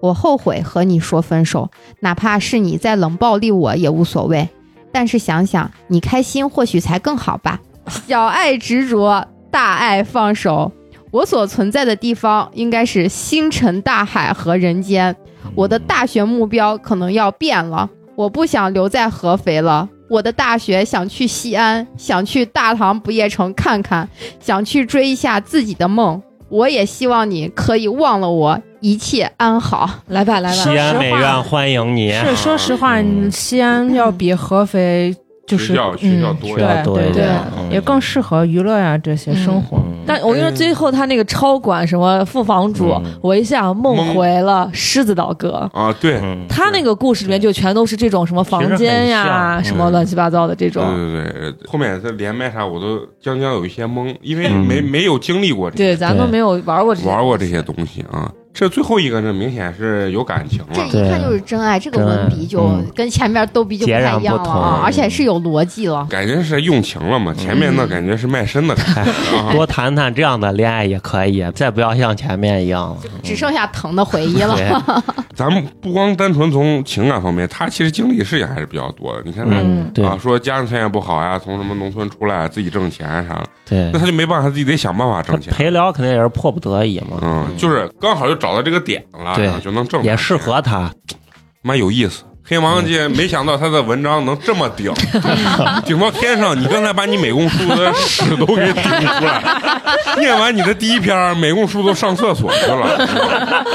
Speaker 2: 我后悔和你说分手，哪怕是你在冷暴力我也无所谓。但是想想你开心，或许才更好吧。小爱执着，大爱放手。我所存在的地方应该是星辰大海和人间。我的大学目标可能要变了，我不想留在合肥了。我的大学想去西安，想去大唐不夜城看看，想去追一下自己的梦。我也希望你可以忘了我，一切安好。
Speaker 4: 来吧来
Speaker 5: 嗯
Speaker 4: 吧，
Speaker 5: 西安美院欢迎你，
Speaker 3: 是，说实话，
Speaker 5: 嗯
Speaker 3: 你西安要比合肥就是
Speaker 1: 学校学校
Speaker 3: 嗯
Speaker 1: 多
Speaker 5: 需要
Speaker 3: 对
Speaker 5: 多一
Speaker 3: 对
Speaker 5: 点
Speaker 3: 对，，
Speaker 5: 嗯
Speaker 3: 也更适合娱乐呀这些生活。
Speaker 5: 嗯
Speaker 4: 但我跟你说，最后他那个超管什么副房主，
Speaker 5: 嗯
Speaker 4: 我一下梦
Speaker 1: 蒙
Speaker 4: 回了狮子岛哥。
Speaker 1: 啊，对，
Speaker 5: 嗯
Speaker 4: 他那个故事里面就全都是这种什么
Speaker 5: 其实
Speaker 4: 房
Speaker 5: 很
Speaker 4: 间呀，
Speaker 5: 像
Speaker 4: 什么
Speaker 1: 嗯
Speaker 4: 乱七八糟的这
Speaker 1: 对
Speaker 4: 种。
Speaker 1: 对对，对后面这连麦啥我都将将有一些懵，因为
Speaker 5: 嗯
Speaker 1: 没没有经历过这
Speaker 4: 对，
Speaker 1: 些，
Speaker 4: 咱都
Speaker 5: 对
Speaker 4: 没有玩过这些
Speaker 1: 玩过这些东西啊。这最后一个，这明显是有感情
Speaker 2: 这
Speaker 1: 了。
Speaker 2: 一看就是真爱，这个文笔就
Speaker 5: 嗯嗯
Speaker 2: 跟前面逗比就不太一
Speaker 5: 截
Speaker 2: 样
Speaker 5: 然
Speaker 2: 了
Speaker 5: 不
Speaker 2: 啊
Speaker 5: 同，
Speaker 2: 而且是有逻辑了。
Speaker 1: 感觉是用情了嘛，前面
Speaker 5: 嗯
Speaker 1: 那感觉是卖身的感 觉啊。
Speaker 5: 多谈谈这样的恋爱也可以，再不要像前面一样了。
Speaker 2: 只剩下疼的回忆 了。
Speaker 5: 对，
Speaker 1: 咱们不光单纯从情感方面，他其实经历事情还是比较多的。你看他、
Speaker 5: 嗯，对
Speaker 1: 啊，说家庭条件不好呀，从什么农村出来，自己挣钱啥的，
Speaker 5: 对
Speaker 1: 那，他就没办法，自己得想办法
Speaker 5: 他
Speaker 1: 挣钱。嗯
Speaker 5: 陪聊肯定也是迫不得已嘛，
Speaker 1: 嗯，就是刚好就找到这个点了，
Speaker 5: 对
Speaker 1: 然后就能挣，
Speaker 5: 也适。合他，
Speaker 1: 蛮有意思，黑王
Speaker 5: 嗯
Speaker 1: 界没想到他的文章能这么 顶，顶到天上。你刚才把你美工书的屎都给顶出来，念完你的第一篇，美工书都上厕所去了。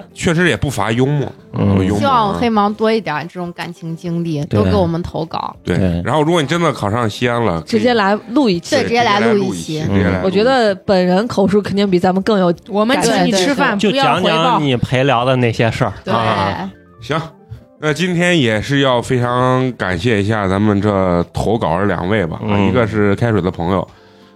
Speaker 1: 确实也不乏幽默，
Speaker 5: 嗯
Speaker 1: 有幽默啊。
Speaker 2: 希望黑芒多一点这种感情经历，
Speaker 5: 对
Speaker 2: 多给我们投稿。
Speaker 1: 对
Speaker 5: 对，
Speaker 1: 然后如果你真的考上西安了，可以
Speaker 4: 直接来录一期
Speaker 2: 对。
Speaker 1: 直
Speaker 2: 直
Speaker 1: 接
Speaker 2: 接来录
Speaker 1: 录
Speaker 2: 一
Speaker 1: 期
Speaker 2: 期。
Speaker 1: 直接
Speaker 5: 嗯
Speaker 1: 来
Speaker 4: 我
Speaker 1: 录
Speaker 4: 觉
Speaker 1: 一期
Speaker 4: 得本人口述肯定比咱们更有
Speaker 3: 我们请你吃饭，
Speaker 5: 就
Speaker 3: 不要
Speaker 5: 讲
Speaker 3: 回报
Speaker 5: 讲。你陪聊的那些事儿
Speaker 2: 对，
Speaker 5: 啊。
Speaker 1: 行，那今天也是要非常感谢一下咱们这投稿的两位吧，啊
Speaker 5: 嗯
Speaker 1: 一个是开水的朋友，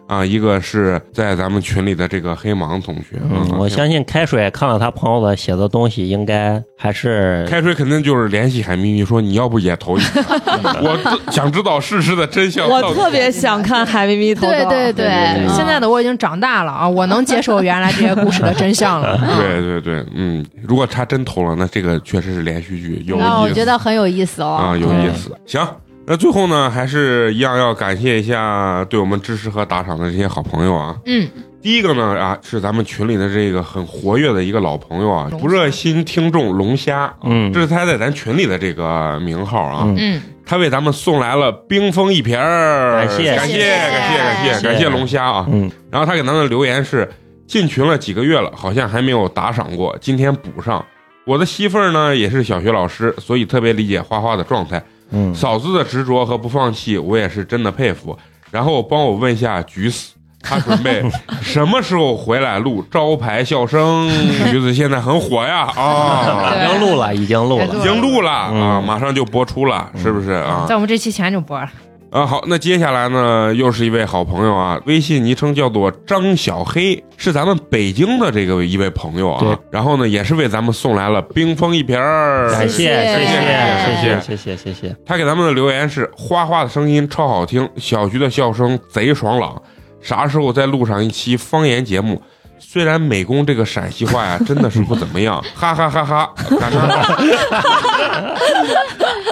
Speaker 1: 啊，一个是在咱们群里的这个黑芒同学。啊
Speaker 5: 嗯，我相信开水看了他朋友的写的东西，应该还是
Speaker 1: 开水肯定就是联系海咪咪说你要不也投一个， 我自想知道事实的真相
Speaker 4: 我
Speaker 1: 到底。
Speaker 4: 特别想看海咪咪投稿，
Speaker 2: 对对对
Speaker 5: 对对
Speaker 2: 嗯
Speaker 3: 现在的我已经长大了啊，我能接受原来这些故事的真相了。
Speaker 1: 对对对，嗯，如果他真投了，那这个确实是连续剧，有意思。
Speaker 2: 啊，我觉得很有意思哦。
Speaker 1: 啊，有意思。行，那最后呢，还是一样要感谢一下对我们支持和打赏的这些好朋友啊。
Speaker 3: 嗯，
Speaker 1: 第一个呢啊，是咱们群里的这个很活跃的一个老朋友啊，
Speaker 3: 龙虾
Speaker 1: 不热心听众龙虾。
Speaker 5: 嗯
Speaker 1: 这是他在咱群里的这个名号啊，
Speaker 5: 嗯
Speaker 3: 嗯，
Speaker 1: 他为咱们送来了冰封一瓶儿，
Speaker 5: 感谢
Speaker 1: 感谢
Speaker 2: 谢
Speaker 1: 感谢
Speaker 2: 谢
Speaker 1: 感谢
Speaker 5: 谢谢
Speaker 1: 感谢龙虾啊！
Speaker 5: 嗯
Speaker 1: 然后他给咱们留言是：进群了几个月了，好像还没有打赏过，今天补上。我的媳妇儿呢也是小学老师，所以特别理解花花的状态。
Speaker 5: 嗯，
Speaker 1: 嫂子的执着和不放弃，我也是真的佩服。然后帮我问一下橘子，他准 备什么时候回来录招牌笑声？ 橘子现在很火呀啊，
Speaker 5: 哦已经录了，已经录
Speaker 3: 该
Speaker 5: 了，
Speaker 3: 录
Speaker 1: 已经录了啊，
Speaker 5: 嗯
Speaker 1: 马上就播出了，是不是啊？
Speaker 3: 在我们这期前就播了。
Speaker 1: 啊，好，那接下来呢，又是一位好朋友啊，微信昵称叫做张小黑，是咱们北京的这个一位朋友啊
Speaker 5: 对。
Speaker 1: 然后呢，也是为咱们送来了冰封一瓶儿，
Speaker 5: 感谢
Speaker 2: 谢
Speaker 5: 谢
Speaker 1: 谢
Speaker 5: 谢谢谢谢谢，
Speaker 1: 他给咱们的留言是：花花的声音超好听，小菊的笑声贼爽朗，啥时候再录上一期方言节目？虽然美工这个陕西话呀，真的是不怎么 样，哈哈哈哈！感叹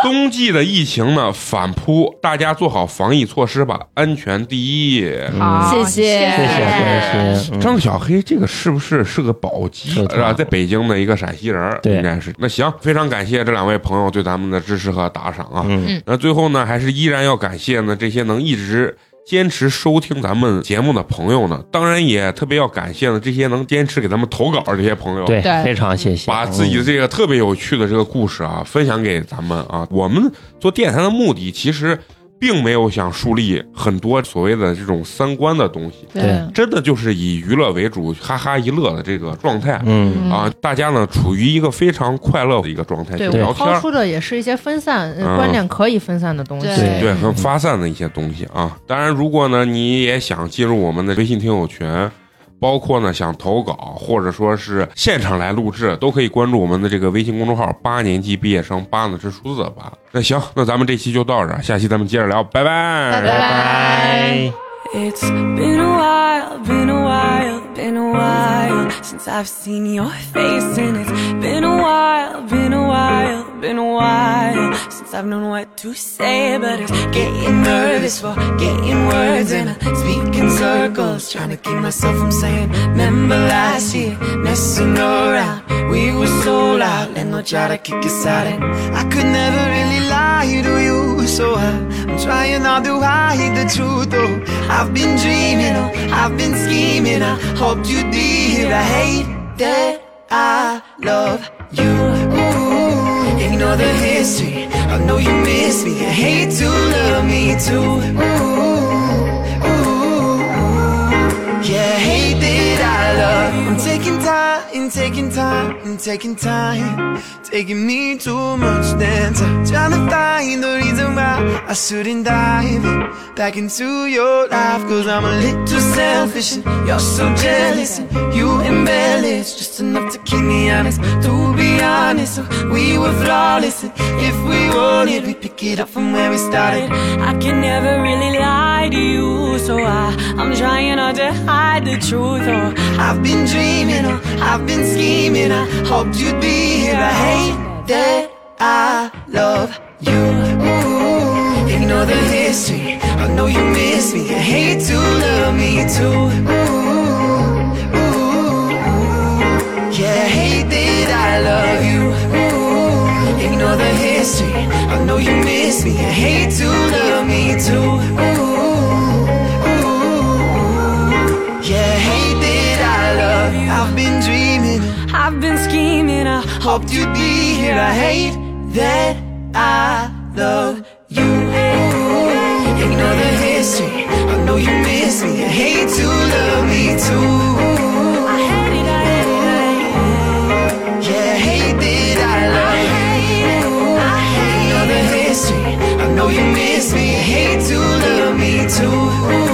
Speaker 1: 冬季的疫情呢反扑，大家做好防疫措施吧，安全第一。
Speaker 5: 嗯
Speaker 3: 好，
Speaker 4: 谢
Speaker 3: 谢
Speaker 4: 谢
Speaker 5: 谢谢谢谢，
Speaker 1: 张小黑这个是不是是个宝鸡
Speaker 5: 嗯是的
Speaker 1: 是吧？在北京的一个陕西人儿，
Speaker 5: 对
Speaker 1: 应该是。那行，非常感谢这两位朋友对咱们的支持和打赏啊。
Speaker 5: 嗯
Speaker 1: 那最后呢，还是依然要感谢呢这些能一直坚持收听咱们节目的朋友呢，当然也特别要感谢呢这些能坚持给咱们投稿的这些朋友，
Speaker 5: 对，
Speaker 3: 对
Speaker 5: 非常谢嗯谢，
Speaker 1: 把自己的这个特别有趣的这个故事啊分享给咱们啊。我们做电台的目的其实并没有想树立很多所谓的这种三观的东西，
Speaker 5: 对
Speaker 1: 真的就是以娱乐为主，哈哈一乐的这个状态。
Speaker 5: 嗯，
Speaker 3: 嗯
Speaker 1: 啊，大家呢处于一个非常快乐的一个状态，
Speaker 3: 对
Speaker 1: 去聊
Speaker 3: 我
Speaker 1: 天
Speaker 3: 抛
Speaker 1: 儿，
Speaker 3: 出的也是一些分散呃
Speaker 1: 嗯
Speaker 3: 观点可以分散的东西。
Speaker 2: 对
Speaker 1: 对，很发散的一些东西啊。当然，如果呢你也想进入我们的微信听友群，包括呢想投稿或者说是现场来录制，都可以关注我们的这个微信公众号“八年级毕业生八呢是数字的八”。那行，那咱们这期就到这儿，下期咱们接着聊，拜拜，
Speaker 2: 拜拜拜。
Speaker 7: It's been a while, been a while, been a while since I've seen your face, and it's been a while, been a while, been a while since I've known what to say, but it's getting nervous for getting words, and I speak in circles, trying to keep myself from saying, "Remember last year, messing around, we were so loud, and no try to kick us out, and I could never really lie to you, so I, I'm trying hard to hide the truth, oh, I've been dreaming, oh, I've been scheming, I hoped you'd be here, I hate that I love you. Ooh, ignore the history, I know you miss me, I hate to love me too. Ooh, ooh, yeah, I hate that I love. you. I'm taking time, taking time, and taking time, taking me too much dance. Trying to find the reason why I shouldn't dive back into your life, cause I'm a little selfish, and you're so jealous, and you embellish just enough to keep me honest. To be honest, so we were flawless, and if we wanted, we pick it up from where we started.
Speaker 8: I can never really lie to you, so I, I'm trying not to hide the truth. Or
Speaker 7: I've been dreaming, oh, I've been scheming. I hoped you'd be here. I hate that I love you. Ooh, ignore the history. I know you miss me. I hate to love me too. Ooh, ooh, yeah, I hate that I love you. Ooh, ignore the me and hate to love me too. Ooh, ooh, yeah, hate that I love you. I've been dreaming, I've been scheming. I hoped you'd be here. I hate that I love you. Ignore the history. I know you miss me. I hate to love me too. I hate it, I hate it, I hate it. Yeah, hate that I love you. I hate the history. I know you miss me. Hate to love me too.